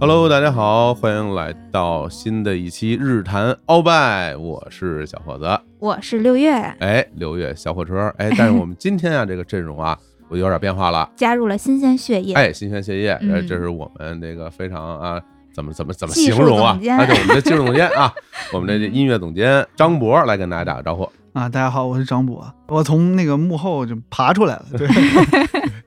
Hello，大家好，欢迎来到新的一期日谈鳌拜，我是小伙子，我是六月，哎，六月小火车，哎， 但是我们今天啊这个阵容啊，我有点变化了，加入了新鲜血液。哎，新鲜血液，呃嗯这是我们这个非常啊，怎么怎么怎么技形术容啊总？监啊，对，我们的技术总监 啊，我们的这音乐总监张博来跟大家打个招嗯呼。啊，大家好，我是张博，我从那个幕后就爬出来了。对，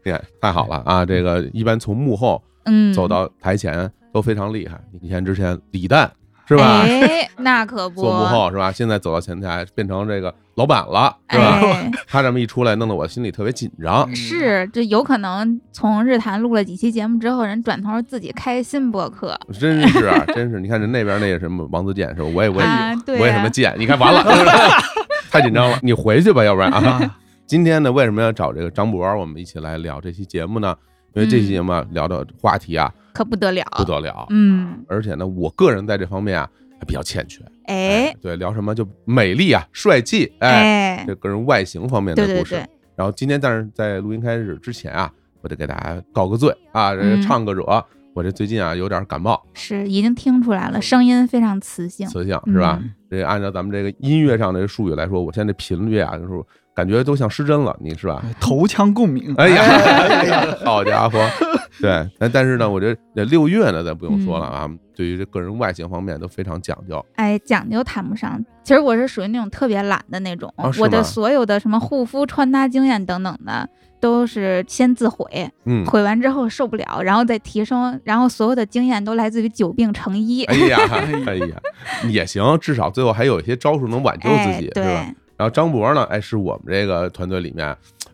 你看，太好了啊！这个一般从幕后嗯，走到台前都非常厉害。你看之前李诞是吧？哎，那可不，做幕后是吧？现在走到前台变成这个老板了是吧？哎，他这么一出来，弄得我心里特别紧张。是这有可能从日坛录了几期节目之后，人转头自己开新播客真是啊，真是！你看人那边那个什么王自健是吧？我也我也、啊，对我也他呀妈贱，你看完了， 是吧太紧张了。你回去吧，要不然 啊。啊，今天呢，为什么要找这个张博儿我们一起来聊这期节目呢？因为这期节目啊聊的话题啊可不得了，不得了，嗯，而且呢，我个人在这方面啊还比较欠缺。哎对，聊什么就美丽啊、帅气，哎，哎，这个人外形方面的对对故事对。，然后今天，但是在录音开始之前啊，我得给大家告个罪啊，这嗯个唱个惹，我这最近啊有点感冒，是已经听出来了，声音非常磁性，磁性是吧嗯？这按照咱们这个音乐上的术语来说，我现在这频率啊，就是感觉都像失真了，你是吧？头腔共鸣。哎呀，哎呀好家伙！对，但但是呢，我这这六月呢，咱不用说了啊，嗯对于这个人外形方面都非常讲究。哎，讲究谈不上。其实我是属于那种特别懒的那种，啊是我吗的所有的什么护肤、穿搭经验等等的，都是先自毁，嗯，毁完之后受不了，然后再提升，然后所有的经验都来自于久病成医。 哎呀，哎呀，也行，至少最后还有一些招数能挽救自己，哎对是吧？，然后张博呢，哎，是我们这个团队里面，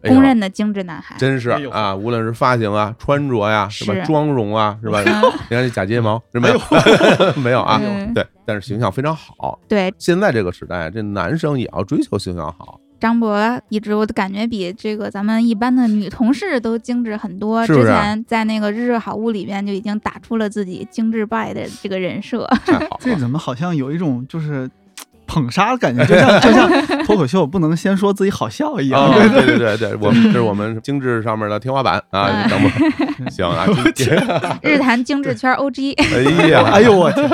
哎呦公认的精致男孩。真是哎呦啊，无论是发型啊、穿着呀、什么是妆容啊，是吧？你嗯看这假睫 毛，是没有哎 没有啊？嗯对，但是形象非常好。对，现在这个时代，这男生也要追求形象好，张博一直我都感觉比这个咱们一般的女同事都精致很多。是不是啊之前在那个《日日好物》里边就已经打出了自己精致 boy 的这个人设。 太好 这了。怎么好像有一种就是捧杀的感觉，就像就像脱口秀不能先说自己好笑一啊样。，对对对对，我们这是我们精致上面的天花板啊，嗯张博， 行 啊，今天日坛精致圈 OG，哎呀，哎呦我天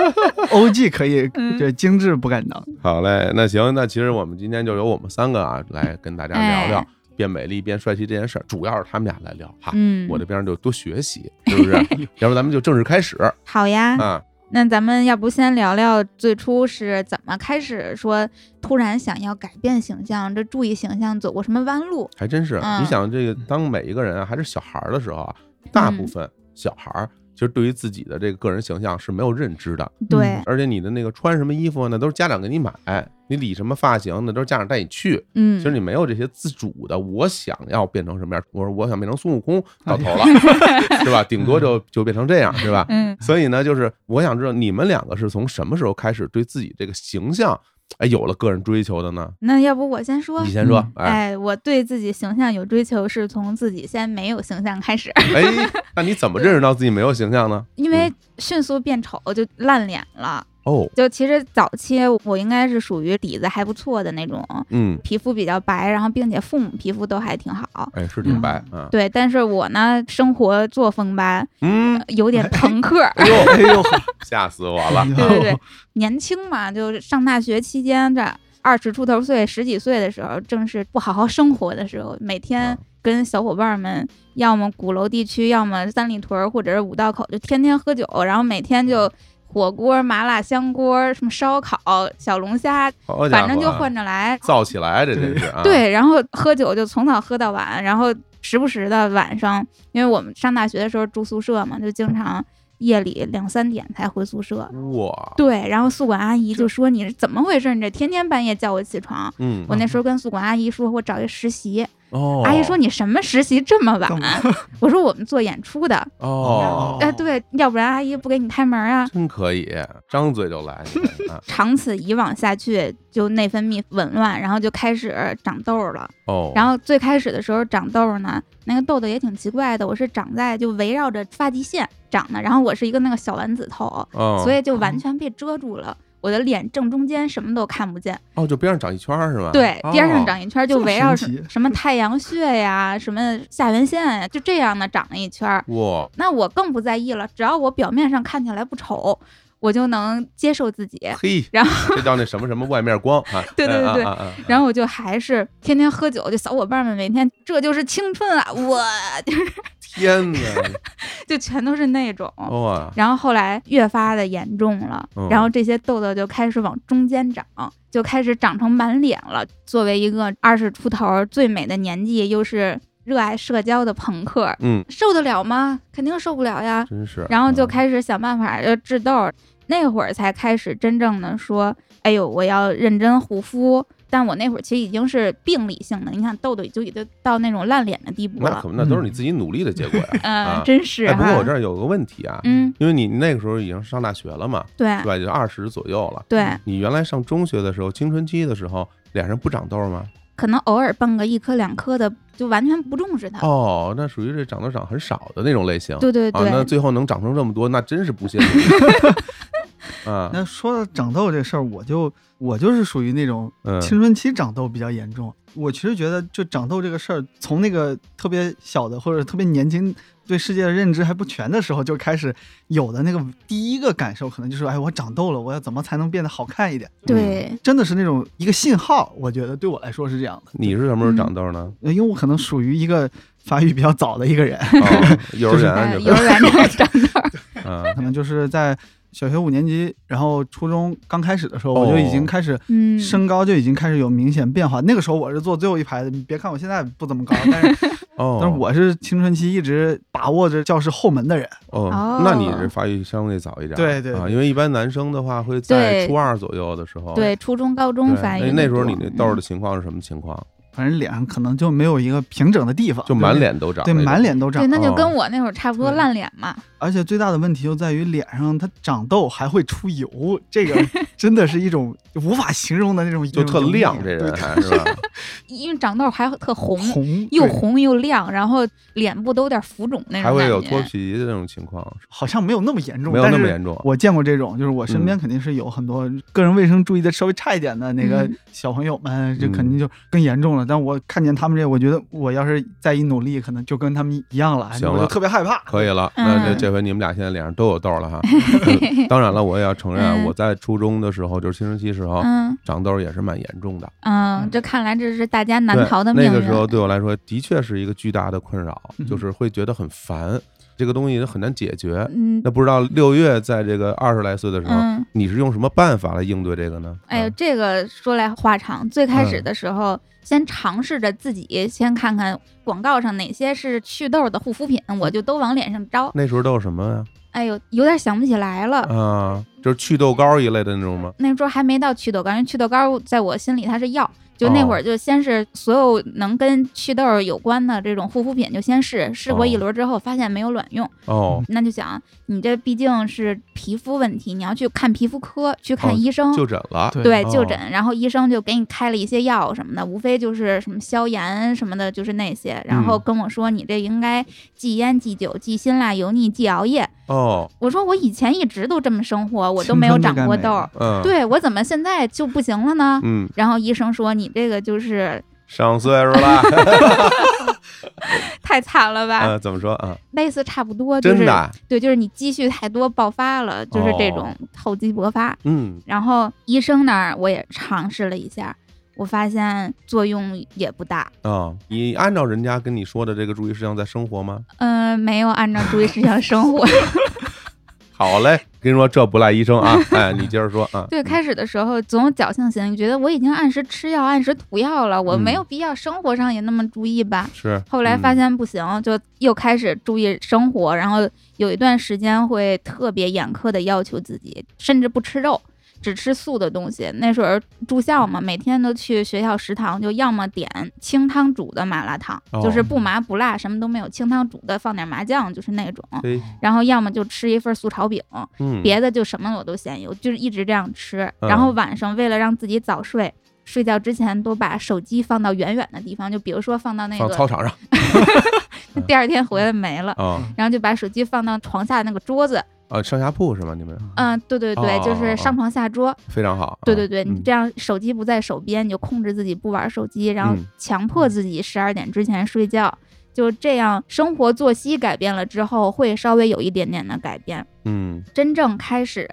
，OG 可以嗯，这精致不敢当。好嘞，那行，那其实我们今天就由我们三个啊来跟大家聊聊哎变美丽、变帅气这件事儿，主要是他们俩来聊哈。嗯，我这边就多学习，是 不是？要不咱们就正式开始好呀。啊？那咱们要不先聊聊最初是怎么开始说突然想要改变形象，这注意形象走过什么弯路？还真是，嗯你想这个，当每一个人啊还是小孩儿的时候啊，大嗯部分小孩儿其实对于自己的这个个人形象是没有认知的，对，而且你的那个穿什么衣服呢，都是家长给你买；你理什么发型呢，都是家长带你去。嗯，其实你没有这些自主的，我想要变成什么样，我说我想变成孙悟空，到头了，啊是吧？顶多就就变成这样，是吧？ 嗯所以呢，就是我想知道你们两个是从什么时候开始对自己这个形象，哎，有了个人追求的呢？那要不我先说你。先说嗯，哎哎，我对自己形象有追求，是从自己先没有形象开始， 哎，那你怎么认识到自己没有形象呢？因为迅速变丑就烂脸了。哦，就其实早期我应该是属于底子还不错的那种，嗯，皮肤比较白，然后并且父母皮肤都还挺好。哎，是挺白啊，对，但是我呢，生活作风吧，嗯，有点朋克，哎呦，哎呦，吓死我 了， 对对 对，年轻嘛，就是上大学期间，这二十出头岁、十几岁的时候，正是不好好生活的时候，每天嗯跟小伙伴们，要么鼓楼地区，要么三里屯儿或者是五道口，就天天喝酒，然后每天就。嗯火锅、麻辣香锅、什么烧烤、小龙虾，好家伙啊反正就换着来。造起来，这真是啊，，对，然后喝酒就从早喝到晚，然后时不时的晚上，因为我们上大学的时候住宿舍嘛，就经常夜里两三点才回宿舍。哇，对，然后宿管阿姨就说你是怎么回事？你这天天半夜叫我起床。嗯，我那时候跟宿管阿姨说，我找一实习。哦，阿姨说你什么实习这么晚？我说我们做演出的。哦，哎，对，要不然阿姨不给你开门啊。真可以，张嘴就来，你看啊长此以往下去，就内分泌紊乱，然后就开始长痘儿了。哦，然后后最开始的时候长痘儿呢，那个痘痘也挺奇怪的，我是长在就围绕着发际线长的，然后我是一个那个小丸子头，哦，所以就完全被遮住了。我的脸正中间什么都看不见，哦，就边上长一圈儿是吧？对，边上哦长一圈儿，就啊这么围绕神什奇什么太阳穴呀、什么下缘线呀，就这样的长了一圈儿。哇，那我更不在意了，只要我表面上看起来不丑，我就能接受自己。嘿，然后这叫那什么什么外面光啊， 对对对对啊啊啊然后我就还是天天喝酒，就小伙伴们每天这就是青春啊，我 天哪，就全都是那种。哇，然后后来越发的严重了嗯，然后这些痘痘就开始往中间长，就开始长成满脸了。作为一个二十出头儿最美的年纪，又是热爱社交的朋克，嗯，受得了吗？肯定受不了呀。真是，然后就嗯开始想办法要治痘儿，那会儿才开始真正的说，哎呦，我要认真护肤。但我那会儿其实已经是病理性的，你看痘痘就已经到那种烂脸的地步那了可，不，那都是你自己努力的结果呀。嗯、啊真嗯 是哎，哈。不过我这儿有个问题啊，嗯，因为你那个时候已经上大学了嘛，对对吧？也就二十左右了。对，你原来上中学的时候，青春期的时候，脸上不长痘吗？可能偶尔蹦个一颗两颗的，就完全不重视它。哦，那属于这长痘长很少的那种类型。对对啊，对，那最后能长成这么多，那真是不屑你。 啊，那说到长痘这事儿，我就我就是属于那种嗯，青春期长痘比较严重。我其实觉得，就长痘这个事儿，从那个特别小的或者特别年轻，对世界的认知还不全的时候，就开始有的那个第一个感受，可能就是哎，我长痘了，我要怎么才能变得好看一点？对，真的是那种一个信号，我觉得对我来说是这样的，你是什么时候长痘呢？呃因为我可能属于一个发育比较早的一个人， 哦，幼儿就是园哎就幼开儿始园 这长痘儿，啊，可能就是在小学五年级，然后初中刚开始的时候，我就已经开始嗯，身高就已经开始有明显变化。那个时候我是坐最后一排的，你别看我现在不怎么高，但是哦，但是我是青春期一直把握着教室后门的人。哦哦，那你是发育相对早一点，对对啊，对因为一般男生的话会在对初二左右的时候，对，初中、高对，中发育那那时候得你多嗯那痘儿的情况是什么情况？反正脸上可能就没有一个平整的地方，就满脸都长，对，对满，脸都对，长。那就哦跟我那会儿差不多对烂脸嘛。而且最大的问题就在于脸上它长痘还会出油，这个真的是一种无法形容的那种，就特那种亮，油这腻人对还是吧？ 因为长痘还特红，红哎又对红又亮，然后脸部都有点浮肿那种感觉，还会有脱皮的这种情况，好像没有那么严重，没有那但么是严重。嗯我见过这种，就是我身边肯定是有很多个人卫生注意的稍微差一点的那个嗯小朋友们，这嗯肯定就更严重了。但我看见他们这，我觉得我要是再一努力，可能就跟他们一样了，行了我就特别害怕。可以了，那这嗯这回你们俩现在脸上都有痘儿了 哈。嗯当然了，我也要承认啊，嗯我在初中的时候，就是青春期时候，嗯长痘儿也是蛮严重的。嗯，这看来这是大家难对逃的命运。那个时候对我来说，的确是一个巨大的困扰，嗯就是会觉得很烦，这个东西很难解决。嗯那不知道六月在这个二十来岁的时候，嗯，你是用什么办法来应对这个呢？啊哎呦，这个说来话长，最开嗯始的时候。先尝试着自己先看看广告上哪些是祛痘的护肤品，我就都往脸上招。那时候都有什么呀？哎呦，有点想不起来了。啊，就是祛痘膏一类的那种吗？那时候还没到祛痘膏，因为祛痘膏在我心里它是药，就那哦会儿就先是所有能跟祛痘有关的这种护肤品就先试，试过一哦轮之后发现没有卵用，哦，那就想你这毕竟是皮肤问题，你要去看皮肤科，去哦看医生。就诊了。对对，哦就诊，然后医生就给你开了一些药什么的，无非就是什么消炎什么的，就是那些。然后嗯跟我说你这应该忌烟、忌酒、忌辛辣、油腻、忌熬夜。哦，我说我以前一直都这么生活，我都青没有春就长该过没痘了儿。嗯，，对啊我怎么现在就不行了呢？嗯，然后医生说你这个就是上岁数了， 太惨了吧，嗯，怎么说啊？类似差不多，就是真的啊，对，就是你积蓄太多爆发了，就是这哦种厚积薄发。嗯，然后医生那儿我也尝试了一下，我发现作用也不大。啊，你按照人家跟你说的这个注意事项在生活吗？嗯、没有按照注意事项生活。好嘞，跟你说这不赖医生 啊，哎，你接着说啊。 对，开始的时候总有侥幸心理，觉得我已经按时吃药、按时涂药了，我没嗯有必要生活上也那么注意吧。是，后来发嗯现不行，就又开始注意生活，然后有一段时间会特别严苛的要求自己，甚至不吃肉，只吃素的东西。那时候住校嘛，每天都去学校食堂，就要么点清汤煮的麻辣烫，哦就是不麻不辣，什么都没有，清汤煮的放点麻酱，就是那种。对，然后要么就吃一份素炒饼，嗯，别的就什么我都嫌油，就是一直这样吃。嗯然后晚上为了让自己早睡。睡觉之前都把手机放到远远的地方，就比如说放到那放个嗯操场上第二天回来没了，啊然后就把手机放到床下那个桌子，啊，上下铺是吗？你们嗯，对对对，就哦哦哦是上床下桌，非常好。对对对，嗯你这样手机不在手边，你就控制自己不玩手机，然后嗯强迫自己十二点之前睡觉，就这样生活作息改变了之后，会稍微有一点点的改变。嗯真正开始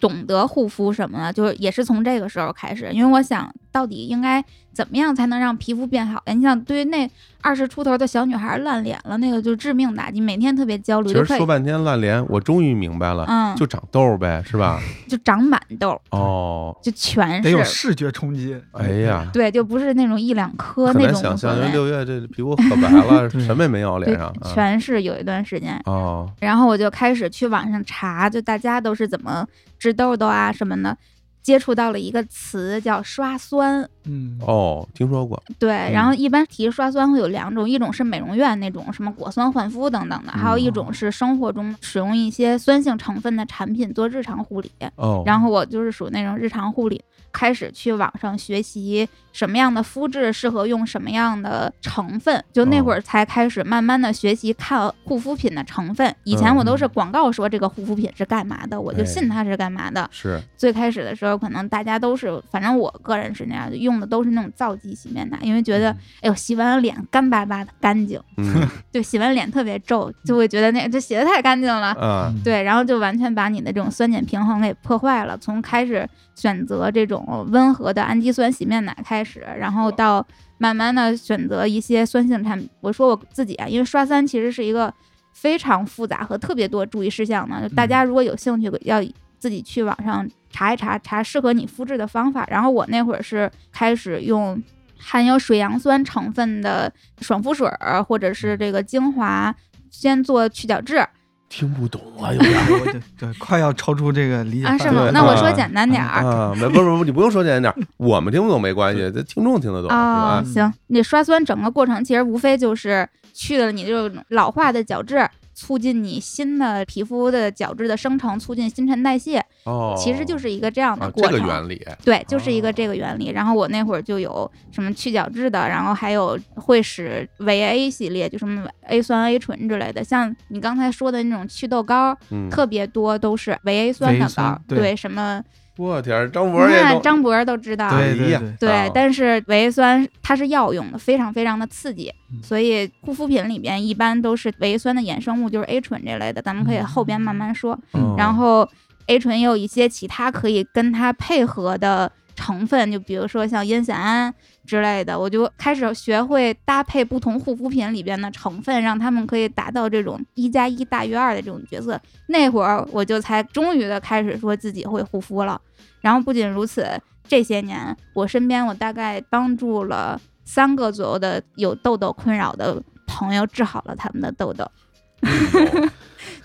懂得护肤什么的，就是也是从这个时候开始，因为我想到底应该怎么样才能让皮肤变好呀？你想，对于那二十出头的小女孩烂脸了，那个就致命打击，每天特别焦虑，其就实快说半天烂脸，我终于明白了，嗯就长痘儿呗，是吧？就长满痘，哦， 就全得有是。视觉冲击。哎呀，对，就不是那种一两颗很那难种无想所象，因为谓，六月这皮肤可白 了，对什么也没有对脸上。，啊全是有一段时间。哦，然后我就开始去网上查，就大家都是怎么治痘痘啊什么的，接触到了一个词叫刷酸。嗯，哦，听说过，对，然后嗯一般提刷酸会有两种，一种是美容院那种什么果酸焕肤等等的，还有一哦种是生活中使用一些酸性成分的产品做日常护理。哦，然后我就是属那种日常护理，开始去网上学习什么样的肤质适合用什么样的成分，就那哦会儿才开始慢慢的学习看护肤品的成分。以前我都嗯是广告说这个护肤品是干嘛的，我就哎信它是干嘛的。是，最开始的时候，可能大家都是，反正我个人是那样，用的都是那种皂基洗面奶，因为觉得，哎呦，洗完脸干巴巴的干净， 嗯就洗完脸特别皱，就会觉得那这洗的太干净了。啊，嗯对，然后就完全把你的这种酸碱平衡给破坏了。从开始选择这种温和的氨基酸洗面奶开始，然后到慢慢的选择一些酸性产品。我说我自己啊，因为刷酸其实是一个非常复杂和特别多注意事项的，就大家如果有兴趣，要自己去网上查一查，查适合你肤质的方法。然后我那会儿是开始用。含有水杨酸成分的爽肤水儿，或者是这个精华，先做去角质， 听不懂啊，有对哎 我就对，快要超出这个理解啊，范是围吗对？了那我说啊简单点儿啊，没，不是不是，你不用说简单点儿，我们听不懂没关系，这听众听得懂，是哦吧，？行，你刷酸整个过程其实无非就是去了你这种老化的角质，促进你新的皮肤的角质的生成，促进新陈代谢，哦，其实就是一个这样的啊，过这个程。原哦理，对，就是一个这个原理。然后我那会儿就有什么去角质的，然后还有会使维 A 系列，就什么 A 酸、A 醇之类的。像你刚才说的那种祛痘膏，嗯，特别多都是维 A 酸维 A 的酸膏。对对，什么我天儿，张博你也看懂张博都知道。对哎呀对对啊，但是维 A 酸它是药用的，非常非常的刺激，嗯所以护肤品里边一般都是维 A 酸的衍生物，就是 A 醇这类的，咱们可以后边慢慢说。嗯然后 A 醇也有一些其他可以跟它配合的成分，就比如说像烟酰胺之类的，我就开始学会搭配不同护肤品里边的成分，让他们可以达到这种一加一大于二的这种角色。那会儿我就才终于的开始说自己会护肤了。然后不仅如此，这些年我身边我大概帮助了三个左右的有痘痘困扰的朋友治好了他们的痘痘，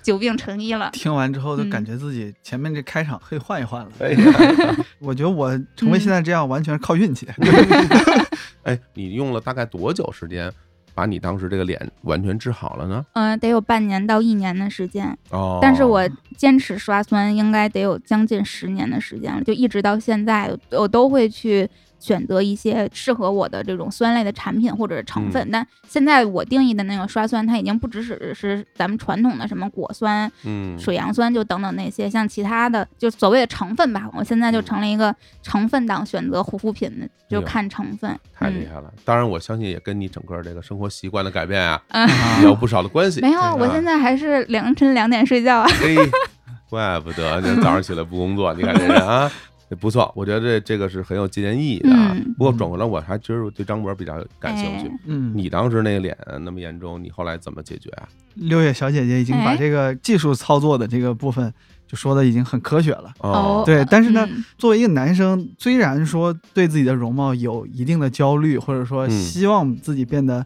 久病成医了。听完之后就感嗯觉自己前面这开场可以换一换了。哎 呀，我觉得我成嗯为现在这样完全是靠运气。哎，你用了大概多久时间把你当时这个脸完全治好了呢？嗯，得有半年到一年的时间，哦，但是我坚持刷酸应该得有将近十年的时间了，就一直到现在，我都会去选择一些适合我的这种酸类的产品或者是成嗯分。但现在我定义的那个刷酸，它已经不只只是咱们传统的什么果酸、嗯，水杨酸就等等那些，像其他的就所谓的成分吧，我现在就嗯成了一个成分党选择护肤品的，哎就呦看成分。太厉嗯害了。当然，我相信也跟你整个这个生活习惯的改变啊，啊也有不少的关系。没有啊，我现在还是凌晨两点睡觉啊。 嘿，怪不得你早上起来不工作，你看这人啊。 不错，我觉得这这个是很有借鉴意义的啊。嗯不过转过来，我还真是对张博比较感兴趣。哎嗯，你当时那个脸那么严重，你后来怎么解决啊？六月小姐姐已经把哎这个技术操作的这个部分就说的已经很科学了。哦，对但是呢嗯作为一个男生，虽然说对自己的容貌有一定的焦虑，或者说嗯希望自己变得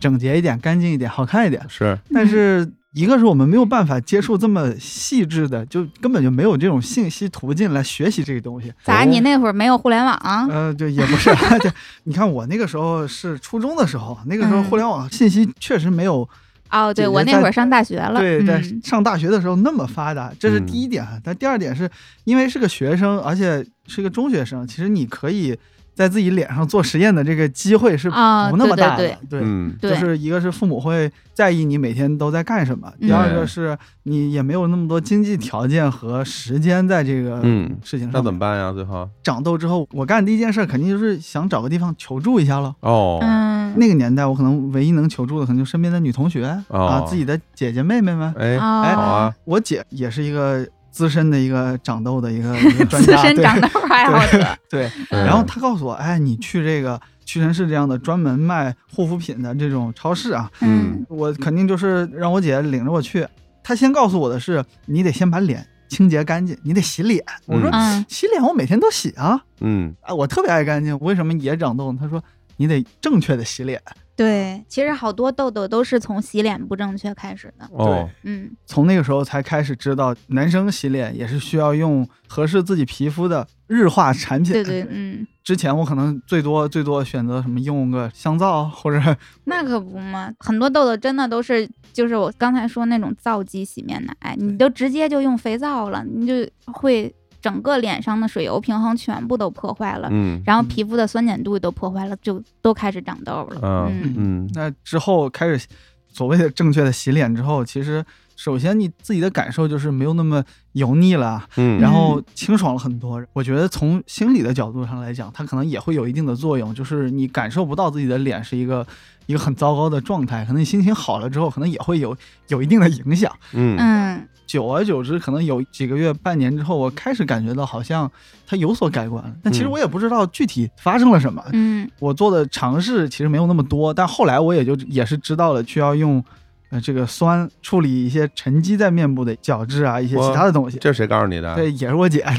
整洁一点、干净一点、好看一点，是，但嗯是一个是我们没有办法接触这么细致的，就根本就没有这种信息途径来学习这个东西。咋？哦你那会儿没有互联网？呃，就也不是 啊，就你看我那个时候是初中的时候，啊那个时候嗯互联网信息确实没有哦，对姐姐我那在会儿上大学了。对，在嗯上大学的时候那么发达，这是第嗯一点啊。但第二点是因为是个学生，而且是个中学生，其实你可以在自己脸上做实验的这个机会是不啊那么对对大的。对嗯，对，就是一个是父母会在意你每天都在干什么，第嗯二个是你也没有那么多经济条件和时间在这个嗯事情那上。怎么办呀？最后长痘之后，我干的第一件事肯定就是想找个地方求助一下了。哦，嗯，那个年代，我可能唯一能求助的，可能就身边的女同学、哦啊，自己的姐姐妹妹们。哎，好哎啊，我姐也是一个资深的一个长痘的 一个一个专自家，身对长痘爱好者， 对。嗯然后她告诉我，哎，你去这个屈臣氏这样的专门卖护肤品的这种超市啊，嗯嗯我肯定就是让我姐领着我去。她先告诉我的是，你得先把脸清洁干净，你得洗脸。我说、嗯嗯洗脸我每天都洗啊，嗯啊，我特别爱干净，为什么也长痘呢？她说你得正确的洗脸。对，其实好多痘痘都是从洗脸不正确开始的，哦，嗯从那个时候才开始知道，男生洗脸也是需要用合适自己皮肤的日化产品。对对嗯，之前我可能最多最多选择什么用个香皂或者那可不嘛，很多痘痘真的都是就是我刚才说那种皂基洗面奶，你对都直接就用肥皂了，你就会整个脸上的水油平衡全部都破坏了，嗯然后皮肤的酸碱度都破坏了，就都开始长痘了。啊嗯嗯那呃之后开始所谓的正确的洗脸之后，其实首先你自己的感受就是没有那么油 腻了，嗯，然后清爽了很多。我觉得从心理的角度上来讲，它可能也会有一定的作用，就是你感受不到自己的脸是一个一个很糟糕的状态，可能你心情好了之后，可能也会有有一定的影响。嗯嗯，久而久之，可能有几个月、半年之后，我开始感觉到好像它有所改观了，但其实嗯我也不知道具体发生了什么。嗯我做的尝试其实没有那么多，但后来我也就也是知道了，需要用呃这个酸处理一些沉积在面部的角质啊，一些哇其他的东西。这是谁告诉你的？对，也是我姐。 哎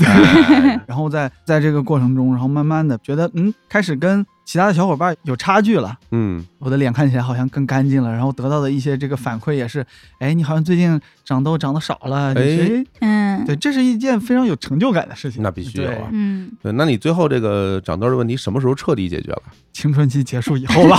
然后在在这个过程中，然后慢慢的觉得，嗯，开始跟其他的小伙伴有差距了。嗯我的脸看起来好像更干净了，然后得到的一些这个反馈也是，哎，你好像最近长痘长得少了，你是哎哎嗯对，这是一件非常有成就感的事情。那必须有啊对嗯，对，那你最后这个长痘的问题什么时候彻底解决了？青春期结束以后 吧，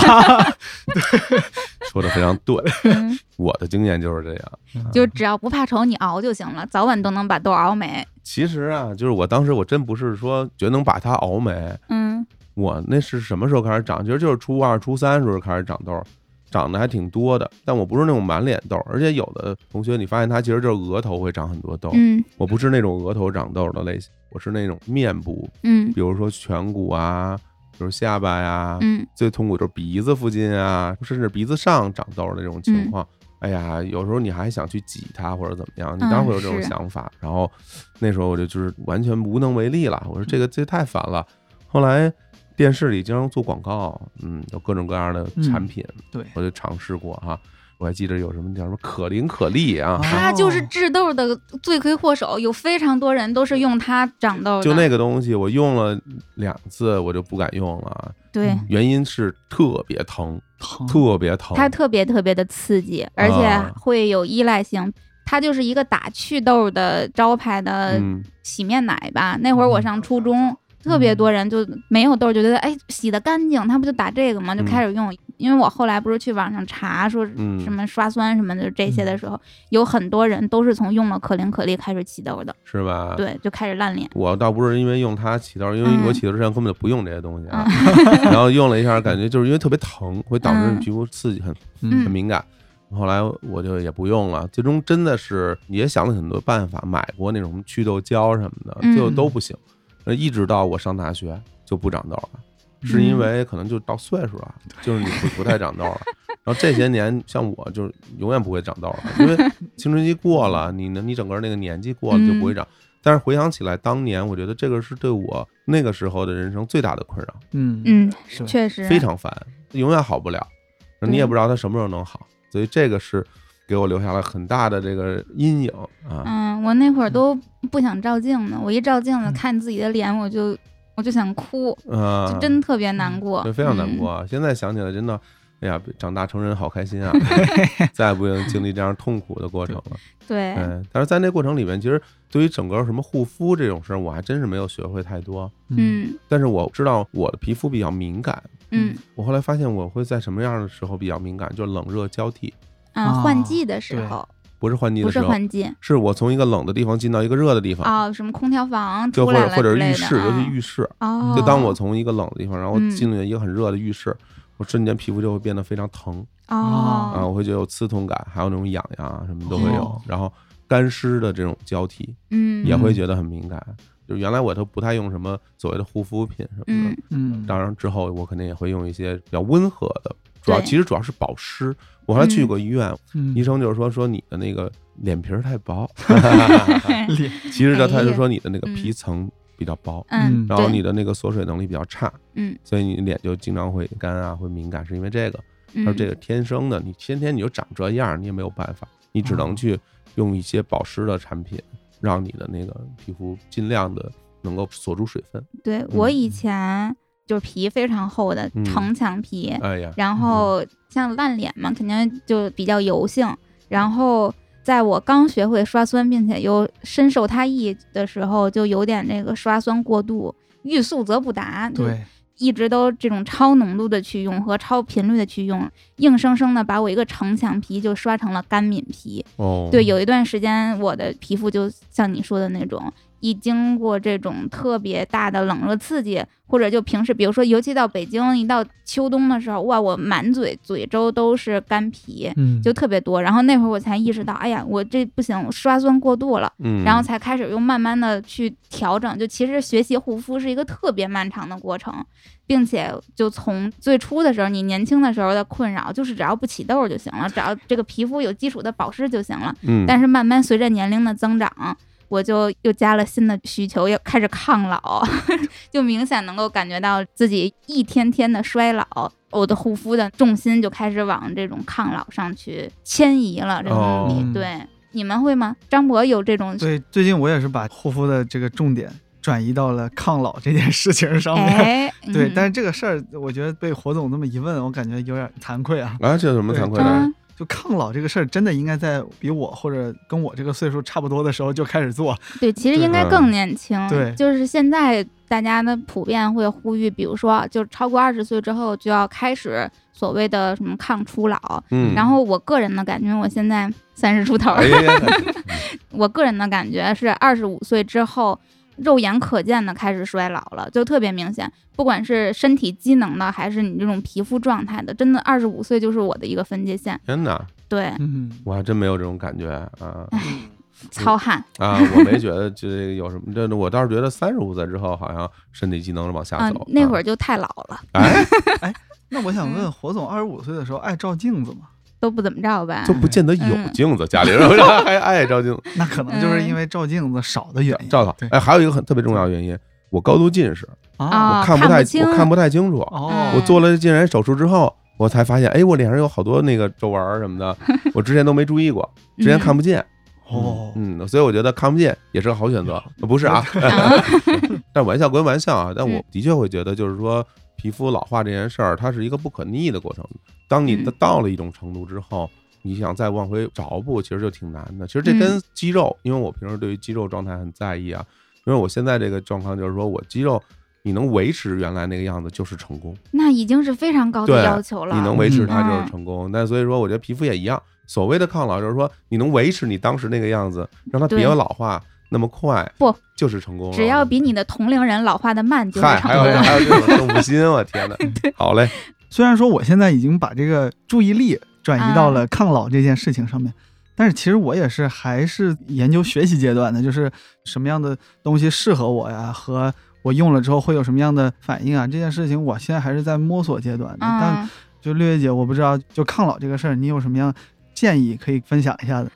说的非常对，嗯我的经验就是这样。就只要不怕丑，你熬就行了，早晚都能把痘熬没。其实啊，就是我当时我真不是说觉得能把它熬没，嗯我那是什么时候开始长？其实就是初二、初三时候开始长痘，长得还挺多的。但我不是那种满脸痘，而且有的同学你发现他其实就是额头会长很多痘，嗯我不是那种额头长痘的类型，我是那种面部，嗯比如说颧骨啊，比如下巴呀、嗯最痛苦就是鼻子附近啊，甚至鼻子上长痘儿的这种情况。哎呀，有时候你还想去挤它或者怎么样，你当然会有这种是想法。然后那时候我就就是完全无能为力了，我说这个这太烦了。后来电视里经常做广告，嗯，有各种各样的产品，对我就尝试过哈、我还记得有什么叫什么可伶可俐啊，啊它就是治痘的罪魁祸首，有非常多人都是用它长痘 的。就那个东西我用了两次，我就不敢用了，对，嗯原因是特别疼，哦疼特别疼。它特别特别的刺激，而且哦啊会有依赖性。它就是一个打祛痘的招牌的嗯洗面奶吧。那会儿我上初中，特别多人就没有痘，就觉得哎洗的干净，他不就打这个吗？就开始用。因为我后来不是去网上查说嗯什么刷酸什么的这些的时候，有很多人都是从用了可伶可俐开始起痘的，是吧？对，就开始烂脸。我倒不是因为用它起痘，因为嗯我起痘之前根本就不用这些东西 啊。 然后用了一下，感觉就是因为特别疼，会导致嗯你皮肤刺激很、嗯很敏感。后来我就也不用了，最终真的是也想了很多办法，买过那种什么祛痘胶什么的，嗯最后都不行。呃一直到我上大学就不长痘了，是嗯因为可能就到岁数了，就是你不不太长痘了。然后这些年，像我就是永远不会长痘了，因为青春期过了，你呢，你整个那个年纪过了就不嗯会长。但是回想起来，当年我觉得这个是对我那个时候的人生最大的困扰，嗯嗯，是确实非常烦，永远好不了，你也对不知道它什么时候能好，所以这个是给我留下了很大的这个阴影啊。嗯，我那会儿都不想照镜子，我一照镜子嗯看自己的脸，我就我就想哭，嗯就，真特别难过，对非常难嗯过。啊。现在想起来，真的，哎呀，长大成人好开 心啊！再也不用经历这样痛苦的过程了。对，哎嗯，但是在那过程里面，其实对于整个什么护肤这种事儿，我还真是没有学会太多。嗯但是我知道我的皮肤比较敏感，嗯我后来发现我会在什么样的时候比较敏感，就是冷热交替。啊，啊换季的时对候，不是换季不的时是候，换季是我从一个冷的地方进到一个热的地方，啊、什么空调房就出或来者了或者之类浴的室，尤其啊浴室，哦，就当我从一个冷的地方，然后嗯进入一个很热的浴室，我瞬间皮肤就会变得非常疼哦啊，我会觉得有刺痛感，还有那种痒痒啊什么都会有哦，然后干湿的这种交替嗯也会觉得很敏感。就原来我都不太用什么所谓的护肤品什么嗯的，嗯，当然之后我肯定也会用一些比较温和的，主要对其实主要是保湿。我还去嗯过医院，嗯医生就是说说你的那个脸皮儿太 薄， 脸，其实呢他哎是呀说你的那个嗯皮层比较薄，嗯，嗯 然后对你的那个锁水能力比较差，嗯所以你脸就经常会干啊，会敏感，是因为这个。他说嗯这个天生的，你先天你就长这样，你也没有办法，你只嗯能哦去用一些保湿的产品，让你的那个皮肤尽量的能够锁住水分。对我嗯以前就是皮非常厚的嗯城墙皮，哎呀，然后像烂脸嘛，肯定就比较油性。然后在我刚学会刷酸，并且又深受它益的时候，就有点那个刷酸过度，欲速则不达，就对，一直都这种超浓度的去用和超频率的去用，硬生生的把我一个城墙皮就刷成了干敏皮。哦，对，有一段时间我的皮肤就像你说的那种，一经过这种特别大的冷热刺激，或者就平时，比如说，尤其到北京一到秋冬的时候，哇，我满嘴嘴周都是干皮，嗯，就特别多。然后那会儿我才意识到，哎呀，我这不行，我刷酸过度了。嗯，然后才开始用慢慢的去调整，就其实学习护肤是一个特别漫长的过程，并且就从最初的时候，你年轻的时候的困扰就是只要不起痘就行了，只要这个皮肤有基础的保湿就行了。嗯，但是慢慢随着年龄的增长，我就又加了新的需求，又开始抗老， 就明显能够感觉到自己一天天的衰老，我的护肤的重心就开始往这种抗老上去迁移了。这个目的，哦对你们会吗？张博有这种对。最近我也是把护肤的这个重点转移到了抗老这件事情上面。哎， 对，嗯但是这个事儿，我觉得被火总这么一问，我感觉有点惭愧啊。啊，这有什么对惭愧啊的？就抗老这个事儿，真的应该在比我或者跟我这个岁数差不多的时候就开始做。对，其实应该对嗯更年轻。对就是现在大家呢普遍会呼吁，比如说，啊就超过二十岁之后就要开始所谓的什么抗初老。嗯，然后我个人的感觉，我现在三十出头，哎呀，我个人的感觉是二十五岁之后。肉眼可见的开始衰老了，就特别明显。不管是身体机能的，还是你这种皮肤状态的，真的二十五岁就是我的一个分界线。天哪，对，嗯，我还真没有这种感觉 啊糙汉啊！我没觉得这有什么，这我倒是觉得三十五岁之后好像身体机能往下啊、走。那会儿儿就太老了，哎，那我想嗯问火总，二十五岁的时候爱照镜子吗？都不怎么着吧就？不见得有嗯镜子，家里人 还爱照镜子。那可能就是因为照镜子少的原因。照照对。哎，还有一个很特别重要的原因，我高度近视，啊，啊我看不看不太清我看不太清楚。哦，我做了近视眼手术之后，我才发现，哎，我脸上有好多那个皱纹儿什么的，我之前都没注意过，之嗯前看不见。哦，嗯，所以我觉得看不见也是个好选择，呃不是啊？ 但玩笑归玩笑啊，但我嗯的确会觉得，就是说皮肤老化这件事儿，它是一个不可逆的过程。当你嗯到了一种程度之后，你想再往回找补，其实就挺难的。其嗯实这跟肌肉，因为我平时对于肌肉状态很在意啊，因为我现在这个状况就是说我肌肉。你能维持原来那个样子就是成功，那已经是非常高的对要求了。你能维持嗯它就嗯是成功。那所以说，我觉得皮肤也一样。所谓的抗老，就是说你能维持你当时那个样子，让它别对老化那么快，不就是成功了。只要比你的同龄人老化的慢，就是嗨，成还有功了。还有这种胜负心，我 天哪！好嘞，虽然说我现在已经把这个注意力转移到了抗老这件事情上面，但是其实我也是还是研究学习阶段的，就是什么样的东西适合我呀，和我用了之后会有什么样的反应啊，这件事情我现在还是在摸索阶段的。但嗯，就六月姐，我不知道就抗老这个事儿，你有什么样建议可以分享一下的？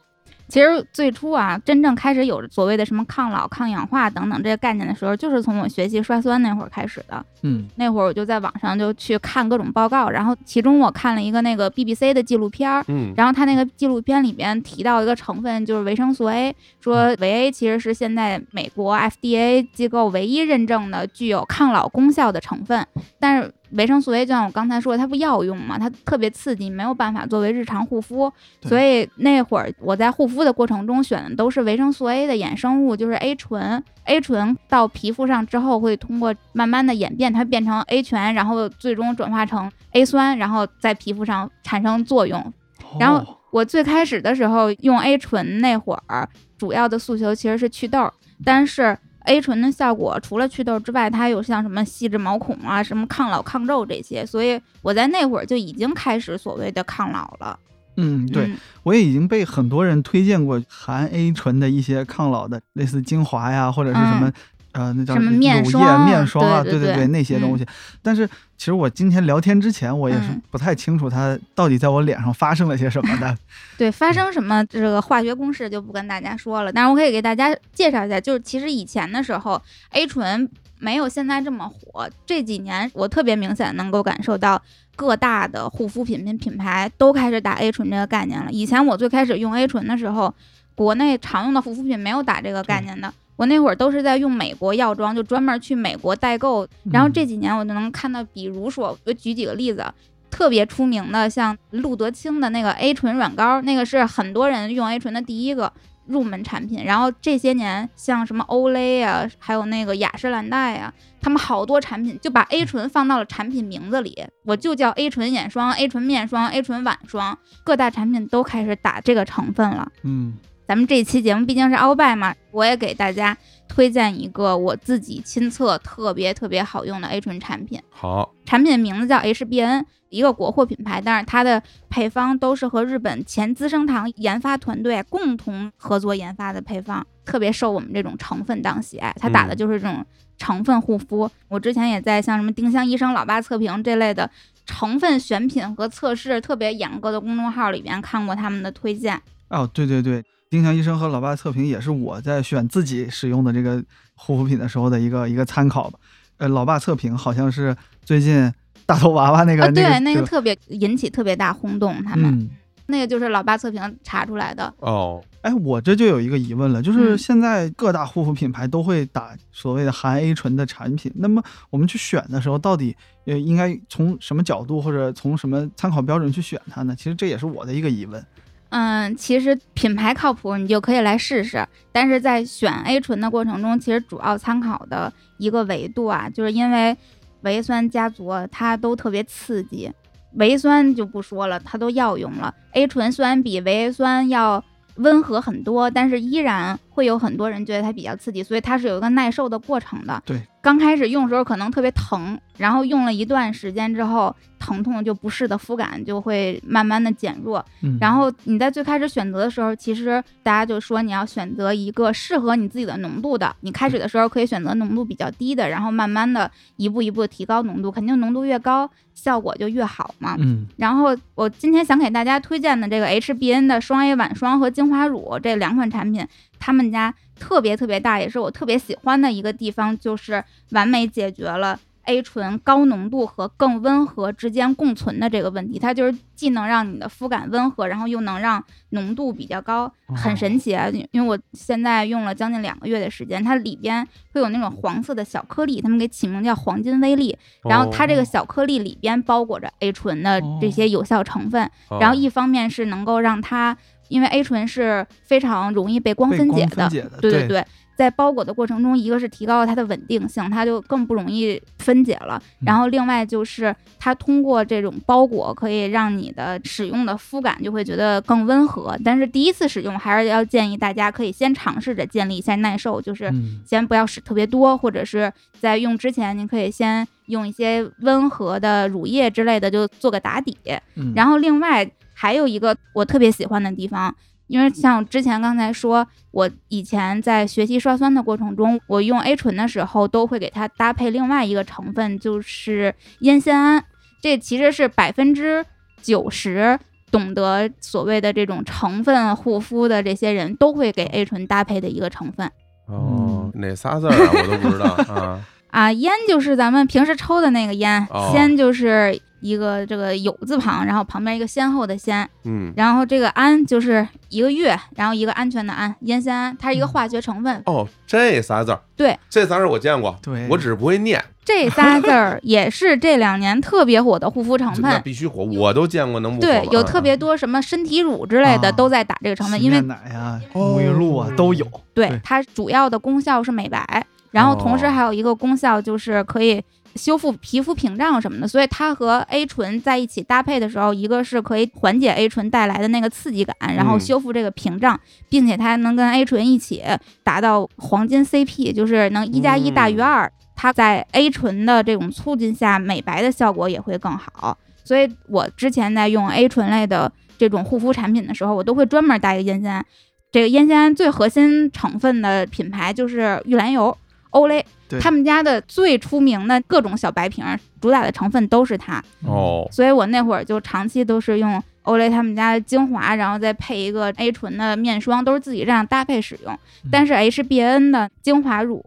其实最初啊，真正开始有所谓的什么抗老、抗氧化等等这些概念的时候，就是从我学习刷酸那会儿开始的。嗯那会儿我就在网上就去看各种报告，然后其中我看了一个那个 BBC 的纪录片儿，嗯，然后他那个纪录片里边提到一个成分就是维生素 A，说维 A 其实是现在美国 FDA 机构唯一认证的具有抗老功效的成分。但是维生素 A 就像我刚才说的，它不药用嘛，它特别刺激，没有办法作为日常护肤。对所以那会儿我在护肤的过程中选的都是维生素 A 的衍生物，就是 A 醇。A 醇到皮肤上之后，会通过慢慢的演变，它变成 A 醛，哦然后最终转化成 A 酸，然后在皮肤上产生作用，然后我最开始的时候用 A 醇那会儿，主要的诉求其实是祛痘儿，但是 A 醇的效果除了祛痘之外，它有像什么细致毛孔啊、什么抗老抗皱这些，所以我在那会儿就已经开始所谓的抗老了。嗯，对，嗯我也已经被很多人推荐过含 A 醇的一些抗老的，类似精华呀，或者是什么、呃，那叫嗯什么乳面液霜面霜啊，对对对对那些东西。但是其实我今天聊天之前，我也是嗯不太清楚它到底在我脸上发生了些什 么的。对，发生什么这个化学公式就不跟大家说了，但是我可以给大家介绍一下，就是其实以前的时候，A 醇没有现在这么火，这几年我特别明显能够感受到各大的护肤品品品牌都开始打 A 醇这个概念了。以前我最开始用 A 醇的时候，国内常用的护肤品没有打这个概念的。我那会儿都是在用美国药妆，就专门去美国代购。然后这几年我就能看到，比如说，我举几个例子啊，特别出名的，像路德清的那个 A 醇软膏，那个是很多人用 A 醇的第一个入门产品。然后这些年，像什么欧莱啊，还有那个雅诗兰黛啊，他们好多产品就把 A 醇放到了产品名字里，我就叫 A 醇眼霜、A 醇面霜、A 醇晚霜，各大产品都开始打这个成分了。嗯，咱们这一期节目毕竟是鳌拜嘛，我也给大家推荐一个我自己亲测特别特别好用的 A 醇产品。好，产品名字叫 HBN，一个国货品牌，但是它的配方都是和日本前资生堂研发团队共同合作研发的配方，特别受我们这种成分党喜爱。它打的嗯就是这种成分护肤。我之前也在像什么丁香医生、老爸测评这类的成分选品和测试特别严格的公众号里边看过他们的推荐。哦，对对对，丁香医生和老爸测评也是我在选自己使用的这个护肤品的时候的一个一个参考吧。呃，老爸测评好像是最近大头娃娃那个、啊，对，那那个个对吧特别引起特别大轰动，他们、嗯。那个就是老爸测评查出来的。哦，哎，我这就有一个疑问了，就是嗯现在各大护肤品牌都会打所谓的含 A 醇的产品，那么我们去选的时候，到底呃应该从什么角度或者从什么参考标准去选它呢？其实这也是我的一个疑问。嗯，其实品牌靠谱，你就可以来试试。但是在选 A 醇的过程中，其实主要参考的一个维度啊，就是因为维酸家族啊它都特别刺激，维酸就不说了，它都药用了。A 醇虽然比维 A 酸要温和很多，但是依然会有很多人觉得它比较刺激，所以它是有一个耐受的过程的。对，刚开始用的时候可能特别疼，然后用了一段时间之后，疼痛就不适的肤感就会慢慢的减弱。嗯然后你在最开始选择的时候，其实大家就说你要选择一个适合你自己的浓度的。你开始的时候可以选择浓度比较低的，然后慢慢的一步一步地提高浓度，肯定浓度越高效果就越好嘛。嗯然后我今天想给大家推荐的这个 HBN 的双 A 晚霜和精华乳这两款产品，他们家特别特别大，也是我特别喜欢的一个地方，就是完美解决了 A 醇高浓度和更温和之间共存的这个问题。它就是既能让你的肤感温和，然后又能让浓度比较高，哦很神奇啊！因因为我现在用了将近两个月的时间，它里边会有那种黄色的小颗粒，他们给起名叫黄金微粒，哦然后它这个嗯小颗粒里边包裹着 A 醇的这些有效成分，哦，然后哦一方面是能够让它，因为 A 醇是非常容易被光被分光解分的，解的，对对对，在包裹的过程中，一个是提高了它的稳定性，它就更不容易分解了。嗯然后另外就是它通过这种包裹，可以让你的使用的肤感就会觉得更温和。但是第一次使用还是要建议大家可以先尝试着建立一下耐受，就是嗯先不要使特别多，或者是在用之前，您可以先用一些温和的乳液之类的，就做个打底。嗯，然后另外还有一个我特别喜欢的地方，因为像我之前刚才说，我以前在学习刷酸的过程中，我用 A 醇的时候都会给它搭配另外一个成分，就是烟酰胺。这其实是百分之九十懂得所谓的这种成分护肤的这些人都会给 A 醇搭配的一个成分。哦，嗯哪仨字儿啊？我都不知 道啊。啊，烟就是咱们平时抽的那个烟，哦鲜就是一个这个有字旁，然后旁边一个先后的先，嗯，然后这个安就是一个月，然后一个安全的安，烟酰胺，它是嗯一个化学成分。哦，这仨字儿，对，这仨字儿我见过，对我只是不会念，这仨 字儿也是这两年特别火的护肤成就那分。必须火，嗯我都见过，能不火对吗，有特别多什么身体乳之类的啊都在打这个成分，洗因为哦面奶啊、沐浴露啊都有。对对它主要的功效是美白。然后同时哦还有一个功效就是可以修复皮肤屏障什么的，所以它和 A 醇在一起搭配的时候，一个是可以缓解 A 醇带来的那个刺激感，然后嗯修复这个屏障，并且它还能跟 A 醇一起达到黄金 CP，就是能一加一大于嗯二。它在 A 醇的这种促进下，美白的效果也会更好。所以我之前在用 A 醇类的这种护肤产品的时候，我都会专门带一个烟酰胺。这个烟酰胺最核心成分的品牌就是玉兰油、欧蕾对，他们家的最出名的各种小白瓶儿，主打的成分都是它。哦，所以我那会儿就长期都是用欧蕾他们家的精华，然后再配一个 A 醇的面霜，都是自己这样搭配使用。嗯但是 HBN 的精华乳，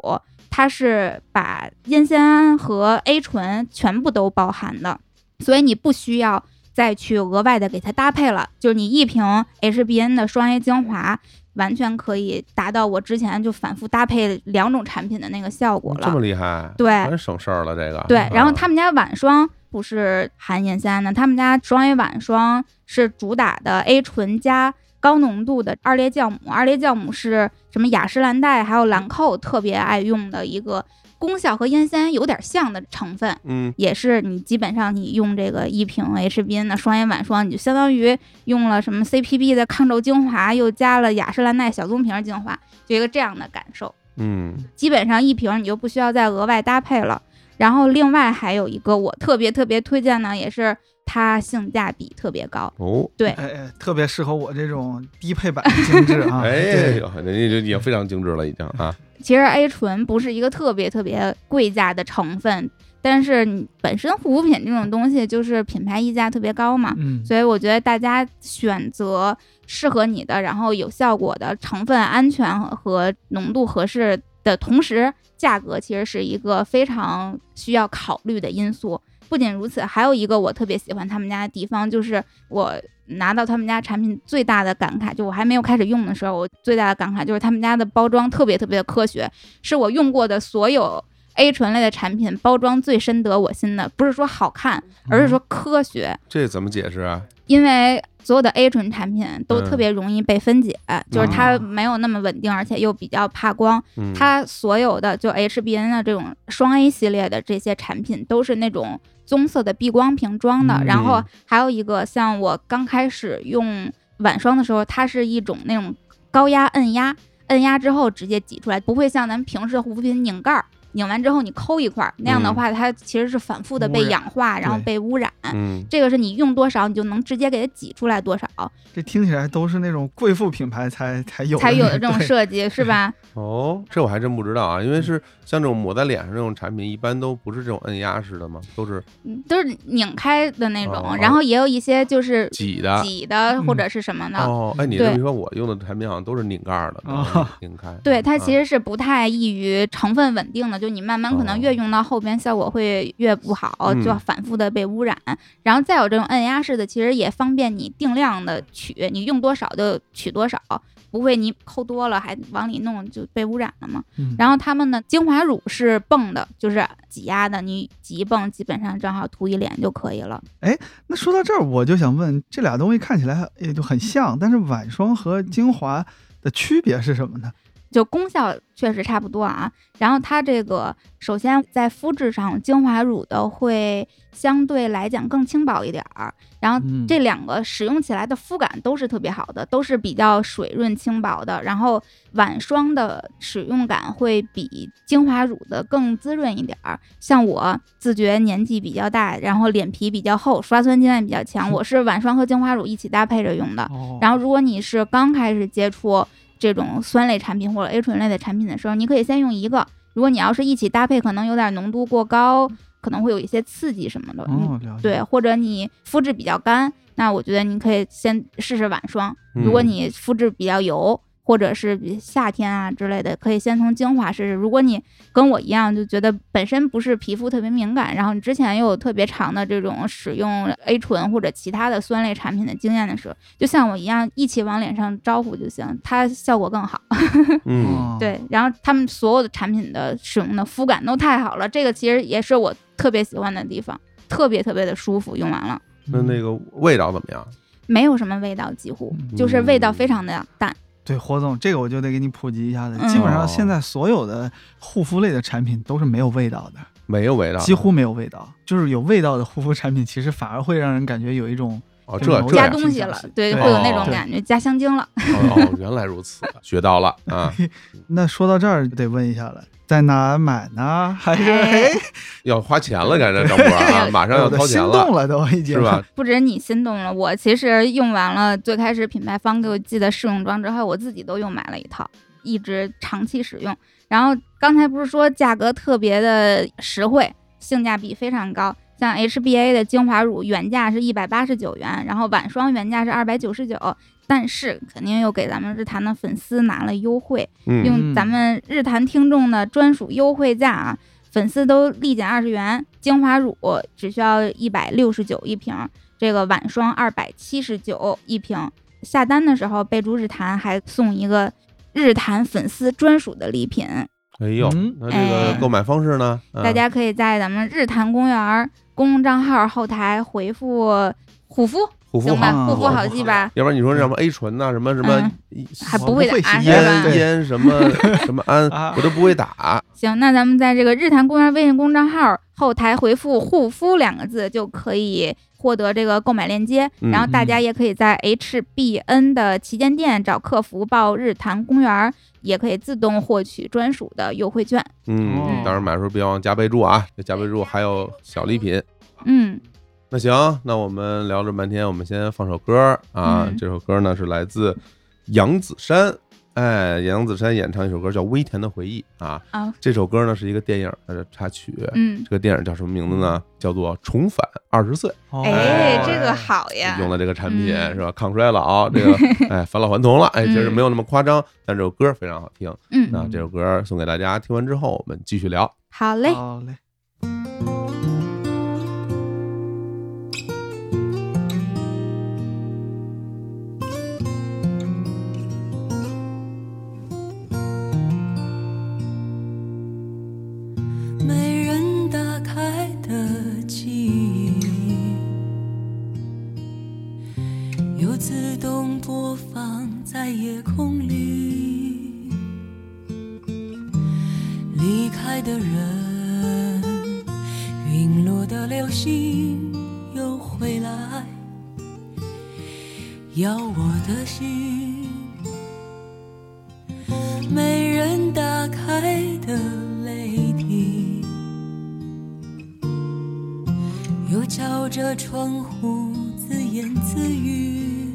它是把烟酰胺和 A 醇全部都包含的，所以你不需要再去额外的给它搭配了。就是你一瓶 HBN 的双 A 精华，完全可以达到我之前就反复搭配两种产品的那个效果这了么。厉害，对完省事儿了这个。啊对，然后他们们家晚霜不是含烟酰胺的，他们家双 A 晚霜是主打的 A 醇加高浓度的二裂酵母，二裂酵母是什么雅诗兰黛还有兰蔻特别爱用的一个功效和烟酰胺有点像的成分。嗯，也是你基本上你用这个一瓶 HBN 的双眼晚霜，你就相当于用了什么 CPB 的抗皱精华，又加了雅诗兰黛小棕瓶精华，就一个这样的感受。嗯基本上一瓶你就不需要再额外搭配了。然后另外还有一个我特别特别推荐呢，也是它性价比特别高。哦，对，哎哎，特别适合我这种低配版的精致啊！ 哎对，呦，人家就也非常精致了已经啊，其实 A 醇不是一个特别特别贵价的成分，但是你本身护肤品这种东西就是品牌溢价特别高嘛，嗯，所以我觉得大家选择适合你的，然后有效果的成分安全和浓度合适的同时，价格其实是一个非常需要考虑的因素。不仅如此，还有一个我特别喜欢他们家的地方，就是我拿到他们家产品最大的感慨，就我还没有开始用的时候，我最大的感慨就是他们家的包装特别特别的科学，是我用过的所有 A 醇类的产品包装最深得我心的。不是说好看，而嗯是说科学。这怎么解释啊？因为所有的 A 醇产品都特别容易被分解，就是它嗯没有那么稳定，而且又比较怕光。嗯，它所有的就 HBN 啊的这种双 A 系列的这些产品都是那种棕色的避光瓶装的，嗯然后还有一个像我刚开始用晚霜的时候，它是一种那种高压摁压，摁压之后直接挤出来，不会像咱们平时的护肤品拧盖儿。拧完之后你抠一块儿，那样的嗯话它其实是反复的污被染氧化，然后对被污染。嗯，这个是你用多少，你就能直接给它挤出来 多少，这听起来都是那种贵妇品牌才才有才有的那这种对设 计，是吧？哦，这我还真不知道啊，嗯因为是像这种抹在脸上这种产品，一般都不是这种摁压式的嘛，都是嗯都是拧开的那哦种，然后也有一些就是挤的。挤的或者是什么的。哦，哎，你这么一说，我用的产品好像都是拧盖儿的，哦都是拧开。对，它啊其实是不太易于成分稳定的，就你慢慢可能哦越用到后边效果会越不好，嗯就要反复的被污染。然后再有这种按压式的，其实也方便你定量的取，你用多少就取多少，不会你抠多了还往里弄就被污染了嘛。嗯然后他们呢，精华乳是泵的，就是挤压的，你挤一泵，基本上正好涂一脸就可以了。那说到这儿，我就想问，这俩东西看起来也就很像，但是晚霜和嗯精华的区别是什么呢？就功效确实差不多啊。然后它这个首先在肤质上，精华乳的会相对来讲更轻薄一点儿，然后嗯这两个使用起来的肤感都是特别好的，都是比较水润轻薄的。然后晚霜的使用感会比精华乳的更滋润一点儿。像我自觉年纪比较大，然后脸皮比较厚，刷酸经验比较强，我是晚霜和精华乳一起搭配着用的。哦啊然后，如果你是刚开始接触这种酸类产品或者 A 醇类的产品的时候，你可以先用一个。如果你要是一起搭配，可能有点浓度过高，可能会有一些刺激什么的。嗯，哦，了解。对，或者你肤质比较干，那我觉得你可以先试试晚霜。如果嗯你肤质比较油，或者是比夏天啊之类的，可以先从精华试试。如果你跟我一样，就觉得本身不是皮肤特别敏感，然后你之前又有特别长的这种使用 A 醇或者其他的酸类产品的经验的时候，就像我一样，一起往脸上招呼就行，它效果更好。嗯，哦，对，然后他们所有的产品的使用的肤感都太好了，这个其实也是我特别喜欢的地方，特别特别的舒服，用完了嗯那那个味道怎么样？没有什么味道，几乎就是味道非常的淡。对，霍总，这个我就得给你普及一嗯下了。基哦本上现在所有的护肤类的产品都是没有味道的，没有味道，几乎没有味道。就是有味道的护肤产品，其实反而会让人感觉有一种哦，就这是这加加样东东西西了了，对对，会有那哦种对感觉，加香精了。 哦，原来如此，学到了啊！那说到这儿，得问一下了，在哪儿买呢？还是哎哎，要花钱了，感觉张博 啊，马上要我都掏心钱动了，都已经是 吧？？不止你心动了，我其实用完了最开始品牌方给我寄的试用装之后，我自己都又买了一套，一直长期使用。然后刚才不是说价格特别的实惠，性价比非常高。像 HBA 的精华乳原价是一百八十九元，然后晚霜原价是二百九十九，但是肯定又给咱们日坛的粉丝拿了优惠，嗯，用咱们日坛听众的专属优惠价啊，粉丝都立减二十元，精华乳只需要一百六十九一瓶，这个晚霜二百七十九一瓶。下单的时候备注日坛，还送一个日坛粉丝专属的礼品，哎呦嗯，那这个哎购买方式呢？啊大家可以在咱们日坛公园儿公众账号后台回复“护肤护”，肤行好，吧？护护肤肤好好记吧？要不然你说什么 A 醇呐，什么什么嗯还不我哦不会会打吸是烟吧烟对？烟什 么什么胺啊，我都不会打。行，那咱们在这个日坛公园微信公众号后台回复“护肤”两个字就可以获得这个购买链接，嗯然后大家也可以在 HBN 的旗舰店找客服报“日坛公园”，也可以自动获取专属的优惠券。嗯，哦当然买的时候别忘加备注啊，这加备注还有小礼品。嗯，那行，那我们聊这么半天，我们先放首歌啊。嗯这首歌呢是来自杨子姗，哎，杨子姗演唱一首歌叫《微甜的回忆》啊。啊这首歌呢是一个电影的插曲，嗯这，个电影叫什么名字呢？叫做《重返二十岁》。哦哎，这个好呀，用了这个产品、嗯是吧？抗衰老， 这个哎返老还童了，哎，其实嗯没有那么夸张，但这首歌非常好听。嗯，那这首歌送给大家，听完之后我们继续聊。好嘞，好嘞，没人打开的记忆，又自动播放在夜空里。离开的人，陨落的流星又回来，要我的心。没人打开的泪滴，又敲着窗户自言自语。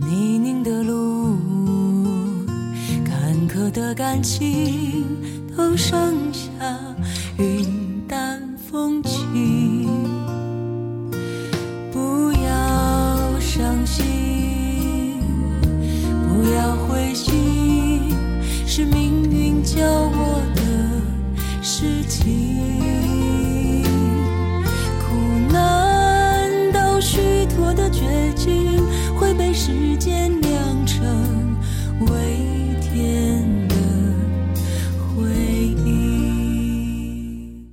泥泞的路，坎坷的感情，都剩下云淡风轻。不要伤心，不要灰心，是命运教我的事情。苦难到虚脱的绝境，会被时间酿成微甜的回忆。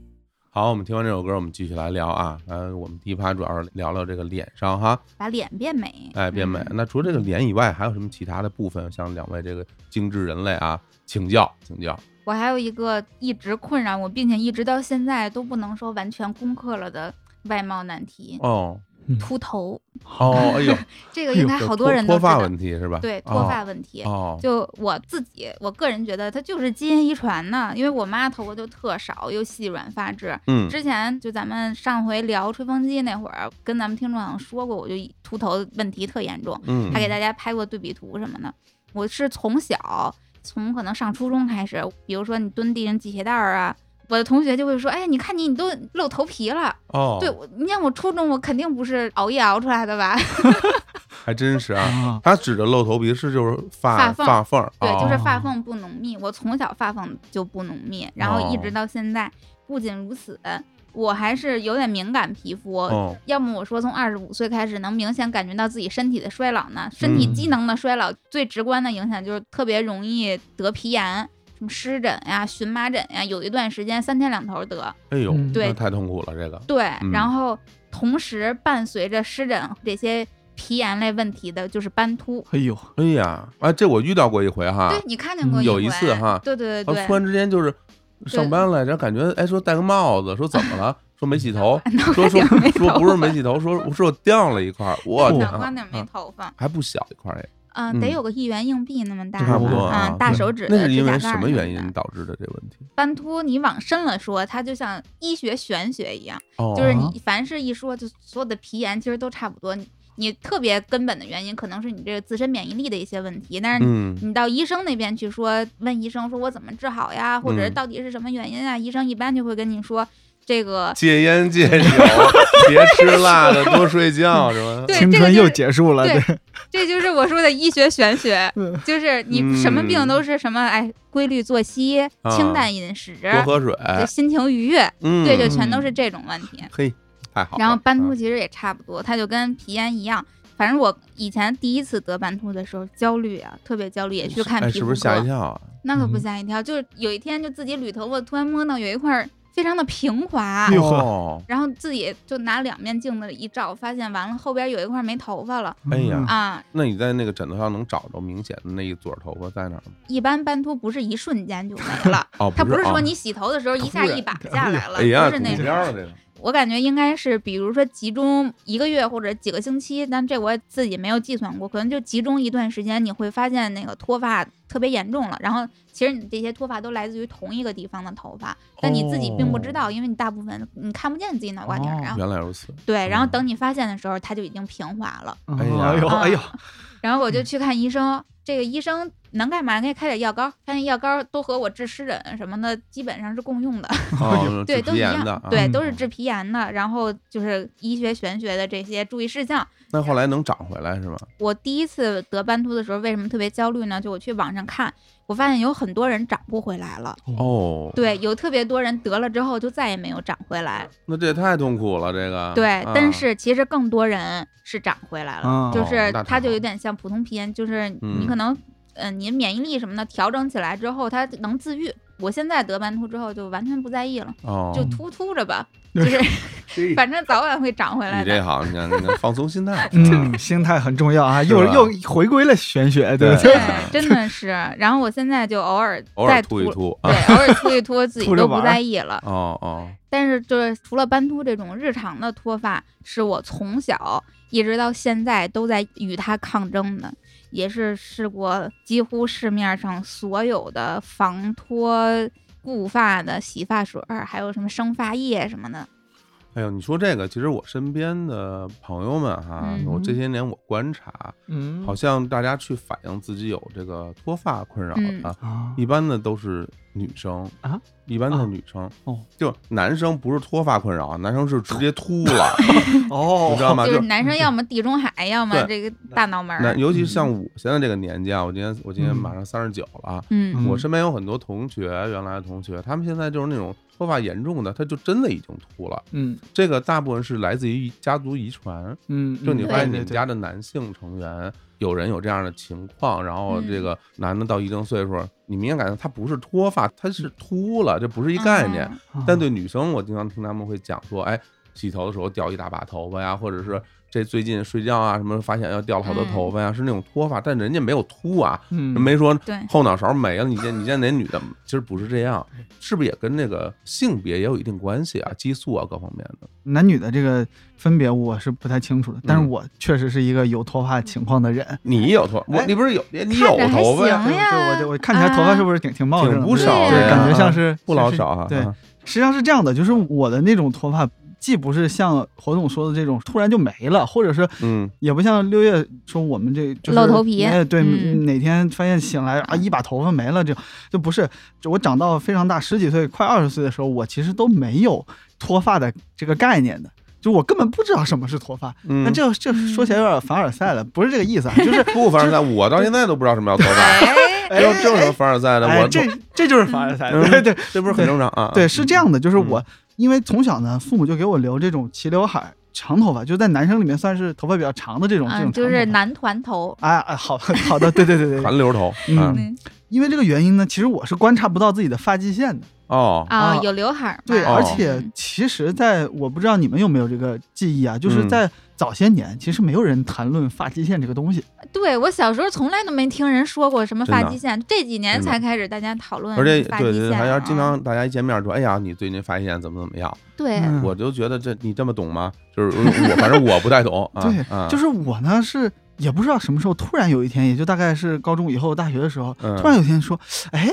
好，我们听完这首歌，我们继续来聊啊。嗯，我们第一趴主要是聊聊这个脸上哈，把脸变美，嗯哎，变美。那除了这个脸以外，还有什么其他的部分？向两位这个精致人类啊，请教请教。我还有一个一直困扰我，并且一直到现在都不能说完全攻克了的外貌难题哦——秃头。哦， 哎呦，这个应该这好多脱人都脱知发道，问题是吧？对哦脱发问题。哦，就我自己，我个人觉得它就是基因遗传的，因为我妈头发就特少，又细软发质。嗯，之前就咱们上回聊吹风机那会儿，跟咱们听众好像说过，我就秃头问题特严重。嗯还给大家拍过对比图什么的。我是从小从可能上初中开始，比如说你蹲地上系鞋带儿啊，我的同学就会说：“哎呀，你看你你都露头皮了。哦，对，我你看我初中我肯定不是熬夜熬出来的吧？还真是啊。啊，他指着露头皮是就是发发缝发缝儿，对，就是哦发缝不浓密，我从小发缝就不浓密，然后一哦直到现在。不仅如此，我还是有点敏感皮肤。哦要么我说从二十五岁开始能明显感觉到自己身体的衰老呢，身体嗯机能的衰老、最直观的影响就是特别容易得皮炎，什么湿疹呀、荨麻疹呀，有一段时间三天两头得。哎呦，嗯那对太痛苦了这个。对，嗯然后同时伴随着湿疹这些皮炎类问题的就是斑秃。哎呦，哎呀，哎，这我遇到过一回哈，对你看见过嗯有一一次回哈对对啊对，，突然之间就是上班来着，感觉哎说戴个帽子，说怎么了？说没洗头 脑说瓜说顶儿没说头不是没洗头，说我说我掉了一块儿，我头天脑啊瓜顶儿没啊头发，还不小一块儿哎，嗯，得嗯有个一元硬币那么大差不吧多啊啊，大对手指的那是因指甲为盖什儿么那原大因导致的这个问题？斑秃，你往深了说，它就像医学玄学一样，哦，就是你凡是一说，就所有的皮炎其实都差不多。你你特别根本的原因可能是你这个自身免疫力的一些问题，但是你嗯你到医生那边去说，问医生说我怎么治好呀，或者是嗯到底是什么原因啊？医生一般就会跟你说这个。戒烟戒酒，别 吃辣的，多睡觉，是吧？对青这个春就又是结束了，对，这就是我说的医学玄学嗯，就是你什么病都是什么，哎，规律作息、嗯啊清淡饮食、多喝水，就心情愉悦，嗯，对，就全都是这种问题。嘿，太好了。然后斑秃啊其实也差不多，它就跟皮炎一样。反正我以前第一次得斑秃的时候，焦虑啊，特别焦虑，也去看哎，皮是肤不科。是吓一跳啊？那可不嗯吓一跳，就是有一天就自己捋头发，突然摸到有一块儿非常的平滑，哎呦呵哦，然后自己就拿两面镜子一照，发现完了后边有一块没头发了 哎呀嗯啊。那你在那个枕头上能找着明显的那一撮头发在哪儿吗？一般斑秃不是一瞬间就没了， 哦，它不是是说啊你洗头的时候一下突然一把下来了，哎呀，不是恐那怖种片。儿了这个。我感觉应该是，比如说集中一个月或者几个星期，但这我自己没有计算过，可能就集中一段时间，你会发现那个脱发特别严重了。然后其实你这些脱发都来自于同一个地方的头发，但你自己并不知道，因为你大部分你看不见你自己脑瓜顶儿啊。哦原来嗯如 此，对，然后等你发现的时候，它就已经平滑了。嗯哎呀哎呦啊哎呦，然后我嗯就去看医生，这个医生能干嘛？给你开点药膏，发现药膏都和我治湿疹什么的基本上是共用的。哦，对，治都皮一炎的样，啊对，嗯都是治皮炎的。然后就是医学玄学的这些注意事项。那后来能长回来是吗？我第一次得斑秃的时候，为什么特别焦虑呢？就我去网上看，我发现有很多人长不回来了。哦，对，有特别多人得了之后就再也没有长回来。那这也太痛苦了，这个。对，啊但是其实更多人是长回来了，哦就是那太它就好有点像普通皮炎，就是你嗯可能，呃，你免疫力什么的调整起来之后，它能自愈。我现在得斑秃之后就完全不在意了，哦，就突突着吧，就是反正早晚会长回来你的这。好，你看，你看，放松心态。嗯，心态很重要啊，是又吧又回归了玄学，对不对对？对，真的是。然后我现在就偶尔偶再尔吐一吐啊。对，偶尔秃一秃， 自己吐着都不玩儿在意了。哦哦，但是就是除了斑秃这种日常的脱发，是我从小一直到现在都在与它抗争的，也是试过几乎市面上所有的防脱固发的洗发水儿，还有什么生发液什么的。哎呦，你说这个，其实我身边的朋友们哈，嗯我这些年我观察，嗯好像大家去反映自己有这个脱发困扰嗯的，啊，一般的都是女生啊，一般的啊女生哦，就男生不是脱发困扰，男生是直 接秃了，哦，你知道吗？就就是男生要么地中海，要么这嗯对个大脑门那儿。尤其嗯像我现在这个年纪啊，我今天我今天马上三十九了，嗯我身边有很多同学，原来的同学，他们现在就是那种脱发严重的，他就真的已经秃了。嗯这个大部分是来自于家族遗传，嗯，就你发现你对们家的男性成员有人有这样的情况，然后这嗯个男的到一定岁数，你明显感觉他不是脱发，他是秃了，这不是一概念。嗯但对女生，我经常听他们会讲说，哎，洗头的时候掉一大把头发呀，或者是这最近睡觉啊什么发现要掉了好多嗯头发呀，是那种脱发，但人家没有秃啊，嗯没说对后脑勺没了。你见你见哪女的，其实不是这样，是不是也跟这个性别也有一定关系啊，激素啊各方面的？男女的这个分别我是不太清楚的，但是嗯我确实是一个有脱发情况的人。你有头，我哎你不是有你看有着还头发呀行？对，哎呀啊我就我看起来头发是不哦是挺挺茂盛的，挺不对少的对，呀感觉像是不老少啊啊。。对，实际上是这样的，就是我的那种脱发，既不是像火总说的这种突然就没了，或者是嗯，也不像六月说我们这就是露头皮哎，对，嗯哪天发现醒来啊，一把头发没了，这就不是。就我长到非常大，十几岁快二十岁的时候，我其实都没有脱发的这个概念的，就我根本不知道什么是脱发。嗯那这这说起来有点凡尔赛了，不是这个意思啊，就是不凡尔赛，我到现在都不知道什么叫脱发，哎，这有这有什么凡尔赛的？哎，我这这这就是凡尔赛，嗯对对这不是很正常啊？对，是这样的，就是嗯我因为从小呢，父母就给我留这种齐刘海、长头发，就在男生里面算是头发比较长的这种嗯，这种长头就是发。男团头。哎哎，好好的，对对对对，韩流头，嗯啊嗯因为这个原因呢，其实我是观察不到自己的发际线的。哦，啊、啊有刘海儿嘛。对，哦而且其实在，我不知道你们有没有这个记忆啊，就是嗯在早些年，其实没有人谈论发际线这个东西。对我小时候从来都没听人说过什么发真的际线，这几年真的才开始大家讨论嗯而且发对际对，线还要啊经常大家一见面说，哎呀，你最近发际线怎么怎么样？对，嗯我就觉得这你这么懂吗？就是我我反正我不太 懂啊，对啊就是我呢是也不知道什么时候，突然有一天，也就大概是高中以后、大学的时候，嗯突然有一天说，哎，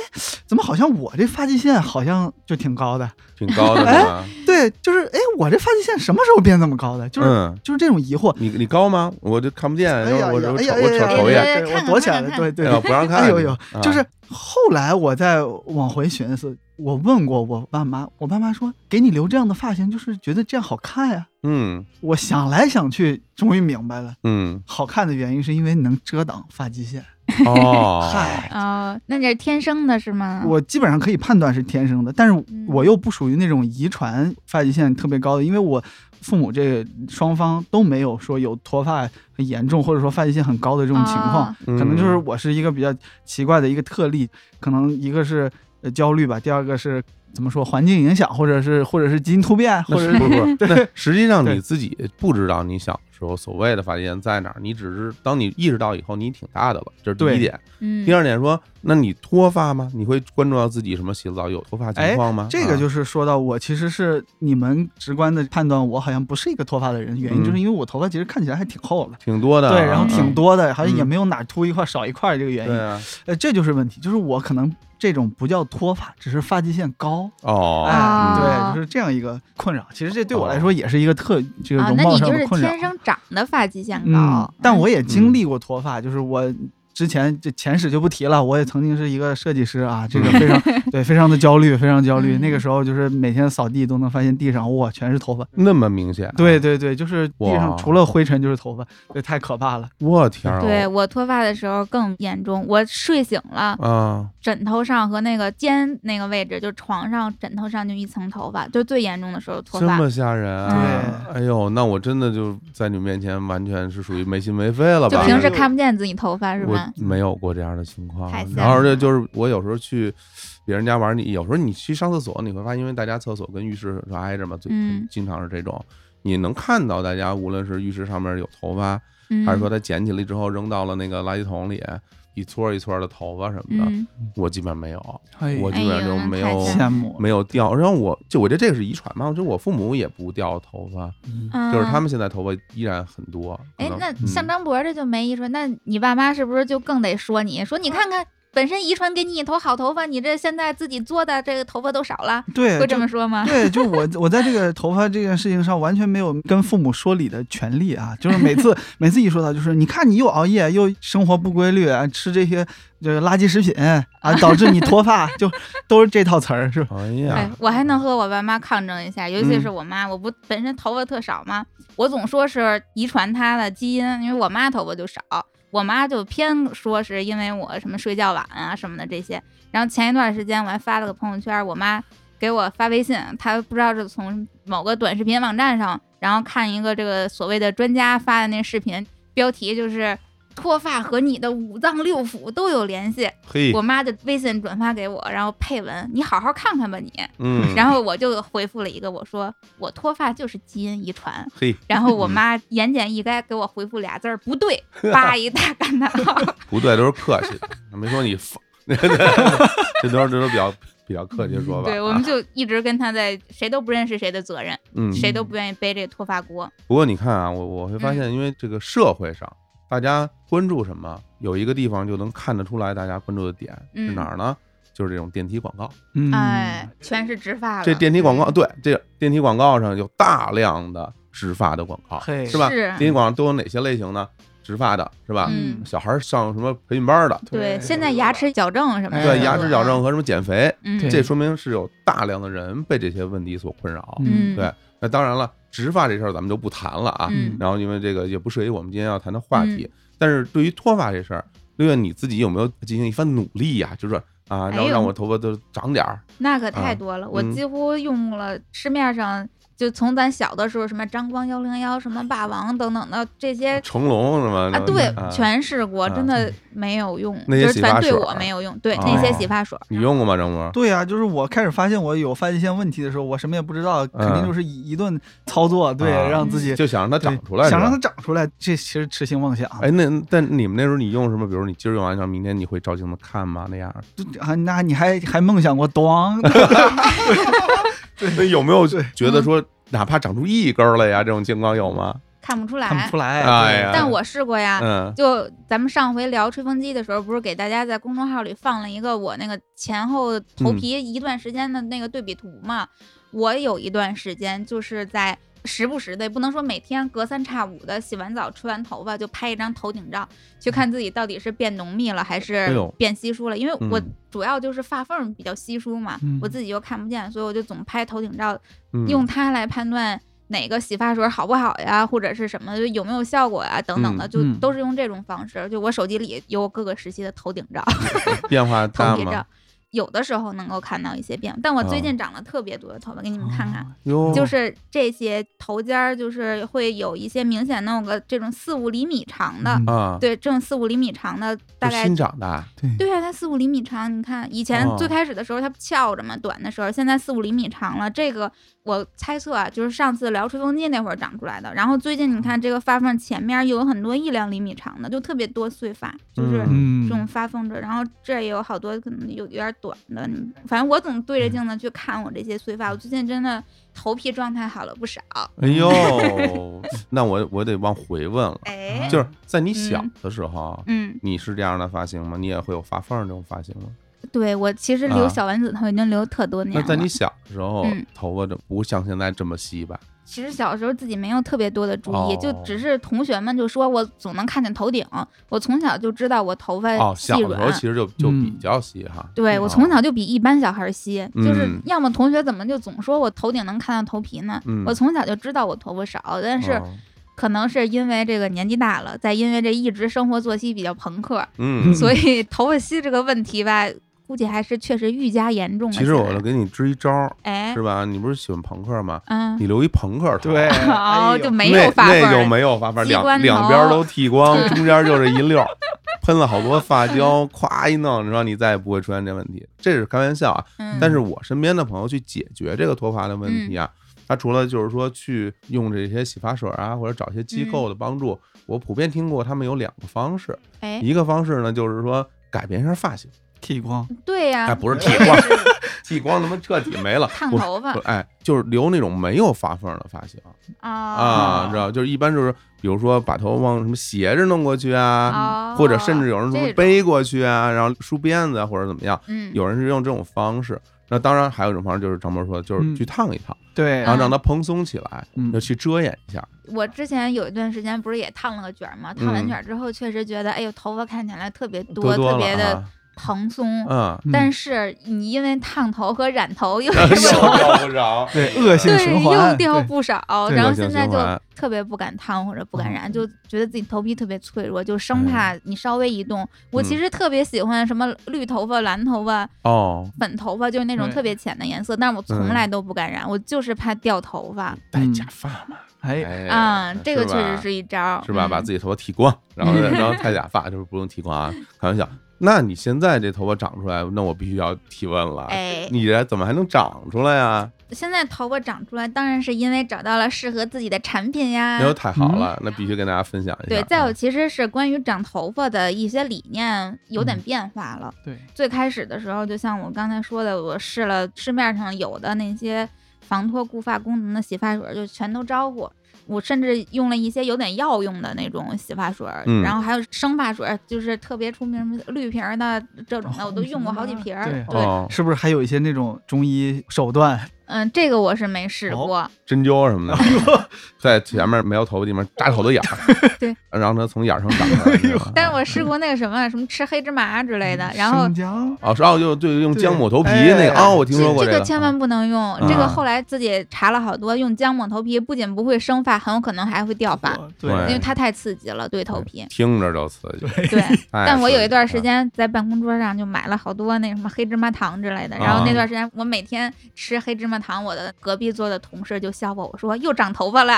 怎么好像我这发际线好像就挺 高的？挺高的哎是吧？对，就是哎，我这发际线什么时候变这么高的？就是、嗯，就是这种疑惑。你你高吗？我就看不见，哎然呀后我呀就哎瞅呀我哎瞅呀哎呀瞅一眼，呀哎呀对看我看躲起看来看了，看对对哎呀，不让看，哎呦呦啊，就是后来我再往回寻思，我问过我爸妈，我爸妈说给你留这样的发型，就是觉得这样好看呀、嗯我想来想去，终于明白了， 嗯好看的原因是因为你能遮挡发际线。哦，嗨，哦，那你是天生的是吗？我基本上可以判断是天生的，但是嗯我又不属于那种遗传发际线特别高的，因为我父母这双方都没有说有脱发很严重，或者说发际线很高的这种情况。啊可可能就是我是一个比较奇怪的一个特例，可能一个是呃焦虑吧，第二个是怎么说环境影响，或者是或者是基因突变， 或那是者是不是不是，那实际上对你自己不知道你小时候所谓的发际线在哪儿，你只是当你意识到以后，你挺大的了，这是第对一点。嗯，第二点说，那你脱发吗？你会关注到自己什么洗澡有脱发情况吗？哎这个啊就是说到我其实是你们直观的判断，我好像不是一个脱发的人，原因嗯就是因为我头发其实看起来还挺厚的。挺多的啊，对，然后嗯挺多的，好像也嗯没有哪秃一块少一块这个原因对，啊，呃，这就是问题，就是我可能这种不叫脱发，只是发际线高，哦，哎，哦对，就是这样一个困扰。其实这对我来说也是一个特这个啊，容那貌你上就是的困扰。天生长的发际线嗯高，，但我也经历过脱发，就是我之前这前史就不提了，我也曾经是一个设计师 啊，这个非常对，非常的焦虑，非常焦虑。嗯那个时候就是每天扫地都能发现地上哇全是头发，那么明显，对，对对，就是地上哇除了灰尘就是头发，对，太可怕了。我天啊，对我脱发的时候更严重，我睡醒了，啊，枕头上和那个肩那个位置，就床上枕头上就一层头发，就最严重的时候脱这发。么吓人啊，哎呦，那我真的就在你面前完全是属于没心没肺了就吧？平时看不见自己头发是吧我？没有过这样的情况啊太吓，然后而人且了就是我有时候去别人家玩儿，你有时候你去上厕所，你会发现，因为大家厕所跟浴室是挨着嘛，最嗯经常是这种，你能看到大家无论是浴室上面有头发，嗯，还是说他捡起来之后扔到了那个垃圾桶里，一撮一撮的头发什么的，嗯，我基本上没有，哎我哎基本上就呦那没太有吓人羡慕，没有掉。然后我就我觉得这个是遗传嘛，就我父母也不掉头发，嗯啊就是他嗯。们现在头发依然很多。可哎能，那嗯像张博这就没遗传，那你爸妈是不是就更得说你说你看看，本身遗传给你一头好头发，你这现在自己做的这个头发都少了，对，会这就么说 吗？对，就我我在这个头发这件事情上完全没有跟父母说理的权利啊，就是每 次每次一说到就是你看你又熬夜又生活不规律啊，吃这些这个垃圾食品啊，导致你脱发， 就都是这套词儿是吧？哎哎呀，，我还能和我爸妈抗争一下，尤其嗯是我妈，我不本身头发特少嘛，我总说是遗传她的基因，因为我妈头发就少，我妈就偏说是因为我什么睡觉晚啊什么的这些。然后前一段时间我还发了个朋友圈，我妈给我发微信，她不知道是从某个短视频网站上，然后看一个这个所谓的专家发的那视频，标题就是。脱发和你的五脏六腑都有联系，嘿我，妈就微信转发给我，然后配文：“你好好看看吧你。”嗯，然后我就回复了一个，我说我脱发就是基因遗传。嘿，然后我嗯妈言简意赅给我回复俩字儿，不对，叭一大感叹号。 不对都是客气的，没说你疯， 这都是这都比较比较客气的说法啊。嗯对，我们就一直跟她在谁都不认识谁的责任，嗯，谁嗯都不愿意背这个脱发锅。不过你看啊，我我会发现，因为这个社会上大家关注什么，有一个地方就能看得出来大家关注的点嗯是哪儿呢？就是这种电梯广告。嗯，哎，全是植发了。这电梯广告，对，这电梯广告上有大量的植发的广告，嘿是吧？是电梯广告都有哪些类型呢？植发的是吧？嗯小孩上什么培训班的，对，现在牙齿矫正什么的，哎对，牙齿矫正，和什么减肥，嗯，对这说明是有大量的人被这些问题所困扰。嗯，对，那当然了，植发这事儿咱们就不谈了啊。嗯然后因为这个也不涉及我们今天要谈的话题，但是对于脱发这事儿，六月你自己有没有进行一番努力呀、就是说啊，哎让呦让我头发都长点儿。那可太多了，我嗯几乎用了市面上就从咱小的时候，什么张光幺零幺、什么霸王等等的这些成龙什么哎啊，对，全全试过，真的没有用，啊那些就是洗全发对水我儿没有用，对哦那些洗发水儿，你用过吗？张博？对呀、啊就是我开始发现我有发现一些问题的时候，我什么也不知道，肯定嗯就是一一顿操作，对，啊让自己就想让它长对出来，想让它是吧长出来，这其实痴心妄想。哎，那但你们那时候你用什么？比如你今儿用完药，明天你会照镜子看吗？那样儿啊，那你还还梦想过 咣？哎那有没有 对觉嗯得说哪怕长出一根儿来呀，这种情况有吗？看不出看不来出。来。哎呀但我试过呀，嗯，就咱们上回聊吹风机的时候，不是给大家在公众号里放了一个我那个前后头皮嗯一段时间的那个对比图嘛？我有一段时间就是在时不时的，也不能说每天隔三差五的洗完澡、吹完头发就拍一张头顶照，去看自己到底是变浓密了还哎是呦变稀疏了。因为我嗯主要就是发缝儿比较稀疏嘛，嗯我自己又看不见，所以我就总拍头顶照，嗯用它来判断哪个洗发水好不好呀，或者是什么有没有效果呀，等等的，嗯就嗯都是用这种方式。就我手机里有各个时期的头顶照、 变化头大皮照吗？，有的时候能够看到一些变化。但我最啊近长了特别多的头发，给你们看看，哟，就是这些头尖儿，就是会有一些明显能有个这种四五厘米长的，嗯啊，对，这种四五厘米长的，大就概新长的啊，对对啊，它四五厘米长，你看以前哦最开始的时候它不翘着嘛，短的时候，现在四五厘米长了。这个我猜测啊，就是上次聊吹风机那会儿长出来的。然后最近你看这个发缝前面又有很多一两厘米长的，就特别多碎发，就是嗯这种发缝着。然后这也有好多可能有有点短的，你反正我总对着镜子去看我这些碎发。我最近真的头皮状态好了不少。哎呦， 那我我得往回问了，哎，就是在你小嗯的时候，嗯，你是这样的发型吗？你也会有发缝儿这种发型吗？对我其实留啊小丸子头已经留特多年了。那在你小的时候嗯，头发就不像现在这么稀吧？其实小时候自己没有特别多的注意，哦就只是同学们就说我总能看见头顶，我从小就知道我头发哦，细小的呃软。时候其实就就比嗯较稀哈。对我哦从小就比一般小孩稀，就是嗯要么同学怎么就总说我头顶能看到头皮呢？嗯我从小就知道我头发少，但是哦可能是因为这个年纪大了，再因为这一直生活作息比较朋克，嗯， 所以头发稀这个问题吧，估计还是确实愈加严重了起其来。实我给你支一招儿，哎是，吧？你不是喜欢朋克吗？嗯，你留一朋克头，对， 哦哎呦就没有发那缝那儿就没有发缝儿，鸡两冠头两边儿都剃光，中间就是一溜儿，喷了好多发胶，咵一弄，你说你再也不会出现这问题。这是开玩笑啊，嗯但是我身边的朋友去解决这个脱发的问题啊，他除了就是说去用这些洗发水啊，或者找一些机嗯构的帮助，我普遍听过他们有两个方式，哎，一个方式呢就是说改变一下发型，剃光，对呀、哎，不是剃 光，剃光他妈彻底没了，烫不是头发哦不是哎，就是留那种没有发缝的发型啊，你知道，就是一般就是比如说把头往什么斜着弄过去啊，哦或者甚至有人什么这种背过去啊，然后梳辫子啊或者怎么样，嗯，有人是用这种方式。那当然还有一种方式，就是张博说的，就是嗯去烫一烫。嗯对啊然，后让它蓬松起来，嗯要去遮掩一下。我之前有一段时间不是也烫了个卷儿吗？烫完嗯卷儿之后，确实觉得，哎呦，头发看起来特别多，多多特了别的啊，蓬松。 嗯，啊但是是你因为烫头和染 头又用不着，对恶性对循环，用掉对不少，对然后恶性现在循就环特别不敢烫或者不嗯敢染，就觉得自己头皮特别脆弱，就生怕你稍微一动。我其嗯实特别喜欢什么绿头发、蓝头发、哦，粉头发，就是那种对特别浅的颜色，但是我从嗯来都不敢染，我就是怕掉头发。戴嗯假发嘛，哎，啊，这个是确吧实是一招儿，是吧？嗯把自己头发剃光，然后然后戴假发，就是不用剃光啊，开玩笑。那你现在这头发长出来，那我必须要提问了，哎嗯你这怎么还能长出来啊呀？现在头发长出来，当然是因为找到了适合自己的产品呀那。就太好嗯了，那必须跟大家分享一下。对，再有其实是关于长头发的一些理念有嗯点变化了。对，最开始的时候，就像我刚才说的，我试了市面上有的那些防脱固发功能的洗发水，就全都招呼。我甚至用了一些有点药用的那种洗发水，嗯然后还有生发水，就是特别出名的绿瓶儿的这种的，我都用过好几瓶儿。对对，哦，是不是还有一些那种中医手段？嗯，这个我是没试哦过。针灸什么的，在前面没有头发地方扎好多眼儿，对， 哎让它从眼儿上长出来。你知道吗但是我试过那个什么啊什么吃黑芝麻之类嗯的，然后嗯生姜哦，是哦，就对，用对姜抹头皮哎那个啊，我听这说过这个个千万不能用。嗯这个后来自己查了好多，用姜抹头皮不仅不会生发，很有可能还会掉发，我因对为它太刺激了，对头皮。嗯听着就刺激。对对， 太但我有一段刺时激了，嗯间在办公桌上就买了好多那什么黑芝麻糖之啊类的，然后那段时间我每天吃黑芝麻糖，我的隔壁桌的同事就笑话我说又长头发了。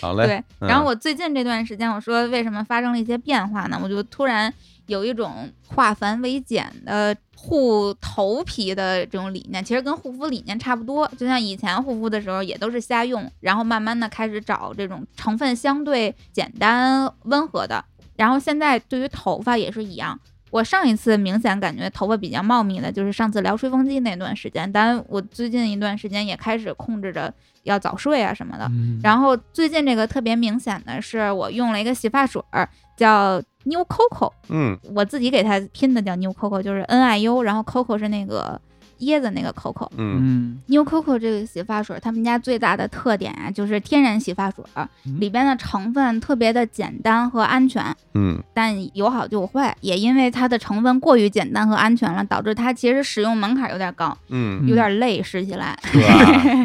好嘞，对，然后嗯我最近这段时间，我说为什么发生了一些变化呢？我就突然有一种化繁为简的护头皮的这种理念，其实跟护肤理念差不多。就像以前护肤的时候也都是瞎用，然后慢慢的开始找这种成分相对简单温和的。然后现在对于头发也是一样。我上一次明显感觉头发比较茂密的，就是上次聊吹风机那段时间。但我最近一段时间也开始控制着要早睡啊什么的。嗯然后最近这个特别明显的是，我用了一个洗发水儿，叫 New Coco，嗯我自己给它拼的叫 New Coco，就是 N I U，然后 Coco 是那个椰子那个 Coco。嗯嗯 New Coco 这个洗发水儿，他们家最大的特点啊，就是天然洗发水儿，嗯里边的成分特别的简单和安全。嗯但有好就有坏，也因为它的成分过于简单和安全了，导致它其实使用门槛有点高，嗯，有点累，试起来。 是吧？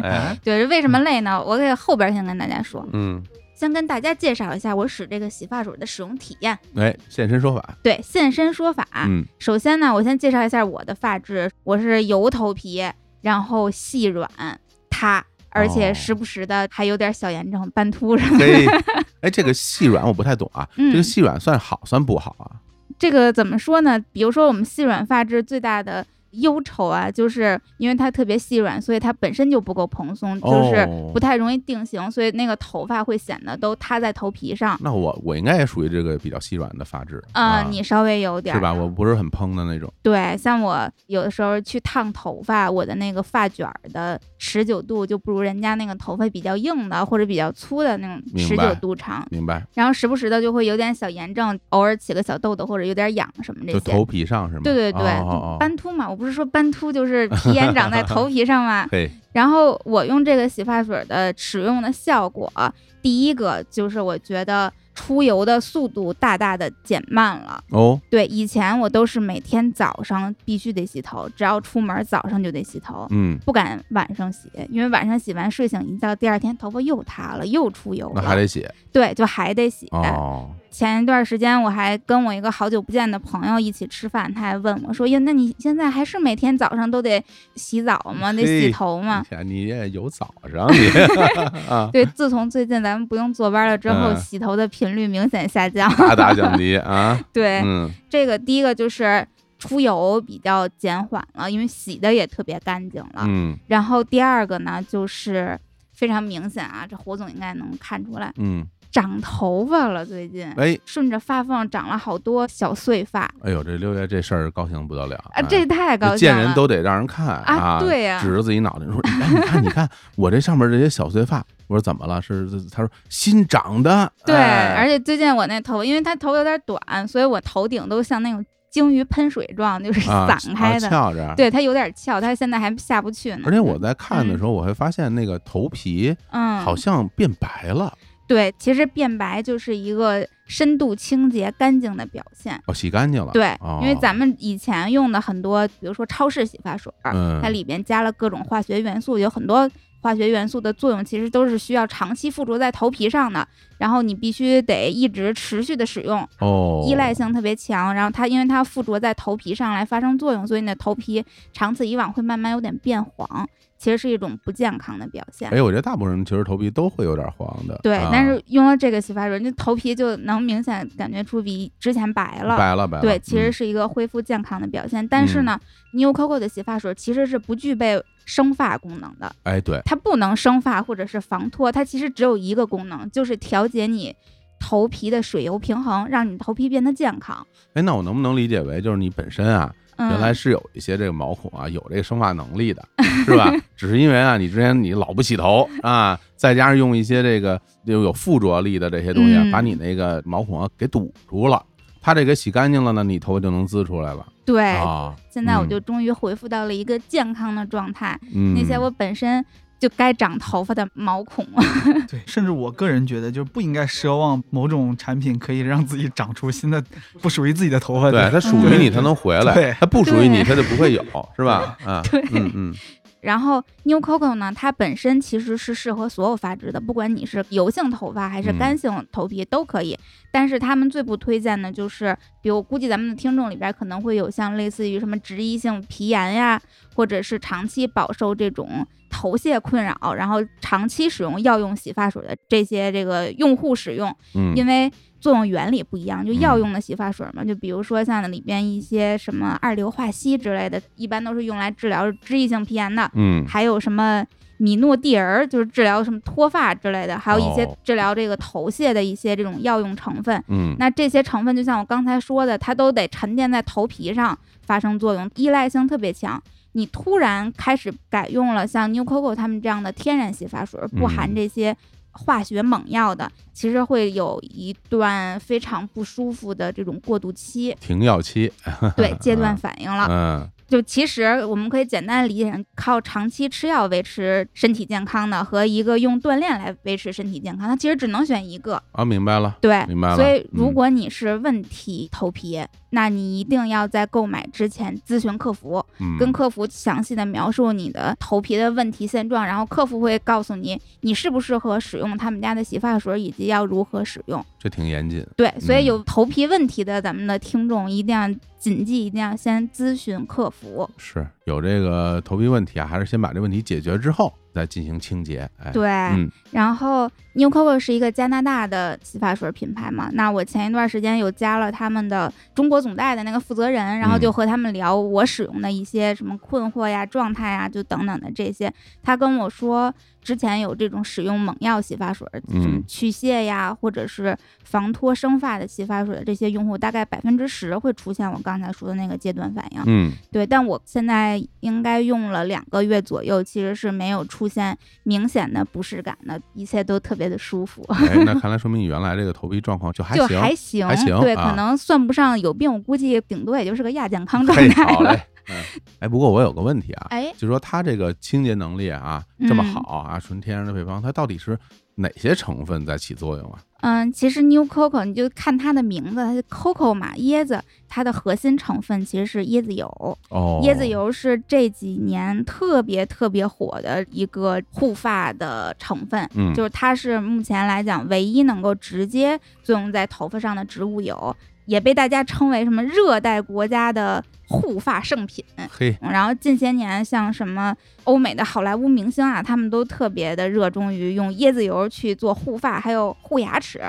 哎，对，为什么累呢？我给后边先跟大家说。嗯，先跟大家介绍一下我使这个洗发水的使用体验。哎，现身说法，对，现身说法。嗯首先呢，我先介绍一下我的发质，我是油头皮，然后细软塌，而且哦时不时的还有点小炎症、斑秃什么的。嘿，哎，这个细软我不太懂啊，嗯这个细软算好算不好啊？这个怎么说呢？比如说我们细软发质最大的。忧愁啊，就是因为它特别细软，所以它本身就不够蓬松，就是哦不太容易定型，所以那个头发会显得都塌在头皮上。那我我应该也属于这个比较细软的发质啊、你稍微有点是儿吧？我不是很蓬的那种，对，像我有的时候去烫头发，我的那个发卷儿的持久度就不如人家那个头发比较硬的或者比较粗的那种明持白久度长，明白？然后时不时的就会有点小炎症，偶尔起个小痘痘或者有点痒什么这就些头。皮上是吗？对对对，哦哦哦。斑秃嘛，我不是说斑秃就是皮炎长在头皮上嘛 嘿，然后我用这个洗发水的使用的效果，第一个就是我觉得出油的速度大大的减慢了。哦，对，以前我都是每天早上必须得洗头，只要出门早上就得洗头，嗯，不敢晚上洗，因为晚上洗完睡醒一觉，第二天头发又塌了，又出油那还了。得写对，就还得洗。哦，前一段时间我还跟我一个好久不见的朋友一起吃饭，他还问我说：“哟，那你现在还是每天早上都得洗澡吗？得洗嘿头吗你哎看你也有早上你啊？”，对，自从最近咱们不用坐班了之后，嗯洗头的频率明显下降。大大降低 啊，对，嗯这个第一个就是出油比较减缓了，因为洗的也特别干净了。嗯然后第二个呢，就是非常明显啊，这火总应该能看出来，嗯，长头发了，最近。哎顺着发缝长了好多小碎发啊，哎呦，这六月这事儿高兴不得了哎这太高兴见了！人都得让人看啊对呀指着自己脑袋说：“哎，你看，你看，我这上面这些小碎发。”我说：“怎么了？是？”他说：“新长的。对，哎”而且最近我那头，因为它头有点短，所以我头顶都像那种鲸鱼喷水状，就是啊散开的。啊、翘着。，对，它有点翘，它现在还下不去呢。而且我在看的时候，我会发现那个头皮嗯，好像变白了，对，其实变白就是一个深度清洁干净的表现。哦，洗干净了。对，哦、因为咱们以前用的很多，比如说超市洗发水儿，嗯它里边加了各种化学元素，有很多化学元素的作用其实都是需要长期附着在头皮上的，然后你必须得一直持续的使用，哦依赖性特别强。然后它因为它附着在头皮上来发生作用，所以你的头皮长此以往会慢慢有点变黄，其实是一种不健康的表现。哎，我觉得大部分人其实头皮都会有点黄的。对，啊、但是用了这个洗发水，那头皮就能明显感觉出比之前白了。白了白了。对，其实嗯、是一个恢复健康的表现。但是呢、n e w Coco 的洗发水其实是不具备生发功能的，哎对，它不能生发或者是防脱，它其实只有一个功能，就是调节你头皮的水油平衡，让你头皮变得健康。哎，那我能不能理解为就是你本身啊，嗯，原来是有一些这个毛孔啊， 有这个生发能力的，是 吧？只是因为啊，你之前你老不洗头啊，再加上用一些这个又有附着力的这些东西啊，嗯把你那个毛孔啊给堵住了。它这个洗干净了呢，你头发就能滋出来了对、啊。现在我嗯就终于恢复到了一个健康的状态。嗯，那些我本身就该长头发的毛孔，对，甚至我个人觉得，就是不应该奢望某种产品可以让自己长出新的不属于自己的头发。 嗯对它属于你，它能回来；对它不属于你，对它就不会有，是吧？啊， 对嗯嗯然后 New Coco 呢，它本身其实是适合所有发质的，不管你是油性头发还是嗯干性头皮都可以。但是他们最不推荐的就是，比如估计咱们的听众里边可能会有像类似于什么脂溢性皮炎呀，或者是长期饱受这种头屑困扰，然后长期使用药用洗发水的这些这个用户使用，嗯，因为作用原理不一样，就药嗯用的洗发水嘛，就比如说像里边一些什么二硫化硒之类的，一般都是用来治疗脂溢性皮炎的，嗯还有什么米诺地尔，就是治疗什么脱发之类的，还有一些哦治疗这个头屑的一些这种药用成分。嗯，那这些成分就像我刚才说的，它都得沉淀在头皮上发生作用，依赖性特别强。你突然开始改用了像 New Coco 他们这样的天然洗发水，不含嗯这些化学猛药的，其实会有一段非常不舒服的这种过渡期，停药期， 对戒断反应了。嗯就其实我们可以简单理解成，靠长期吃药维持身体健康的和一个用锻炼来维持身体健康，它其实只能选一个。啊，明白了，对，明白了所以如嗯果你是问题头皮，那你一定要在购买之前咨询客服，嗯，跟客服详细的描述你的头皮的问题现状，然后客服会告诉你你适不适合使用他们家的洗发水以及要如何使用。这挺严谨，对，所嗯以有头皮问题的咱们的听众一定要谨记，一定要先咨询客服。是有这个头皮问题啊，还是先把这问题解决之后再进行清洁，哎，对， 嗯然后 New Coco 是一个加拿大的洗发水品牌嘛，那我前一段时间有加了他们的中国总代的那个负责人，然后就和他们聊我使用的一些什么困惑呀、状态呀，就等等的这些。他跟我说，之前有这种使用猛药洗发水，嗯什么去屑呀，或者是防脱生发的洗发水的这些用户，大概百分之十会出现我刚才说的那个阶段反应。嗯对，但我现在应该用了两个月左右，其实是没有出现明显的不适感的，一切都特别的舒服，哎，那看来说明你原来这个头皮状况就 还就行，还行，还行对，啊可能算不上有病，我估计顶多也就是个亚健康状嘿态好了。嘞， 嗯，哎，不过我有个问题啊，哎，嗯就说它这个清洁能力啊这么好啊，纯天然的配方，它到底是哪些成分在起作用啊？嗯，其实 New Coco 你就看它的名字，它是 Coco 嘛，椰子，它的核心成分其实是椰子油。哦椰子油是这几年特别特别火的一个护发的成分，嗯就是它是目前来讲唯一能够直接作用在头发上的植物油，也被大家称为什么热带国家的护发圣品。嗯嘿，然后近些年，像什么欧美的好莱坞明星啊，他们都特别的热衷于用椰子油去做护发，还有护牙齿，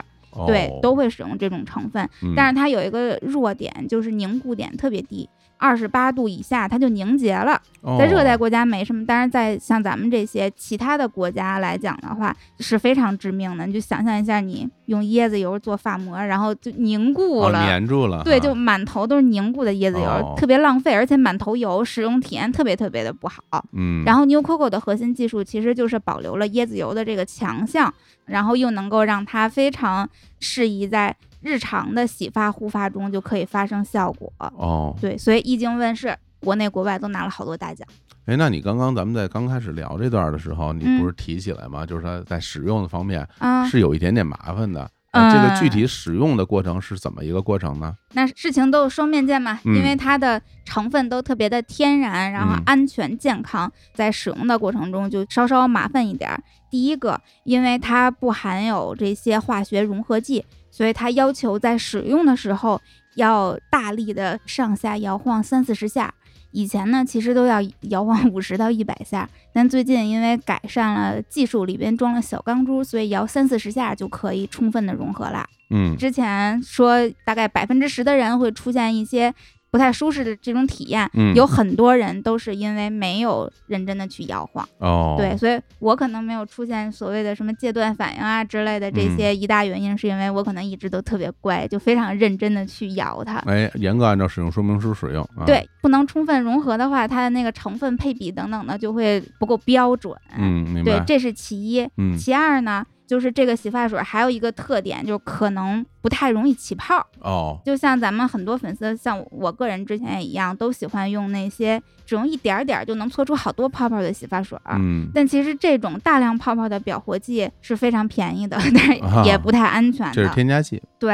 对，哦都会使用这种成分。嗯但是它有一个弱点，就是凝固点特别低，二十八度以下它就凝结了。在热带哦国家没什么，但是在像咱们这些其他的国家来讲的话，是非常致命的。你就想象一下，你用椰子油做发膜，然后就凝固哦了。粘住了哈，对，就满头都是凝固的椰子油，哦特别浪费，而且满头油，使用体验特别特别的不好。嗯，然后后 New Coco 的核心技术其实就是保留了椰子油的这个强项，然后又能够让它非常适宜在日常的洗发护发中就可以发生效果。哦，对，所以一经问世，国内国外都拿了好多大奖。哎，那你刚刚咱们在刚开始聊这段的时候，你嗯不是提起来吗？就是它在使用的方面啊、是有一点点麻烦的。呃这个具嗯体使用的过程是怎么一个过程呢？那事情都是双面见嘛，嗯因为它的成分都特别的天然，然后嗯安全健康，在使用的过程中就稍稍麻烦一点儿。第一个，因为它不含有这些化学融合剂，所以它要求在使用的时候要大力的上下摇晃三四十下。以前呢，其实都要摇晃 五十到一百下，但最近因为改善了技术，里边装了小钢珠，所以摇三四十下就可以充分的融合啦。嗯，之前说大概百分之十的人会出现一些不太舒适的这种体验，嗯有很多人都是因为没有认真的去摇晃，哦，对，，所以我可能没有出现所谓的什么戒断反应啊之类的这些嗯一大原因，是因为我可能一直都特别乖，就非常认真的去摇它。哎，严格按照使用说明书使用啊。，对，不能充分融合的话，它的那个成分配比等等的就会不够标准。嗯，明对白，。这是其一。嗯，其二呢，就是这个洗发水还有一个特点，就是可能不太容易起泡。哦，就像咱们很多粉丝，像我个人之前也一样，都喜欢用那些只用一点儿点儿就能搓出好多泡泡的洗发水儿。嗯，但其实这种大量泡泡的表活剂是非常便宜的，但是也不太安全啊这的。是添加剂。对，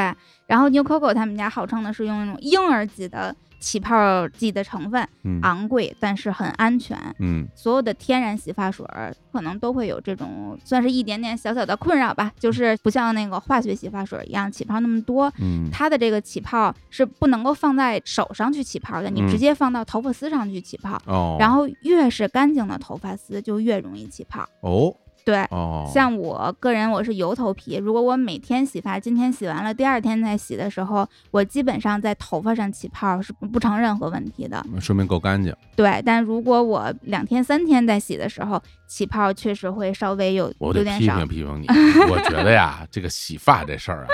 然后 New Coco 他们家号称的是用那种婴儿级的起泡剂的成分嗯昂贵，但是很安全。嗯所有的天然洗发水儿可能都会有这种，算是一点点小小的困扰吧，就是不像那个化学洗发水一样起泡那么多，嗯它的这个起泡是不能够放在手上去起泡的，你嗯直接放到头发丝上去起泡，哦，然后越是干净的头发丝就越容易起泡。哦对，哦，像我个人我是油头皮，如果我每天洗发，今天洗完了，第二天再洗的时候，我基本上在头发上起泡是不不成任何问题的。说明够干净，对，但如果我两天三天再洗的时候，起泡确实会稍微有我有得点批少评。批评 你，我觉得呀，这个洗发这事儿啊，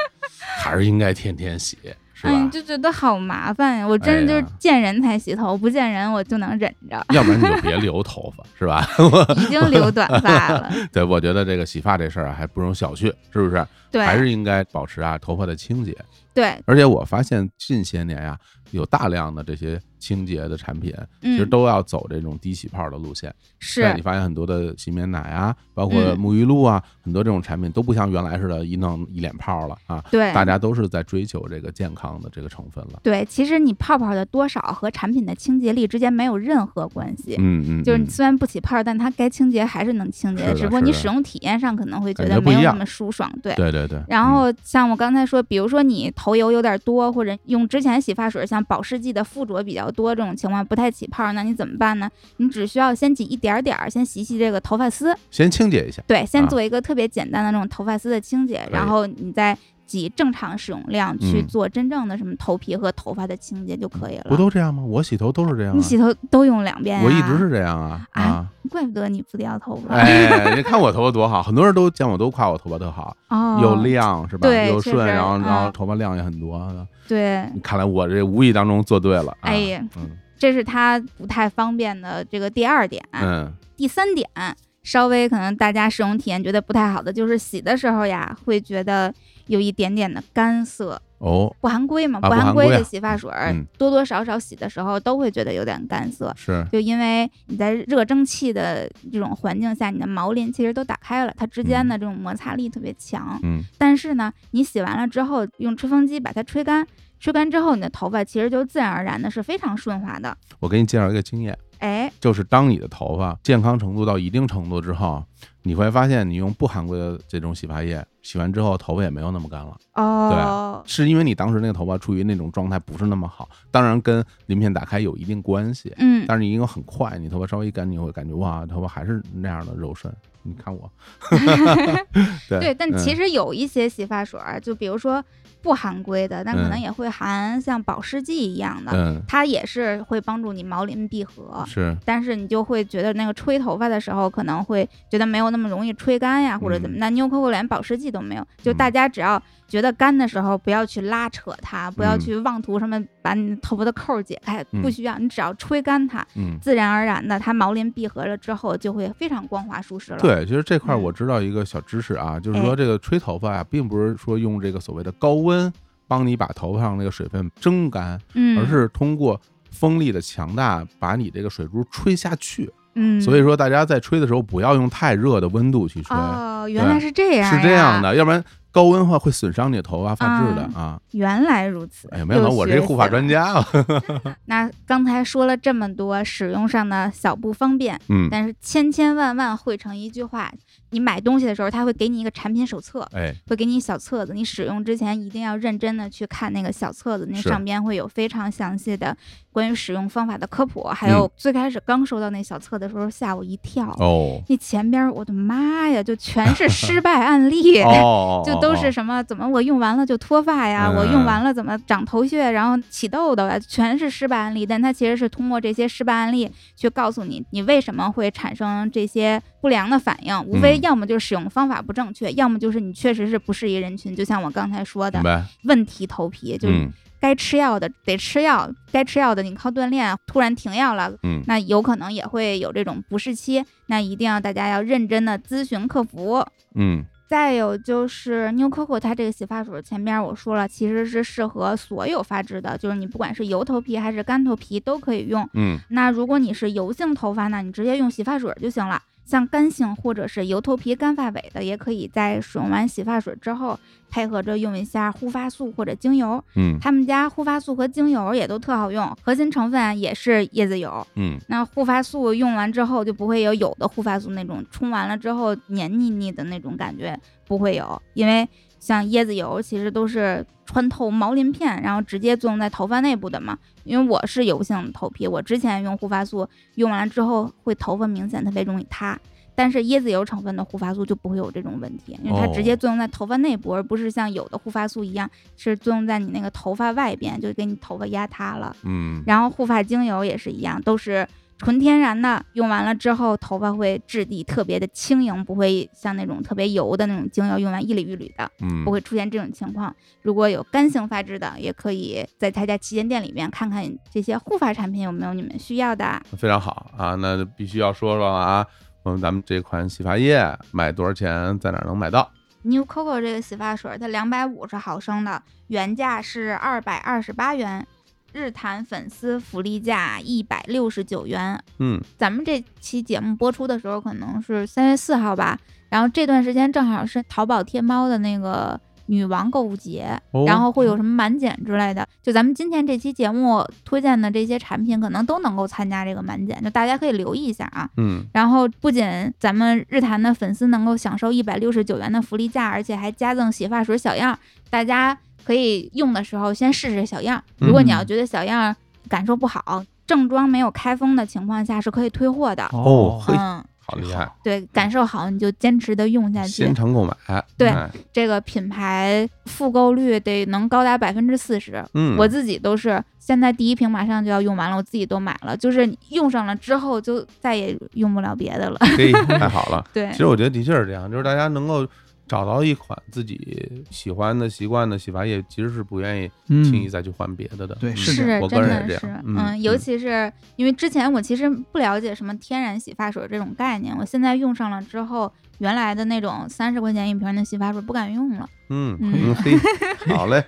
还是应该天天洗，是哎，吧？就觉得好麻烦呀！我真哎的呀。就是见人才洗头，不见人我就能忍着要不然你就别留头发，是吧？ 已经留短发了，对，我觉得这个洗发这事儿啊还不容小觑，是不是？对，还是应该保持啊头发的清洁。对，而且我发现近些年呀、有大量的这些清洁的产品，其实嗯都要走这种低洗泡的路线。但你是，发现很多的洗面奶啊，包括嗯沐浴露啊，很多这种产品都不像原来似的，一弄一脸泡了啊。对，大家都是在追求这个健康的这个成分了。对，其实你泡泡的多少和产品的清洁力之间没有任何关系。嗯嗯，就是嗯你虽然不起泡，但它该清洁还是能清洁是的只不过是你的使用体验上可能会觉感觉得不没一有那样么舒爽，对。对对对。然嗯后像我刚才说，比如说你头油有点多，或者用之前洗发水像保湿剂的附着比较多，这种情况不太起泡，那你怎么办呢？你只需要先挤一点儿点儿，先洗洗这个头发丝，先清洁一下，对，啊先做一个特别简单的那种头发丝的清洁，以然后你再挤正常使用量去嗯做真正的什么头皮和头发的清洁就可以了。不都这样吗？我洗头都是这样、啊，你洗头都用两遍、啊，我一直，是这样啊哎啊！怪不得你不掉头发。哎，你看我头发多好，很多人都见我都夸我头发特好，哦，又亮是吧？对又确顺，实然后然后嗯头发量也很多。对，看来我这无意当中做对了。嗯啊哎呀，嗯这是它不太方便的这个第二点。嗯，第三点，稍微可能大家使用体验觉得不太好的，就是洗的时候呀，会觉得有一点点的干涩。哦，不含硅嘛，啊不不含含硅硅的啊洗发水、嗯多多少少洗的时候都会觉得有点干涩，是，就因为你在热蒸汽的这种环境下，你的毛鳞其实都打开了，它之间的这种摩擦力特别强。嗯，但是呢，你洗完了之后，用吹风机把它吹干，吹干之后，你的头发其实就自然而然的是非常顺滑的。我给你介绍一个经验，哎，就是当你的头发健康程度到一定程度之后，你会发现你用不含硅的这种洗发液洗完之后，头发也没有那么干了，哦，是因为你当时那个头发处于那种状态不是那么好，当然跟鳞片打开有一定关 系，嗯，但是你因为很快，你头发稍微一干，你会感觉哇，头发还是那样的柔 顺。 你看我，对嗯对。但其实、实有一些洗发水儿，就比如说不含硅的，但可能嗯也会含像保湿剂一样的，呃嗯它也是会帮助你毛鳞闭合嗯。是但是你就会觉得那个吹头发的时候，可能会觉得没有那么容易吹干呀，或者怎么。那妞 QQ 连保湿剂都没有，就嗯大家只要觉得干的时候，不要去拉扯它，不要嗯去妄图什么把你头发的扣儿解开，不嗯需要，你只要吹干它，嗯。自然而然的，它毛鳞闭合了之后就会非常光滑舒适了。，对，其实这块儿嗯我知道一个小知识啊，就是哎说这个吹头发呀、并不是说用这个所谓的高温帮你把头发上那个水分蒸干，嗯，而是通过风力的强大把你这个水珠吹下去。嗯，所以说，大家在吹的时候不要用太热的温度去吹，哦，原来是这样，是这样。的，要不然高温的话会损伤你的头发发质的嗯啊。原来如此，哎，没想到又我学这护发习了专。家啊，那刚才说了这么多使用上的小不方便，嗯，但是千千万万汇成一句话：你买东西的时候，他会给你一个产品手册，哎，会给你小册子，你使用之前一定要认真的去看那个小册子，那是上边会有非常详细的关于使用方法的科普。还有最开始刚收到那小册的时候，吓我一跳，嗯哦，那前边我的妈呀，就全 是失败案例。哦， 就都是哦嗯什么怎么我用完了就脱发呀，我用完了怎么长头屑，然后起痘痘呀，全是失败案例。但它其实是通过这些失败案例去告诉你，你为什么会产生这些不良的反应，无非嗯要么就是使用方法不正确，要么就是你确实是不适宜人群。就像我刚才说的明，白，问题头皮就是嗯该吃药的得吃药，该吃药的你靠锻炼突然停药了，嗯，那有可能也会有这种不适期，那一定要大家要认真的咨询客服。嗯，再有就是妞 Coco 它这个洗发水，前面我说了，其实是适合所有发质的，就是你不管是油头皮还是干头皮都可以用。嗯，那如果你是油性头发呢，你直接用洗发水就行了。像干性或者是油头皮、干发尾的，也可以在使用完洗发水之后，配合着用一下护发素或者精油。嗯他们家护发素和精油也都特好用，核心成分也是椰子油。嗯那护发素用完之后就不会有有的护发素那种冲完了之后黏腻腻的那种感觉，不会有，因为像椰子油其实都是穿透毛鳞片，然后直接作用在头发内部的嘛。因为我是油性头皮，我之前用护发素用完了之后会头发明显特别容易塌。但是椰子油成分的护发素就不会有这种问题，因为它哦直接作用在头发内部，而不是像有的护发素一样是作用在你那个头发外边，就给你头发压塌了。嗯，然后护发精油也是一样，都是纯天然的，用完了之后头发会质地特别的轻盈，不会像那种特别油的那种精油，用完一缕一缕的，嗯不会出现这种情况。如果有干性发质的，也可以在他家旗舰店里面看看这些护发产品有没有你们需要的。非常好啊！那必须要说说了啊，我们咱们这款洗发液买多少钱，在哪儿能买到？ New Coco 这个洗发水，它两百五十毫升的，原价是二百二十八元，日坛粉丝福利价一百六十九元，嗯，咱们这期节目播出的时候可能是三月四号吧，然后这段时间正好是淘宝、天猫的那个女王购物节，哦然后会有什么满减之类的。就咱们今天这期节目推荐的这些产品，可能都能够参加这个满减，就大家可以留意一下啊。嗯，然后不仅咱们日坛的粉丝能够享受一百六十九元的福利价，而且还加赠洗发水小样，大家可以用的时候先试试小样。如果你嗯要觉得小样感受不好，正装没有开封的情况下是可以退货的。哦嘿嗯，好厉害，对，感受好你就坚持的用下去现。场购买，对哎这个品牌复购率得能高达百分之四十。嗯，我自己都是现在第一瓶马上就要用完了，我自己都买了，就是用上了之后就再也用不了别的了。 嘿，太好了。对其，实我觉得的确是这样，就是大家能够找到一款自己喜欢的、习惯的洗发液，其实是不愿意嗯轻易再去换别的的。对嗯是是我个真人的也这是样，嗯嗯，尤其是因为之前我其实不了解什么天然洗发水这种概念，我现在用上了之后，原来的那种三十块钱一瓶的洗发水不敢用了。嗯嗯嗯，嘿，好 嘞，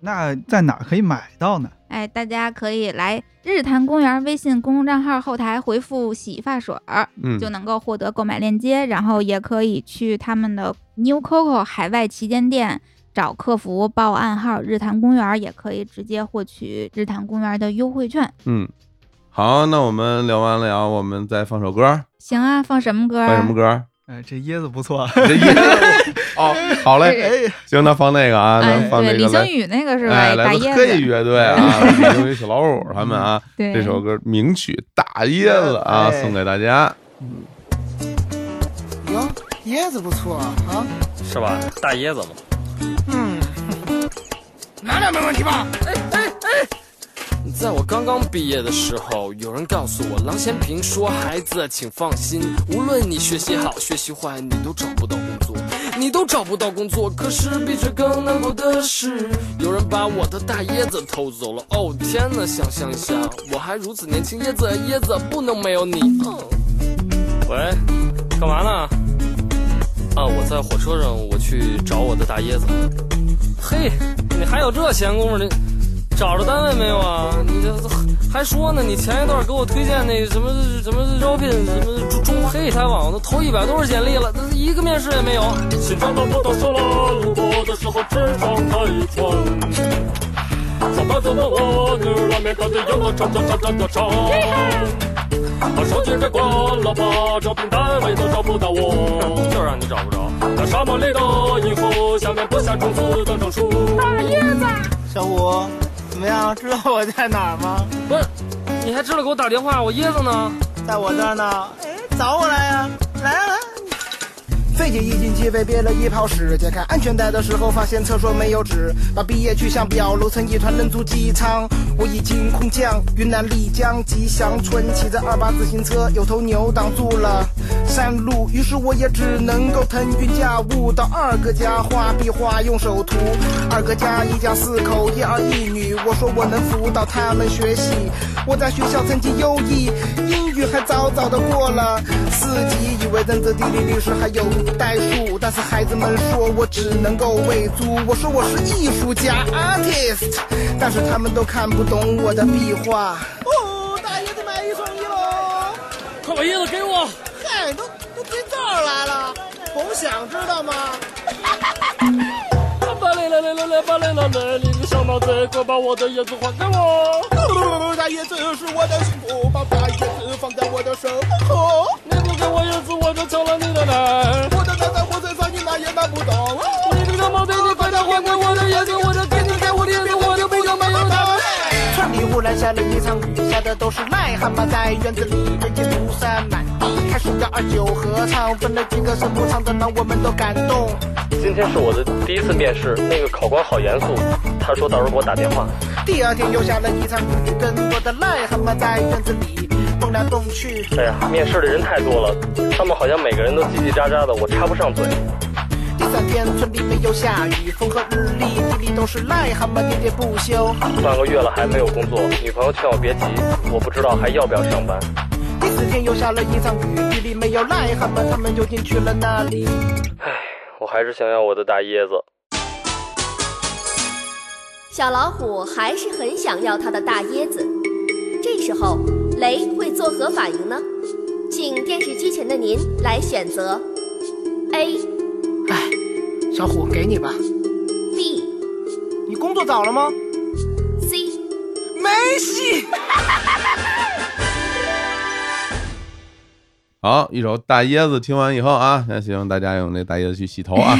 那在哪儿可以买到呢？哎，大家可以来日坛公园微信公众账号后台回复“洗发水儿”，嗯，就能够获得购买链接，然后也可以去他们的 New Coco 海外旗舰店找客服报暗号“日坛公园”，也可以直接获取日坛公园的优惠券。嗯。好，那我们聊完聊，我们再放首歌，行啊，放什么歌儿？放什么歌？哎，这椰子不错，这一 哦，好嘞，哎，行，那放那个啊，哎那，放对，那个李来星，宇那个是吧？哎，大来自椰黑子，乐队 啊，李宗宇、小老虎他们啊，对，这首歌名曲《大椰子》啊，哎送给大家。哟， 椰子不错啊，是吧？大椰子嘛。嗯，拿两没问题吧？在我刚刚毕业的时候，有人告诉我，郎咸平说：“孩子，请放心，无论你学习好学习坏，你都找不到工作，你都找不到工作。”可是比这更难过的是，有人把我的大椰子偷走了。哦天呐，想象一下，我还如此年轻，椰子椰子不能没有你。哦、喂，干嘛呢？啊，我在火车上，我去找我的大椰子。嘿，你还有这闲工夫你找着单位没有啊？你这还说呢？你前一段给我推荐那什么什么招聘什么中中配采访，都投一百多少简历了，那一个面试也没有。心脏都不都说了，路过的时候只当开窗。上班走到我女儿拉面看着阳光照照照照照照。把手机给关了吧，招聘单位都找不到我。就让你找不着，在沙漠里的以后，下面播下种子的证书。小虎，怎么样？知道我在哪儿吗？ 不是？哎你还知道给我打电话？我椰子呢？在我这儿呢。哎，找我来呀、来啊来啊！费解一进街被憋了一泡屎，解开安全带的时候发现厕所没有纸，把毕业去向表揉成一团扔出机舱。我已经空降云南丽江吉祥村，骑着二八自行车，有头牛挡住了山路，于是我也只能够腾云驾雾到二哥家画壁画，用手涂。二哥家一家四口，一儿一女，我说我能辅导他们学习。我在学校成绩优异，英语还早早的过了四级，以为认字、地理、历史还有代数，但是孩子们说我只能够喂猪。我说我是艺术家 artist，但是他们都看不懂我的壁 画。哦，大爷得买一送一喽！快把椰子给我！嗨，都对这儿来了，甭想知道吗？巴雷来来来来巴雷来来，你个小毛贼，快把我的椰子还给我！大叶子是我的幸福，把大叶子放在我的手头，你不给我椰子，我就抢了你的奶！我的奶在我身上，你拿也拿不走。你这个小毛贼，你快点还给我的椰子，我就给你开我的椰子，我就不要没有奶！村里忽然下了一场雨，下的都是癞蛤蟆，在院子里边野毒山满地，开始要二九合唱，分了几个声部唱的让我们都感动。今天是我的第一次面试，那个考官好严肃，他说到时候给我打电话。第二天又下了一场雨，跟我的癞蛤蟆在院子里蹦来蹦去。哎呀，面试的人太多了，他们好像每个人都叽叽喳喳的，我插不上嘴。第三天村里没有下雨，风和日丽，地里都是癞蛤蟆喋喋不休。半个月了还没有工作，女朋友劝我别急，我不知道还要不要上班。第四天又下了一场雨，地里没有癞蛤蟆，他们究竟去了哪里？我还是想要我的大椰子。小老虎还是很想要它的大椰子。这时候，雷会作何反应呢？请电视机前的您来选择：A、哎，小虎，给你吧。 B、你工作找了吗？ C。没戏。好，一首《大椰子》听完以后啊，那希望大家用那大椰子去洗头 啊。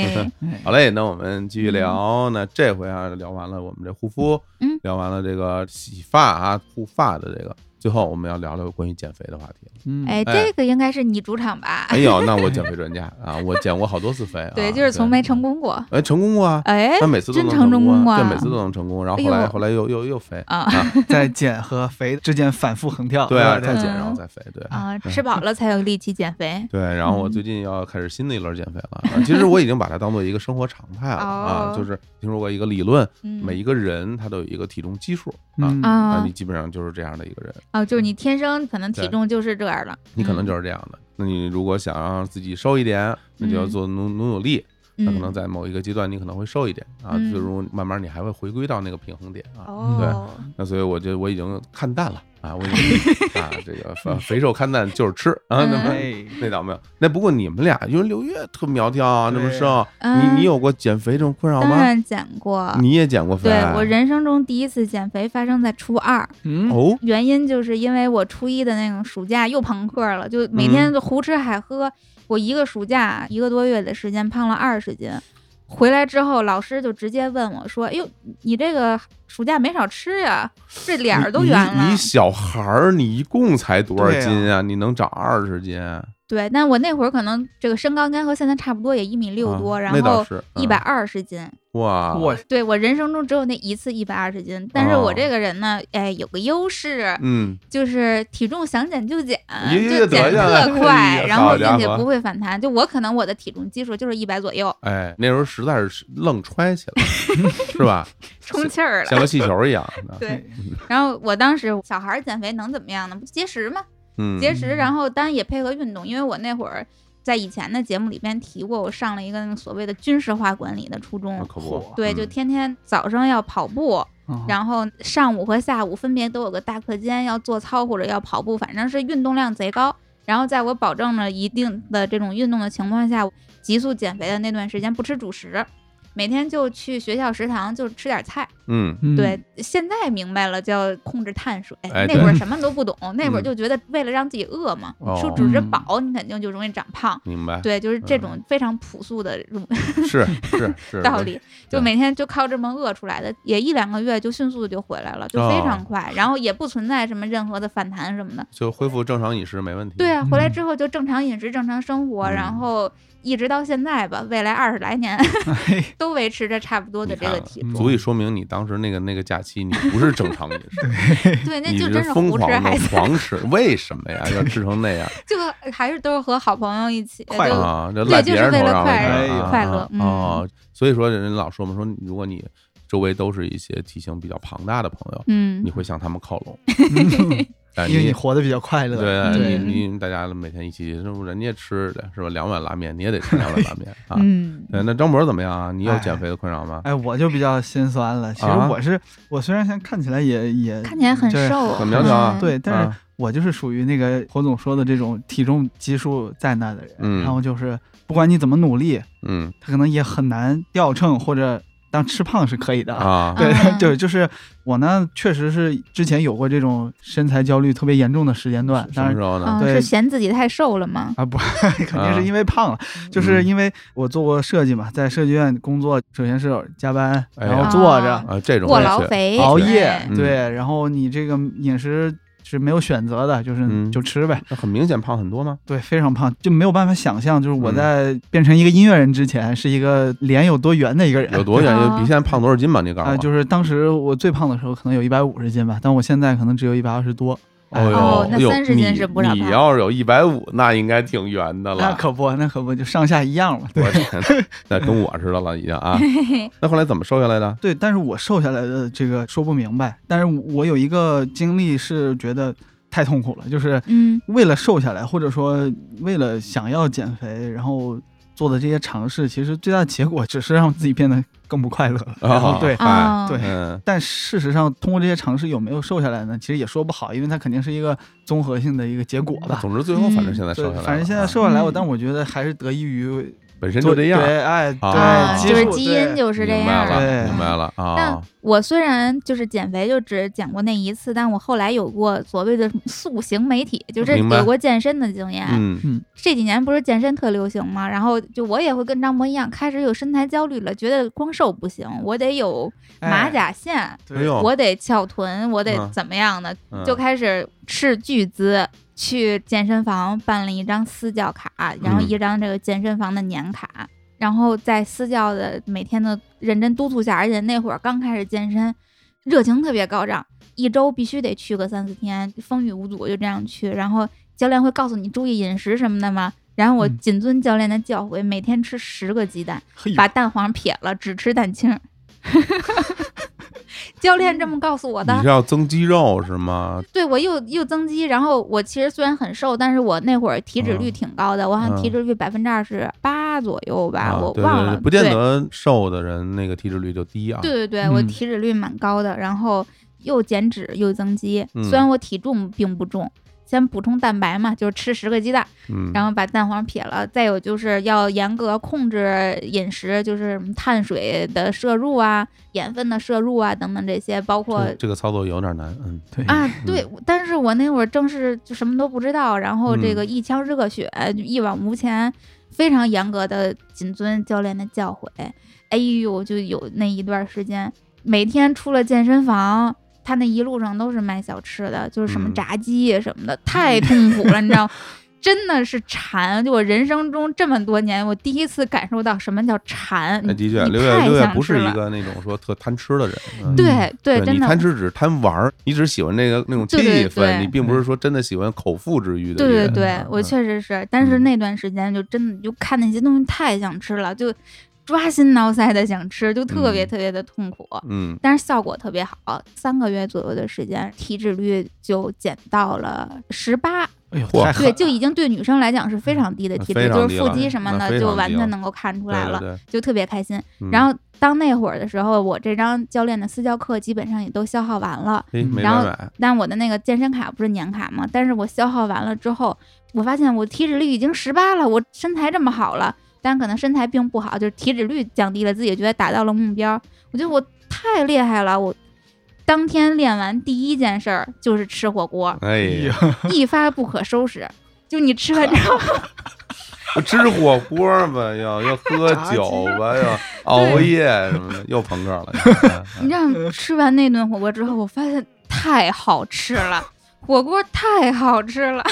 好嘞，那我们继续聊。那这回啊，聊完了我们这护肤，嗯聊完了这个洗发啊、护发的这个，最后我们要聊聊关于减肥的话题了。嗯，哎，哎这个应该是你主场吧？哎呦，那我减肥专家啊，我减过好多次肥啊。 对，就是从没成。功过。哎，成功过啊！哎那每次都真能成功啊，啊对，每次都能成功。然后后哎来呦后来又又又肥啊，在减和肥之间反复横跳。对啊，对再减嗯然后再肥，对啊，吃饱了才有力气减肥。对，然后我嗯最近要开始新的一轮减肥了。啊其实我已经把它当做一个生活常态了啊，哦就是听说过一个理论，嗯，每一个人他都有一个体重基数啊，嗯那啊你基本上就是这样的一个人，哦，就是你天生可能体重就是这样了，嗯你可能就是这样的。那你如果想让自己瘦一点，那就要做努努努力。嗯那可能在某一个阶段，你可能会瘦一点啊，嗯最终慢慢你还会回归到那个平衡点啊。哦，那所以我觉得我已经看淡了啊，我已 经啊，这个肥肥瘦看淡就是吃啊，那么嗯哎，那倒没有。那不过你们俩，因为刘月特苗条啊，那么对瘦，嗯你你有过减肥这种困扰当吗？然减过。你也减过肥？对我人生中第一次减肥发生在初二，嗯，哦，原因就是因为我初一的那种暑假又朋克了，就每天嗯都胡吃海喝。我一个暑假一个多月的时间胖了二十斤，回来之后老师就直接问我说：“哎呦，你这个暑假没少吃呀，这脸儿都你圆你了你。小孩儿，你一共才多少对啊斤啊？你能长二十斤？”对，但我那会儿可能这个身高应该和现在差不多，也一米六啊多，然那倒后是一百二十斤。哇！我对我人生中只有那一次一百二十斤，但是我哦这个人呢，哎，有个优势，嗯，就是体重想减就减，咦就得减呀哎特快呀，然后好并家且伙不会反弹。就我可能我的体重基数就是一百左右，哎，那时候实在是愣揣起来，是 吧？ 充气儿了。像个气球一样的。对，然后我当时小孩儿减肥能怎么样呢？不节食嘛，嗯，节食，然后当然也配合运动，因为我那会儿在以前的节目里边提过，我上了一个那个所谓的军事化管理的初那中，可不嚯，对，就嗯天天早上要跑步，嗯然后上午和下午分别都有个大课间要做操或者要跑步，反正是运动量贼高。然后在我保证了一定的这种运动的情况下，急速减肥的那段时间不吃主食，每天就去学校食堂就吃点菜。嗯，嗯 对，现在明白了叫控制碳水。哎 那对会儿什么都不懂，那会儿嗯就觉得为了让自己饿嘛，哦吃主食饱你肯定就容易长胖。明白，对，就是嗯这种非常朴素的这种是是是 道 理，对就每天就靠这么饿出来的，也一两个月就迅速的就回来了，就非哦常快，然后也不存在什么任何的反弹什么的。就恢复正常饮食没问题。对啊，回来嗯之后就正常饮食、正常生活，嗯然后一直到现在吧，未来二十来年哎 都维持着差不多的你这看个啊体嗯重。足以说明你当时那个那个假期，你不是正常饮食，对， 那你就真是疯胡吃狂海的塞，狂吃，为什么呀？要吃成那 样就还是都是和好朋友一起，快乐就啊？这赖呃对就别是人头为了上快看乐啊快乐啊嗯哦。所以说，人老说嘛，说如果你周围都是一些体型比较庞大的朋友，嗯 你，会向他们靠拢。哎因为你活得比较快乐。对，对你你大家每天一起，那不人家吃的是吧？两碗拉面，你也得吃两碗拉 面啊。嗯对，那张博怎么样啊？你有减肥的困扰吗？哎，我就比较心酸了。其实啊我是、我虽然现在看起来也也看起来很就是瘦啊，很苗条啊嗯对，但是啊我就是属于那个侯总说的这种体重基数在那的人，嗯然后就是不管你怎么努力，嗯他可能也很难掉秤或者当吃胖是可以的。啊，对、啊 对，就是我呢，确实是之前有过这种身材焦虑特别严重的时间段，什当么然时候呢？嗯，对是嫌自己太瘦了吗？ 啊，不， 肯定啊是因为胖了，嗯就是因为我做过设计嘛，在设计院工作，首先是加班，哎然后呀坐着、啊啊，这种过也劳是肥熬夜，嗯对，然后你这个饮食是没有选择的，就是、嗯就吃呗，那很明显胖很多吗？对，非常胖，就没有办法想象，就是嗯我在变成一个音乐人之前，是一个脸有多圆的一个人，有多远？啊比现在胖多少斤吧？你告诉啊、我。就是当时我最胖的时候可能有一百五十斤吧，但我现在可能只有一百二十多。哎哦哦那哎呦30斤你是不少你吧要是有一百五，那应该挺圆的那了。啊可不，那可不，就上下一样嘛。对我 天，那跟我似的了已经啊。那后来怎么瘦下来 的？对，但是我瘦下来的这个说不明白。但是我有一个经历是觉得太痛苦了，就是嗯为了瘦下来，或者说为了想要减肥，然后做的这些尝试，其实最大的结果只是让自己变得更不快乐了。然后啊嗯对，哎啊，对嗯但事实上通过这些尝试有没有瘦下来呢？其实也说不好，因为它肯定是一个综合性的一个结果吧。总之最后反正嗯现在瘦对下来，了，反正现在啊瘦下来，我嗯但我觉得还是得益于本身就这样，对，哎，啊啊，对，就是数基对因就是这明样白儿。对了，明白了但啊。我虽然就是减肥就只减过那一次，但我后来有过所谓的 塑形美体，就是明白有过健身的经验。嗯这几年不是健身特流行吗？然后就我也会跟张博一样，开始有身材焦虑了，觉得光瘦不行，我得有马哎甲线，对哎呦我得翘臀，我得嗯怎么样的，嗯就开始斥巨资去健身房办了一张私教卡，然后嗯一张这个健身房的年卡。然后在私教的每天的认真督促下，而且那会儿刚开始健身，热情特别高涨，一周必须得去个三四天，风雨无阻就这样去。然后教练会告诉你注意饮食什么的嘛。然后我嗯谨遵教练的教诲，每天吃十个鸡哎蛋，嘿呦把蛋黄撇了，只吃蛋清儿。 教练这么告诉我的你是，要增肌肉是吗？对我又又增肌，然后我其实虽然很瘦，但是我那会儿体脂率嗯挺高的，我好像体嗯脂率百分之二十八左右吧，啊，我对忘对了，对不见对得瘦的人那个体脂率就低啊。对对对，我嗯体脂率蛮高的，然后又减脂又增肌，嗯虽然我体重并不重。先补充蛋白嘛，就是吃十个鸡蛋，嗯，然后把蛋黄撇了。再有就是要严格控制饮食，就是碳水的摄入啊、盐分的摄入啊等等这些，包括这这个操作有点难，嗯，对哎啊，对。但是我那会儿正是就什么都不知道，然后这嗯个一腔热血，就一往无前，非常严格的谨遵教练的教诲。哎呦，就有那一段时间，每天出了健身房，他那一路上都是卖小吃的，就是什么嗯炸鸡什么的，太痛苦了，你知 道吗。真的是馋，就我人生中这么多年，我第一次感受到什么叫馋。那哎你的确，嗯你六月太六月想不吃是一了个那种说特贪吃的人，嗯对对，真你的贪吃只是贪玩儿，你只喜欢那个那种对对气氛，对你并嗯不是说真的喜欢口腹之欲的对人。对对嗯，我确实是，但是嗯那段时间就真的就看那些东西太想吃了，就抓心挠腮的想吃，就特别嗯特别的痛苦。嗯，但是效果特别好，三个月左右的时间，体脂率就减到了 十八，哎呦，嚯太狠对，就已经对女生来讲是非常低的体嗯非脂，常就低是了腹肌什么那的非就常完低了全能够看出来对了，对对就特别开心。嗯然后当那会儿的时候，我这张教练的私教课基本上也都消耗完了，嘿哎没然白后买，但我的那个健身卡不是年卡吗？但是我消耗完了之后，我发现我体脂率已经十八了，我身材这么好了，但可能身材并不好，就是体脂率降低了，自己觉得达到了目标。我觉得我太厉害了，我当天练完第一件事儿就是吃 ，火锅哎呀，一发不可收拾。就你吃完之后，哎不吃火锅吧，要要 喝酒吧，要熬夜什么的，又朋克了。嗯你知道吗吃完那顿火锅之后，我发现太好吃了，火锅太好吃了。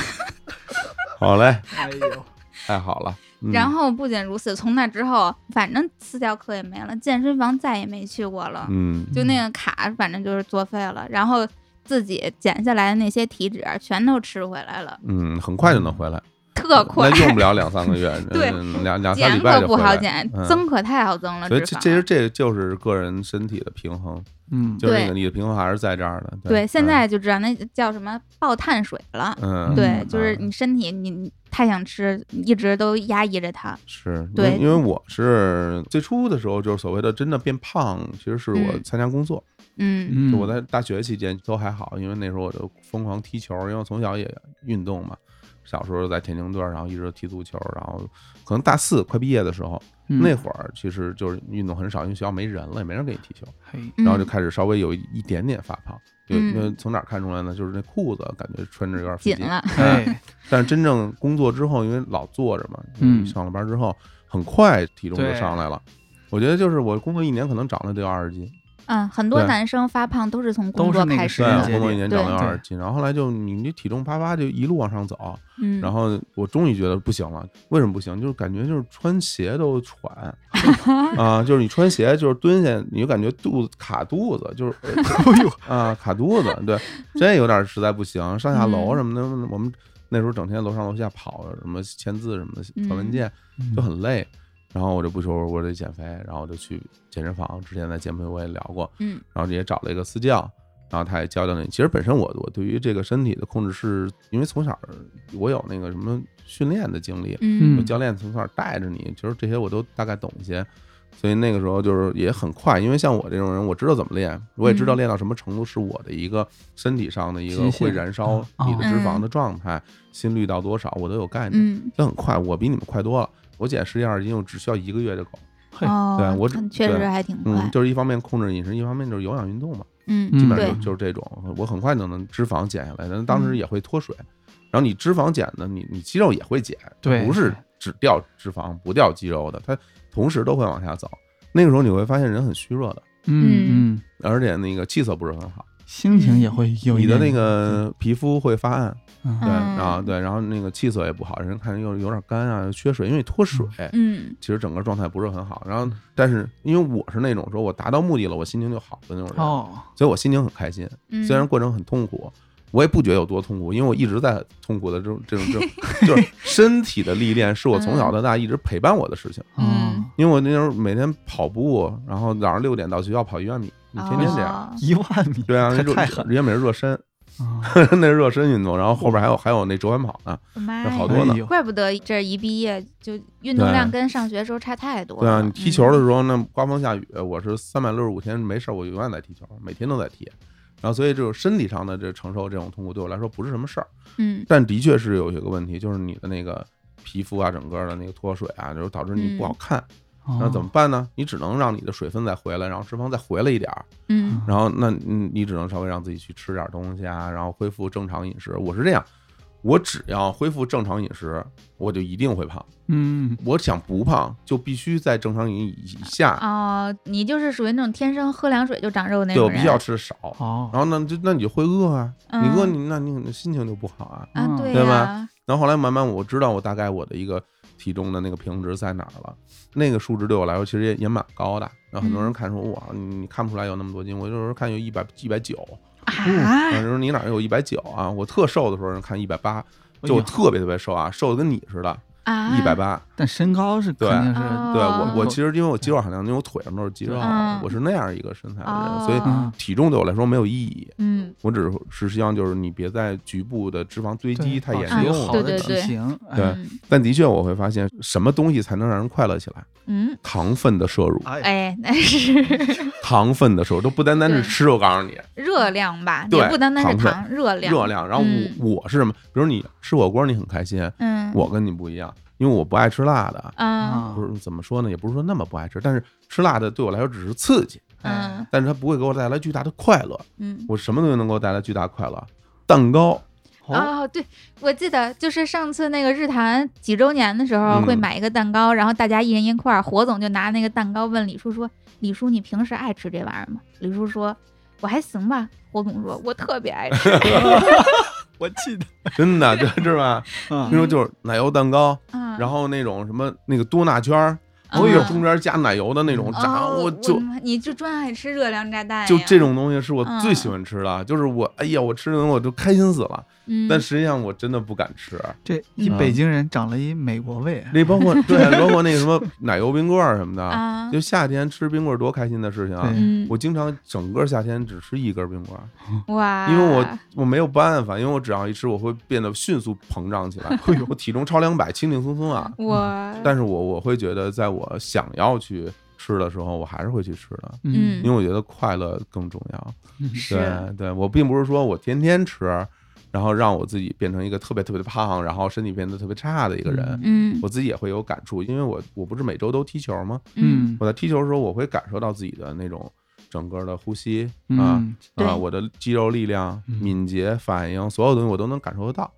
好嘞，哎呦，太好了。嗯然后不仅如此，从那之后，反正私教课也没了，健身房再也没去过了，嗯，就那个卡反正就是作废了，然后自己减下来的那些体脂全都吃回来了，嗯，很快就能回来。特快那，用不了两三个月， 对嗯两两三减礼拜可就不回好来减，嗯增可太好增了，所以啊这脂这肪。这就是个人身体的平衡，嗯就是那对个你的平衡还是在这儿的。对，现嗯在就知道那叫什么爆碳水了。嗯对，嗯就是你身体你你太想吃，你一直都压抑着它。是因对为因为我是最初的时候，就是所谓的真的变胖，其实是我嗯参加工作，嗯就我在大学期间都还好，因为那时候我就疯狂踢球，因为我从小也运动嘛。小时候在田径队，然后一直踢足球，然后可能大四快毕业的时候，嗯那会儿其实就是运动很少，因为学校没人了，也没人给你踢球，嘿，然后就嗯开始稍微有一一点点发胖。就嗯因为从哪儿看出来呢？就是那裤子感觉穿着有点费紧劲了，哎 哎，但是真正工作之后，因为老坐着嘛，嗯上了班之后很快体重就对上来了。我觉得就是我工作一年可能长了得有二十斤，嗯，很多对男生发胖都是从工都是作那个开时始对，我的，间工作一年长了对二十斤，然后后来就你你体重啪啪就一路往上走，嗯，然后我终于觉得不行了，为什么不行？就是感觉就是穿鞋都喘啊，就是你穿鞋就是蹲下，你就感觉肚子卡肚子，就是哎呦啊卡肚子，对，这有点实在不行。上下楼嗯什么的，我们那时候整天楼上楼下跑，什么签字什么的，传文件就很累。然后我就不求我得减肥，然后我就去健身房。之前在节目我也聊过，嗯，然后也找了一个私教，然后他也教教你。其实本身我我对于这个身体的控制是，因为从小我有那个什么训练的经历，嗯有教练从小带着你，就是这些我都大概懂一些。所以那个时候就是也很快，因为像我这种人，我知道怎么练，我也知道嗯练到什么程度是我的一个身体上的一个极限会燃烧嗯你的脂肪的状态，心率到多少我都有概念，哦嗯这很快，我比你们快多了。我减十斤二十斤，我只需要一个月就够。嘿哦，我看确实对还挺嗯快，，就是一方面控制饮食，一方面就是有氧运动嘛。嗯，基嗯本嗯上对就，就是这种，我很快就能脂肪减下来，但当时也会脱水。然后你脂肪减呢，你你肌肉也会减，对不是只掉脂肪不掉肌肉的，它同时都会往下走。那个时候你会发现人很虚弱的，嗯嗯，而且那个气色不是很好，心情也会有一你的点那个皮肤会发暗，嗯对，嗯然后对，然后那个气色也不好，人看着又有点干啊，又缺水，因为脱水，嗯其实整个状态不是很好。然后，但是因为我是那种说我达到目的了，我心情就好的那种人，哦，所以我心情很开心。嗯，虽然过程很痛苦，我也不觉得有多痛苦，因为我一直在痛苦的这种这种这 种，就是身体的历练是我从小到大一直陪伴我的事情。嗯嗯，因为我那时候每天跑步，然后早上六点到学校跑一万米，你天天这样。哦一万米，对啊，太那热太狠了人家每日热身， 啊，那是热身运动，然后后边还有还有那折返跑呢。我妈这好呀多呢哎呦怪不得这一毕业就运动对量跟上学时候差太多对了。啊，你踢球的嗯时候那刮风下雨，我是三百六十五天没事儿，我永远在踢球，每天都在踢。然后所以这种身体上的这承受这种痛苦对我来说不是什么事儿。嗯但的确是有一个问题，就是你的那个皮肤啊，整个的那个脱水啊，就是导致你不嗯好看。哦那怎么办呢？你只能让你的水分再回来，然后脂肪再回来一点儿，嗯然后那你你只能稍微让自己去吃点东西啊，然后恢复正常饮食。我是这样，我只要恢复正常饮食，我就一定会胖。嗯，我想不胖，就必须在正常饮以以下，哦，你就是属于那种天生喝凉水就长肉那对我种必人须要吃的少。哦，然后呢，就那你就会饿啊，嗯你饿你那你可能心情就不好啊。啊，嗯对对吧呀，然后后来慢慢我知道我大概我的一个体重的那个平衡值在哪儿了，那个数值对我来说其实也也蛮高的。然后很多嗯人看说哇，你你看不出来有那么多斤，我有时候看有一百一百九，有啊，时候你哪儿有一百九啊？我特瘦的时候人看一百八，哎就我呦特别特别瘦啊，瘦的跟你似的，啊，一百八。但身高是对肯定哦是，对我我哦其实因为我肌肉含量，因为我腿上都是肌肉啊嗯，我是那样一个身材的人，哦所以嗯体重对我来说没有意义。嗯我只是希望就是你别在局部的脂肪堆积对太保严持一个重了好。嗯对对的对体型，哎对嗯但的确，我会发现什么东西才能让人快乐起来？嗯，糖分的摄 入，哎，哎，那是 糖分的摄入都不单单是对吃，我告诉你，热量吧，对也不单单是糖分糖，热量，热量。然后嗯我我是什么？比如你吃火锅，你很开心，嗯，我跟你不一样，因为我不爱吃辣的。嗯啊不，是怎么说呢，也不是说那么不爱吃，但是吃辣的对我来说只是刺激，嗯但是它不会给我带来巨大的快乐。嗯。我什么东西能给我带来巨大快乐？蛋糕，哦，哦，对，我记得就是上次那个日坛几周年的时候，嗯会买一个蛋糕，然后大家一人一块儿。火总就拿那个蛋糕问李叔说：“李叔，你平时爱吃这玩意儿吗？”李叔说：“我还行吧。”火总说：“我特别爱吃。我记得，真 的，这是吧？那嗯时候就是奶油蛋糕， 嗯”然后那种什么那个多纳圈儿，嗯那个中间加奶油的那种炸，哦，我就妈你就专爱哎吃热量炸弹呀，啊就这种东西是我最嗯喜欢吃的，就是我哎呀，我吃那东西我就开心死了。嗯但实际上我真的不敢吃。这一嗯北京人长了一美国胃，啊那包括对，包括那个什 么奶油冰棍儿什么啊的，就夏天吃冰棍儿多开心的事情啊！对嗯，我经常整个夏天只吃一根冰棍儿，哇，因为我我没有办法，因为我只要一吃，我会变得迅速膨胀起 来，我体重超两百，轻轻松松啊。我但是我我会觉得，在我想要去吃的时候，我还是会去吃的，嗯因为我觉得快乐更重要。是对对，我并不是说我天天吃，然后让我自己变成一个特别特别胖，然后身体变得特别差的一个人。嗯我自己也会有感触，因为我我不是每周都踢球吗？嗯我在踢球的时候，我会感受到自己的那种整个的呼吸啊嗯对啊，我的肌肉力量、嗯敏捷、反应，所有东西我都能感受得到。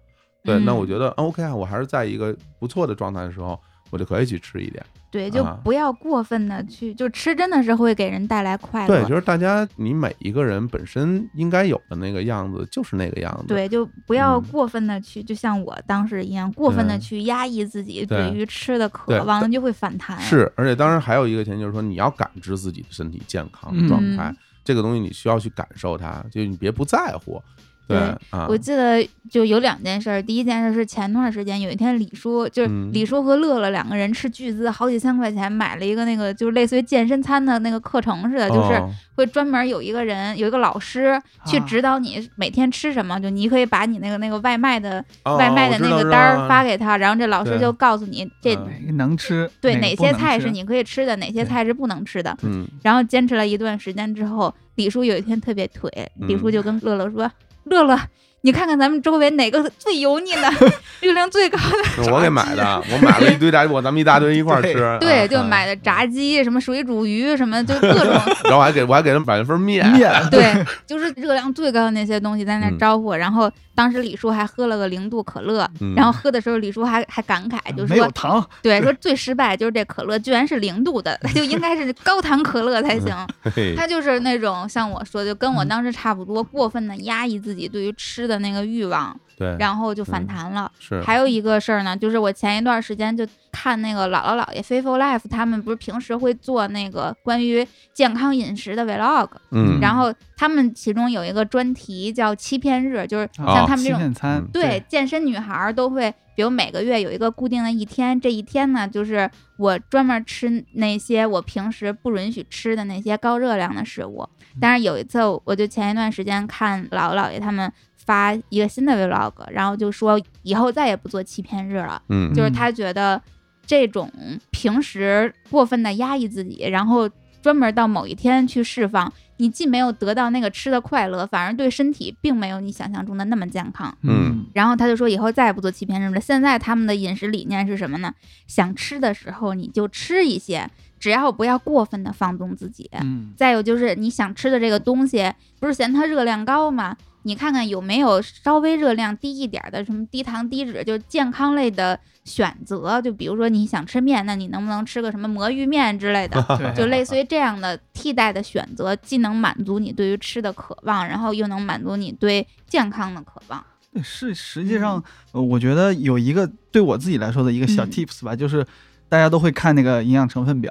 对，那嗯我觉得啊 OK 啊，我还是在一个不错的状态的时候，我就可以去吃一点。对，就啊不要过分的去，就吃真的是会给人带来快对，乐，就是大家你每一个人本身应该有的那个样子，就是那个样子。对，就不要嗯过分的去，就像我当时一样，过分的对去压抑自己对对于吃的渴对望，但就会反弹。，是，而且当然还有一个前提就是说，你要感知自己的身体健康嗯状态，这个东西你需要去感受它，就你别不在乎。对对啊，我记得就有两件事儿，第一件事是前段时间有一天李叔，就是嗯李叔和乐乐两个人斥巨资好几千块钱买了一个那个就是类似于健身餐的那个课程似的，就是哦会专门有一个人有一个老师去啊指导你每天吃什么，就你可以把你那个那个外卖的哦外卖的我知那道啊个知单道儿发给他，然后这老师对就告诉你这嗯哪个啊能吃，对哪哪个不些能菜吃是你可以吃的，哪些对菜是不能吃的。嗯，然后坚持了一段时间之后，李叔有一天特别颓，李叔嗯就跟乐乐说：“乐乐，你看看咱们周围哪个最油腻 的，热量最高的。是我给买的，我买了一堆炸鸡，我咱们一大堆一块儿吃。啊”对，就啊买的炸鸡，什么水煮鱼，什么就各 种然后我还给我还给他买了份面，面， 对，就是热量最高的那些东西在那儿嗯招呼。然后当时李叔还喝了个零度可乐，嗯然后喝的时候李叔还还感慨，就没说有糖，对，说最失败就是这可乐居然是零度的，它就应该是高糖可乐才行。嘿他就是那种像我说，就跟我嗯当时差不多，过分的压抑自己对于吃的那个欲望，对，然后就反嗯弹了。是还有一个事儿呢，就是我前一段时间就看那个姥姥姥爷 Faithful Life，他们不是平时会做那个关于健康饮食的 vlog，嗯，然后他们其中有一个专题叫欺骗日，就是啊像他们这欺种骗餐嗯，对，健身女孩儿都会，比如每个月有一个固定的一天，这一天呢，就是我专门吃那些我平时不允许吃的那些高热量的食物。但是有一次，我就前一段时间看姥姥姥爷他们发一个新的 vlog，然后就说以后再也不做欺骗日了，嗯就是嗯他觉得这种平时过分的压抑自己，然后专门到某一天去释放。你既没有得到那个吃的快乐，反而对身体并没有你想象中的那么健康。嗯然后他就说以后再也不做欺骗日了。现在他们的饮食理念是什么呢？想吃的时候你就吃一些，只要不要过分的放纵自己。嗯，再有就是你想吃的这个东西，不是嫌它热量高吗？你看看有没有稍微热量低一点的，什么低糖低脂，就是健康类的选择。就比如说你想吃面，那你能不能吃个什么魔芋面之类 的？对，就类似于这样的替代的选择，既能满足你对于吃的渴望，然后又能满足你对健康的渴望。对，哎是实际上，呃我觉得有一个对我自己来说的一个小嗯 tips 吧，就是大家都会看那个营养成分表，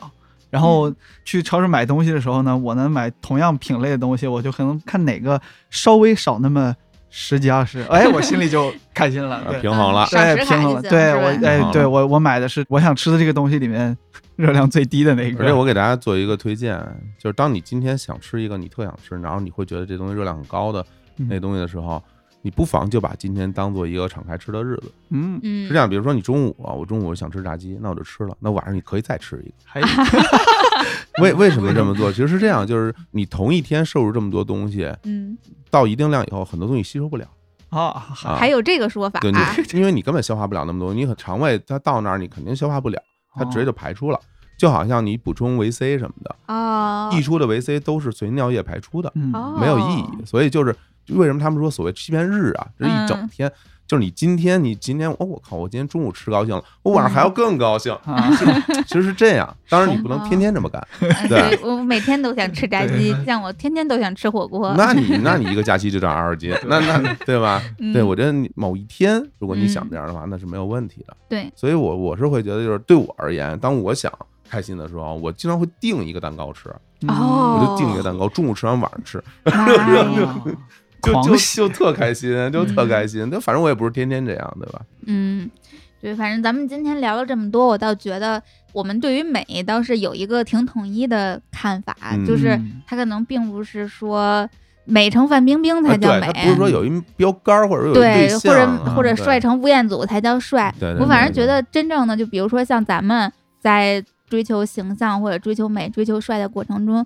然嗯后去超市买东西的时候呢，我能买同样品类的东西，我就可能看哪个稍微少那么十几二十，哎，我心 里就开心了，啊对，平衡了嗯，少吃对，平海衡就了，行，对是我吧，平哎，衡对了我我买的是我想吃的这个东西里面 热量最低的那个，而且我给大家做一个推荐，就是当你今天想吃一个你特想吃，然后你会觉得这东西热量很高的嗯那东西的时候，你不妨就把今天当做一个敞开吃的日子。嗯，嗯，是这样，比如说你中午啊，我中午想吃炸鸡，那我就吃了，那晚上你可以再吃一个。还有 为为什么这么做？其实是这样，就是你同一天摄入这么多东西，嗯，到一定量以后，很多东西吸收不了啊，啊。还有这个说法对啊，你， 因为你根本消化不了那么多，你很肠胃它到那儿你肯定消化不了，它直接就排出了。就好像你补充维 C 什么的，哦，溢出的维 C 都是随尿液排出的，嗯，哦没有意义。所以就是为什么他们说所谓欺骗日啊，这一整嗯天，就是你今天你今天哦，我靠，我今天中午吃高兴了，我晚上嗯还要更高兴。啊，其实是这 样，当然你不能天天这么干， 对哎我每天都想吃炸鸡，像我天天都想吃火锅，那你那你一个假期就长二十斤，那那对吧？嗯对我觉得你某一天，如果你想嗯这样的话，那是没有问题的。对，所以我我是会觉得，就是对我而言，当我想开心的时候，我经常会订一个蛋糕吃，嗯哦我就订一个蛋糕，中午吃完晚上吃。 妈呀哦就狂就喜就嗯特开心，就特开心。就反正我也不是天天这样，对吧？嗯，对，反正咱们今天聊了这么多，我倒觉得我们对于美倒是有一个挺统一的看法，就是嗯它可能并不是说美成范冰冰啊才叫对，美，他不是说有一标杆儿或者有一对，或象者啊或者对帅成吴彦祖才叫帅。对对我对反正对觉得真正的，就比如说像咱们在追求形象或者追求美、追求帅的过程中，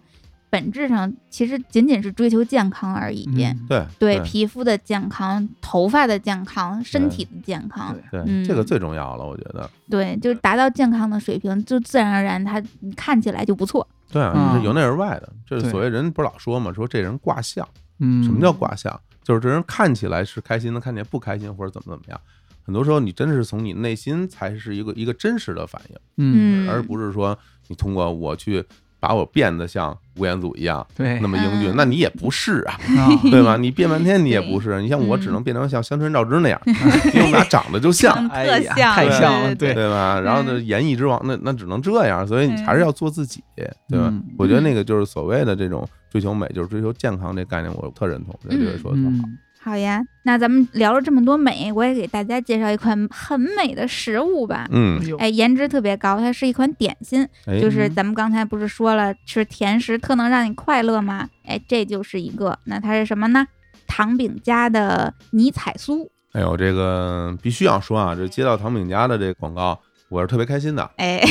本质上其实仅仅是追求健康而已。嗯对对皮肤的健康、头发的健康、身体的健啊康，嗯对这个最重要了，我觉得。对，就是达到健康的水平，就自然而然他看起来就不错。对啊，就是嗯由内而外的，这是对所谓人不是老说嘛，说这人卦象，嗯，什么叫卦象？就是这人看起来是开心的，看起来不开心或者怎么怎么样。很多时候你真的是从你内心才是一个一个真实的反应，嗯，嗯，而不是说你通过我去把我变得像吴彦祖一样对那么英俊嗯，那你也不是啊，啊对吧？你变半天你也不是，你像我嗯只能变成像香川照之那样，因为我们俩长得就像，哎特呀像太对像了，对对吧？然后呢，演艺之王那那只能这样，所以你还是要做自己，对吧嗯？我觉得那个就是所谓的这种追求美，就是追求健康这概念，我特认同，这个说的特好。嗯，好呀，那咱们聊了这么多美，我也给大家介绍一款很美的食物吧。嗯哎，呦哎，颜值特别高，它是一款点心，哎就是嗯咱们刚才不是说了吃甜食特能让你快乐吗？哎，这就是一个。那它是什么呢？糖饼家的泥彩酥。哎呦，这个必须要说啊，这接到唐饼家的这个广告，我是特别开心的，哎，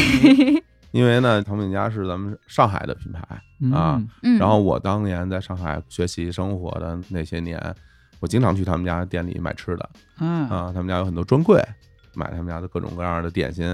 因为呢，唐饼家是咱们上海的品牌，啊嗯 嗯，然后我当年在上海学习生活的那些年，我经常去他们家店里买吃的，嗯啊，他们家有很多专柜，买他们家的各种各样的点心。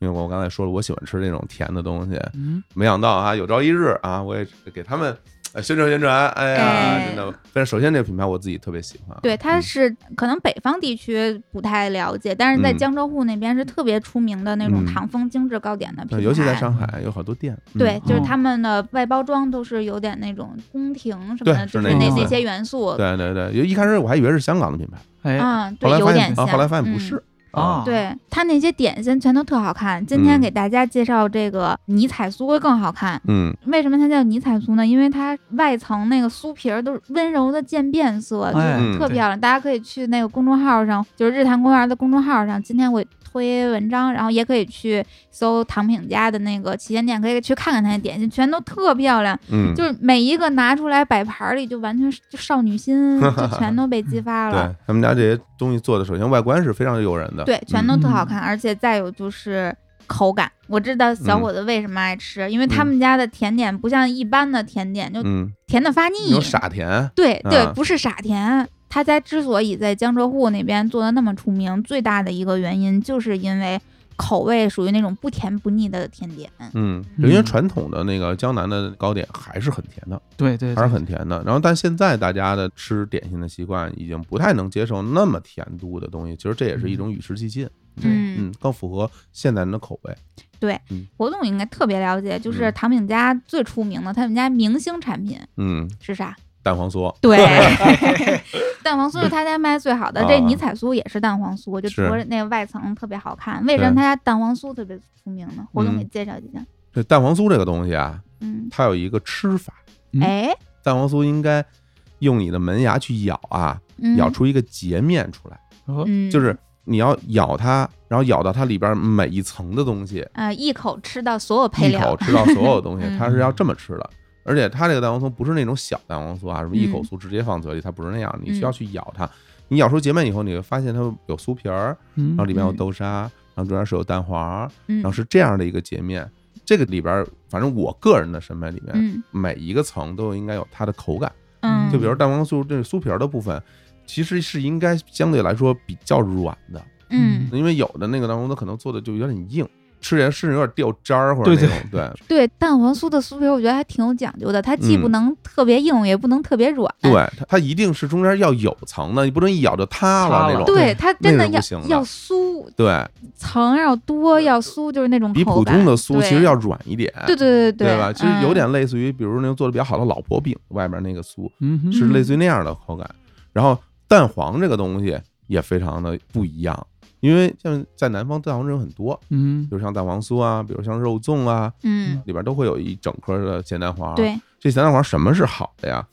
因为我刚才说了，我喜欢吃那种甜的东西，嗯，没想到啊，有朝一日啊，我也给他们呃宣传宣传。哎呀，哎真的，但是首先这个品牌我自己特别喜欢，对，它嗯是可能北方地区不太了解，但是在嗯江浙沪那边是特别出名的那种嗯糖风精致糕点的品呃牌，尤其在上海有好多店，嗯对，就是哦他们的外包装都是有点那种宫廷什么对的，就是是那那意思那些元素，对对对，因为一开始我还以为是香港的品牌，哎，啊，后对，来有发现点啊，像，后来发现不嗯是啊对它那些点心全都特好看，今天嗯给大家介绍这个泥彩酥会更好看。嗯，为什么它叫泥彩酥呢？因为它外层那个酥皮儿都是温柔的渐变色，就哎是特对漂亮。大家可以去那个公众号上，就是日坛公园的公众号上，今天我推文章，然后也可以去搜唐品家的那个旗舰店，可以去看看它的点心，全都特漂亮。嗯，就是每一个拿出来摆盘儿里，就完全是就少女 心就全都被激发了。对他们家这些东西做的，首先外观是非常诱人的，对，全嗯都特好看，而且再有就是口感。我知道嗯小伙子为什么爱吃，因为他们家的甜点不像一般的甜点，就嗯，甜的发腻。那种傻甜，对对啊，不是傻甜。他家之所以在江浙沪那边做的那么出名，最大的一个原因就是因为口味属于那种不甜不腻的甜点。嗯，因为嗯传统的那个江南的糕点还是很甜的，对对，还对是很甜的。然后，但现在大家的吃点心的习惯已经不太能接受那么甜度的东西，其实这也是一种与时俱进，嗯嗯，更符合现代人的口味。活动应该特别了解，就是嗯唐饼家最出名的，他们家明星产品嗯，是啥？蛋黄酥， 对，蛋黄酥是他家卖最好的，啊这泥彩酥也是蛋黄酥，就除是了那个外层特别好看，为什么对他家蛋黄酥特别出名呢？活动嗯给介绍介绍。这蛋黄酥这个东西啊，嗯，它有一个吃法，嗯哎，蛋黄酥应该用你的门牙去咬啊，嗯咬，出一个截面出来，哦嗯，就是你要咬它，然后咬到它里边每一层的东西，呃，一口吃到所有配一口料， 吃到所有东西嗯，它是要这么吃的。而且它这个蛋黄酥不是那种小蛋黄酥啊，什么一口嗯酥直接放嘴里，它不是那样，你需要去咬它。你咬出截面以后，你会发现它有酥皮儿，嗯然后里面有豆沙，然后中间是有蛋黄，嗯然后是这样的一个截面。这个里边儿，反正我个人的审美里面，嗯每一个层都应该有它的口感。嗯，就比如蛋黄酥这个酥皮儿的部分，其实是应该相对来说比较软的，嗯，因为有的那个蛋黄酥可能做的就有点硬，吃起来甚至有点掉渣儿或者那对种对对。对，蛋黄酥的酥皮儿我觉得还挺有讲究的，它既不嗯能特别硬，也不能特别软。哎对，它它一定是中间要有层的，你不能一咬就塌塌了那了种。对，它真那的是不要行的要酥，对，层要多，要酥，就是那种比口普感通的酥对其实要软一点，对对对对吧？其实有嗯点类似于，比如那种做的比较好的老婆饼外边那个酥，嗯哼是类似于那样的口感。然后蛋黄这个东西也非常的不一样，因为像在南方蛋黄这种很多，嗯比如像蛋黄酥啊，比如像肉粽啊，嗯，里边都会有一整颗的咸蛋黄。对，这咸蛋黄什么是好的呀？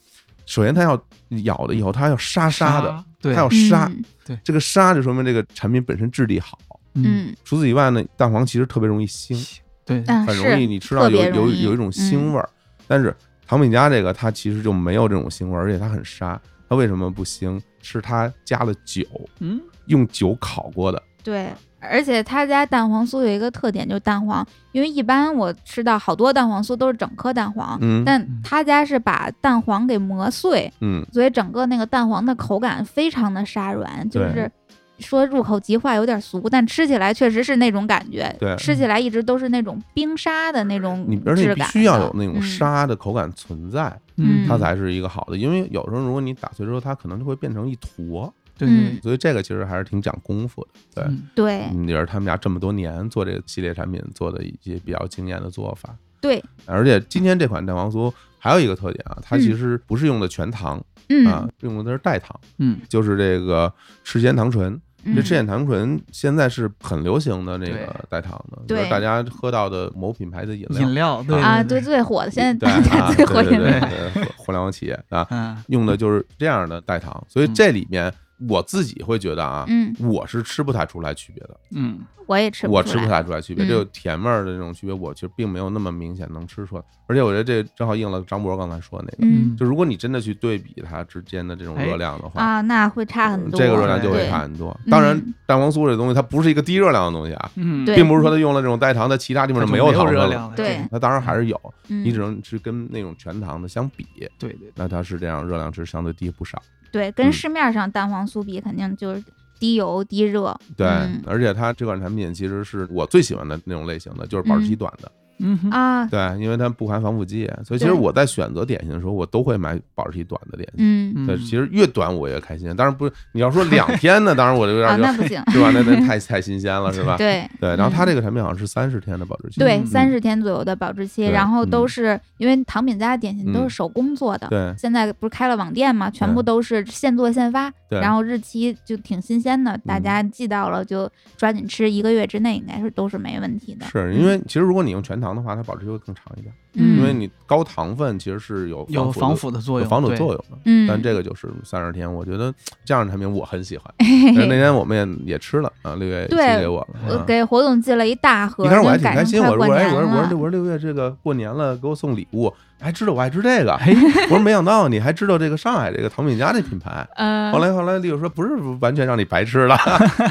首先它要咬了以后，它要沙沙的沙，对它要沙，嗯对这个沙就说明这个产品本身质地好。嗯，嗯除此以外呢，蛋黄其实特别容易腥，对，啊，嗯很容易是你吃到特有别有容易嗯有一种腥味儿。但是唐本家这个它其实就没有这种腥味儿，而且它很沙。它为什么不腥？是它加了酒，嗯，用酒烤过的。对。而且他家蛋黄酥有一个特点，就是蛋黄，因为一般我吃到好多蛋黄酥都是整颗蛋黄，嗯啊但他家是把蛋黄给磨碎，嗯，所以整个那个蛋黄的口感非常的沙软，就对是说入口即化有点俗，但吃起来确实是那种感觉。对吃起来一直都是那种冰沙的那种你而且质你必感须要有那的种，沙的口感存在，嗯它才是一个好的。因为有时候如果你打碎之后，它可能就会变成一坨，对嗯所以这个其实还是挺讲功夫的。对，嗯嗯对嗯也是他们家这么多年做这个系列产品做的一些比较惊艳的做法。对，而且今天这款蛋黄酥还有一个特点啊，它嗯其实不是用的全糖、啊嗯，用的都是代糖，嗯就是这个赤藓糖醇。嗯这赤藓糖醇现在是很流行的那对个代糖的，对就是大家喝到的某品牌的饮料饮料对啊，对，最火的现在对大家啊最火对饮对料，对对，互联网企业啊，嗯用的就是这样的代糖，所以嗯这里面我自己会觉得啊，嗯，我是吃不太出来区别的，嗯我也吃我出吃不来，太出来区别，嗯这个甜味儿的这种区别，我其实并没有那么明显能吃出来，而且我觉得这正好应了张博刚才说的那个，嗯就如果你真的去对比它之间的这种哎热量的话。啊，那会差很嗯多，这个热量就会对差很多。当然嗯，蛋黄酥这东西它不是一个低热量的东西啊，嗯，对并不是说它用了这种代糖，它其他地它方就就没有糖分热了量了，对它当然还是有，嗯你只能是跟那种全糖的相比，对对，那它是这样热量值相对低不少。对嗯跟市面上蛋黄酥比，肯定就是低油低热，对，嗯而且它这款产品其实是我最喜欢的那种类型的，就是保质期短的。嗯哼啊，对，因为它不含防腐剂，所以其实对我在选择点心的时候，我都会买保质期短的点心。嗯对，其实越短我越开心。当然不是，你要说两天呢，当然我就有啊，点那就不行，是吧？那那太太新鲜 了，是吧？对对。然后它嗯这个产品好像是三十天的保质期。对，嗯三十天左右的保质期，对然后都嗯是因为唐饼家的点心都嗯是手工做的，对现在不是开了网店嘛，全部对都是现做现发，对然后日期就挺新鲜的，大嗯家寄到了就抓紧吃，一个月之内应该是都是没问题的。是因为其实如果你用全糖的话，它保质期会更长一点，嗯，因为你高糖分其实是有有防的腐的作有用，防腐对作用的。嗯，但这个就是三十天，我觉得这样的产品我很喜 欢。但是那天我们也也吃了啊，六月寄对呃给我了。我啊给火总寄了一大盒，一开始我还挺就赶开上心，快我说过我说哎年我说我说了我说六月这个过年了，给我送礼物，还知道我爱吃 这个，哎我说没想到你还知道这个上海这个唐饼家这品牌。呃后，来后来，丽友说不是完全让你白吃了，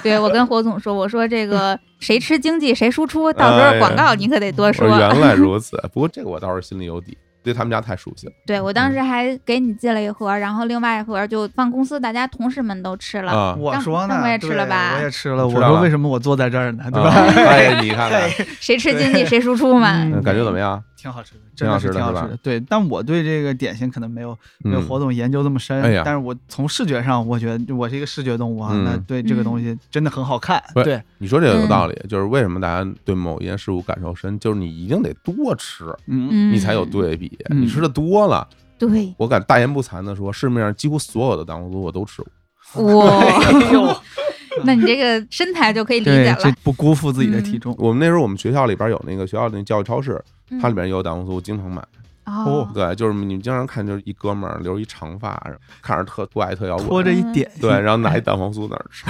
对我跟火总说，我说这个 谁吃经济谁输出，到时哎候呀广告你可得多我说说。原来如此。不过这个我倒是心里有底，对他们家太熟悉了。对我嗯当时还给你寄了一盒，然后另外一盒就放公司，大家同事们都吃了。啊，我张说呢，张博也吃对了吧我也吃了。吃了我吧说为什么我坐在这儿呢？对啊 吧？哎，你看看，谁吃经济谁输出嘛。嗯嗯感觉怎么样？挺好吃的，挺真好的吃是的挺好是吧吃的。对，但我对这个点心可能没有没有嗯，火总研究这么深哎呀。但是我从视觉上，我觉得我是一个视觉动物啊，嗯那对这个东西真的很好看。不是对，你说这嗯个有道理，就是为什么大家对某一件事物感受深，就是你一定得多吃，嗯嗯，你才有对比。嗯你吃的多了，对，我敢大言不惭的说，市面上几乎所有的蛋黄酥我都吃过。 哇，哎呦， 那你这个身材就可以理解对，这了。不辜负自己的体重。我们那时候我们学校里边有那个学校那教育超市，嗯它里边也有蛋黄酥，我经常买。哦，对，就是你们经常看，就是一哥们儿留一长发，看着特不爱特摇拖滚，着一嗯点，对，然后拿一蛋黄酥那儿吃。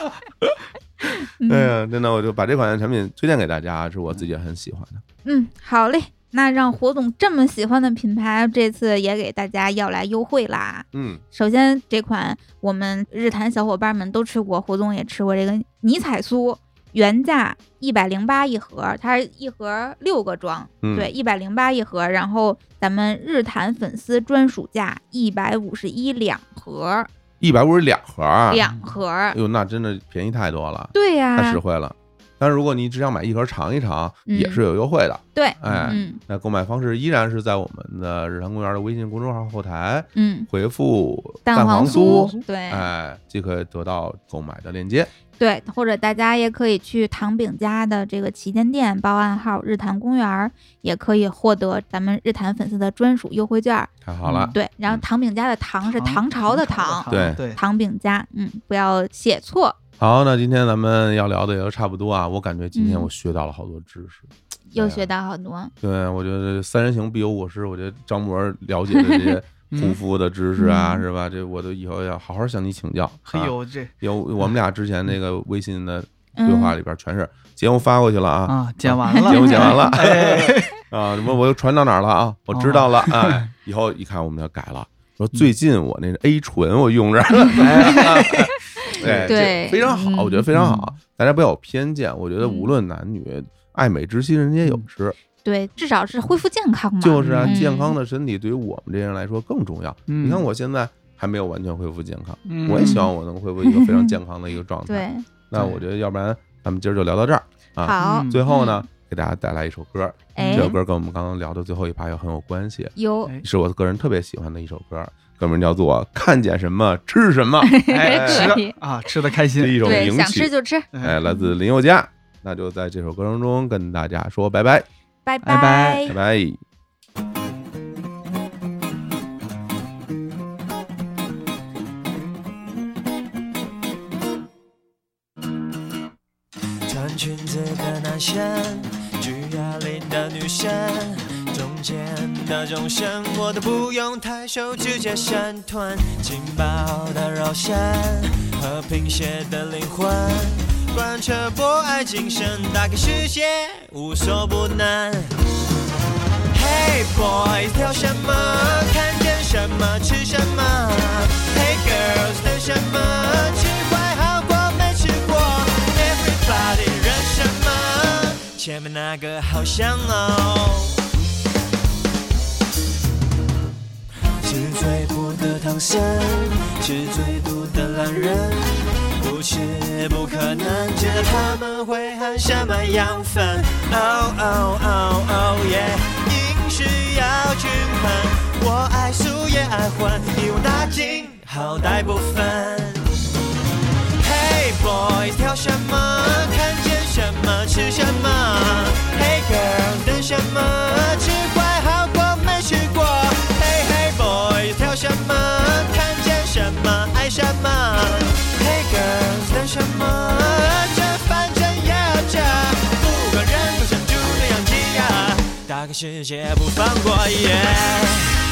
哎嗯呀，真的，我就把这款产品推荐给大家，是我自己也很喜欢的。嗯，好嘞。那让火总这么喜欢的品牌，这次也给大家要来优惠啦。嗯，首先，这款我们日坛小伙伴们都吃过，火总也吃过这个尼彩酥，原价一百零八一盒，它是一盒六个装，嗯对，一百零八一盒。然后咱们日坛粉丝专属价一百五十一两盒，一百五十两盒儿，两啊盒哎。呦，那真的便宜太多了。对呀、太实惠了。但是如果你只想买一盒尝一尝，嗯也是有优惠的。对，哎，嗯那购买方式依然是在我们的日坛公园的微信公众号后台嗯，回复“蛋黄酥，酥”，对、哎，即可得到购买的链接。对，或者大家也可以去唐饼家的这个旗舰店报暗号“日坛公园儿”，也可以获得咱们日坛粉丝的专属优惠券儿。太好了，对，然后嗯唐饼家的唐是唐唐朝的唐唐，朝对的对，唐饼家，嗯，不要写错，好，那今天咱们要聊的也就差不多啊。我感觉今天嗯我学到了好多知识。又哎呀学到好多。对，我觉得三人行必有我师，我觉得张博了解的这些护嗯肤的知识啊，嗯是吧？这我都以后要好好向你请教。嘿啊哎呦这有我们俩之前那个微信的嗯对话里边全是节目发过去了啊，啊，剪完 了，节目剪完了 哎，啊，什么我又传到哪儿了哦啊？我知道了， 哎，以后一看我们要改了，说最近我嗯那个 A 醇我用上 了，哎哎对这非常好，嗯我觉得非常好，大家不要有偏见，我觉得无论男女，爱美之心人皆有之，对，至少是恢复健康嘛。就是啊，嗯健康的身体对于我们这些人来说更重要。嗯你看我现在还没有完全恢复健康，嗯我也 希望我能恢复一个非常健康的一个状态。对，那我觉得，要不然咱们今儿就聊到这儿啊。好，最后呢，给大家带来一首歌，嗯哎这首歌跟我们刚刚聊的最后一趴又很有关系，有哎是我个人特别喜欢的一首歌，歌名叫做《看见什么吃什么》， 哎，可以吃啊，吃的开是心，一首对，名想吃曲，就吃，哎，来自林宥嘉。那就在这首歌当中跟大家说拜拜，拜拜拜拜拜。穿裙子的男生，举哑铃的女生，中间的中生，我都不用抬手直接闪团，劲爆的肉身和贫血的灵魂，贯彻博爱精神，打开世界无所不能。Hey boys，聊什么？看见什么？吃什么？Hey girls，等什么？吃坏好过没吃过？Everybody，认什么？前面那个好香哦。吃最苦的唐僧，吃最毒的懒人，不吃不可能，知道他们会喊什么羊粉。哦哦哦哦耶，饮食要均衡，我爱素也爱荤，一网打尽，好歹不分。Hey boys，挑什么？看见什么吃什么？Hey girl，等什么？吃坏好过没吃过？Hey hey boys，挑什么？看见什么爱什么？Hey girls，等什么？这反正也要这，不管人口像猪那样挤压，打开世界不放过。Yeah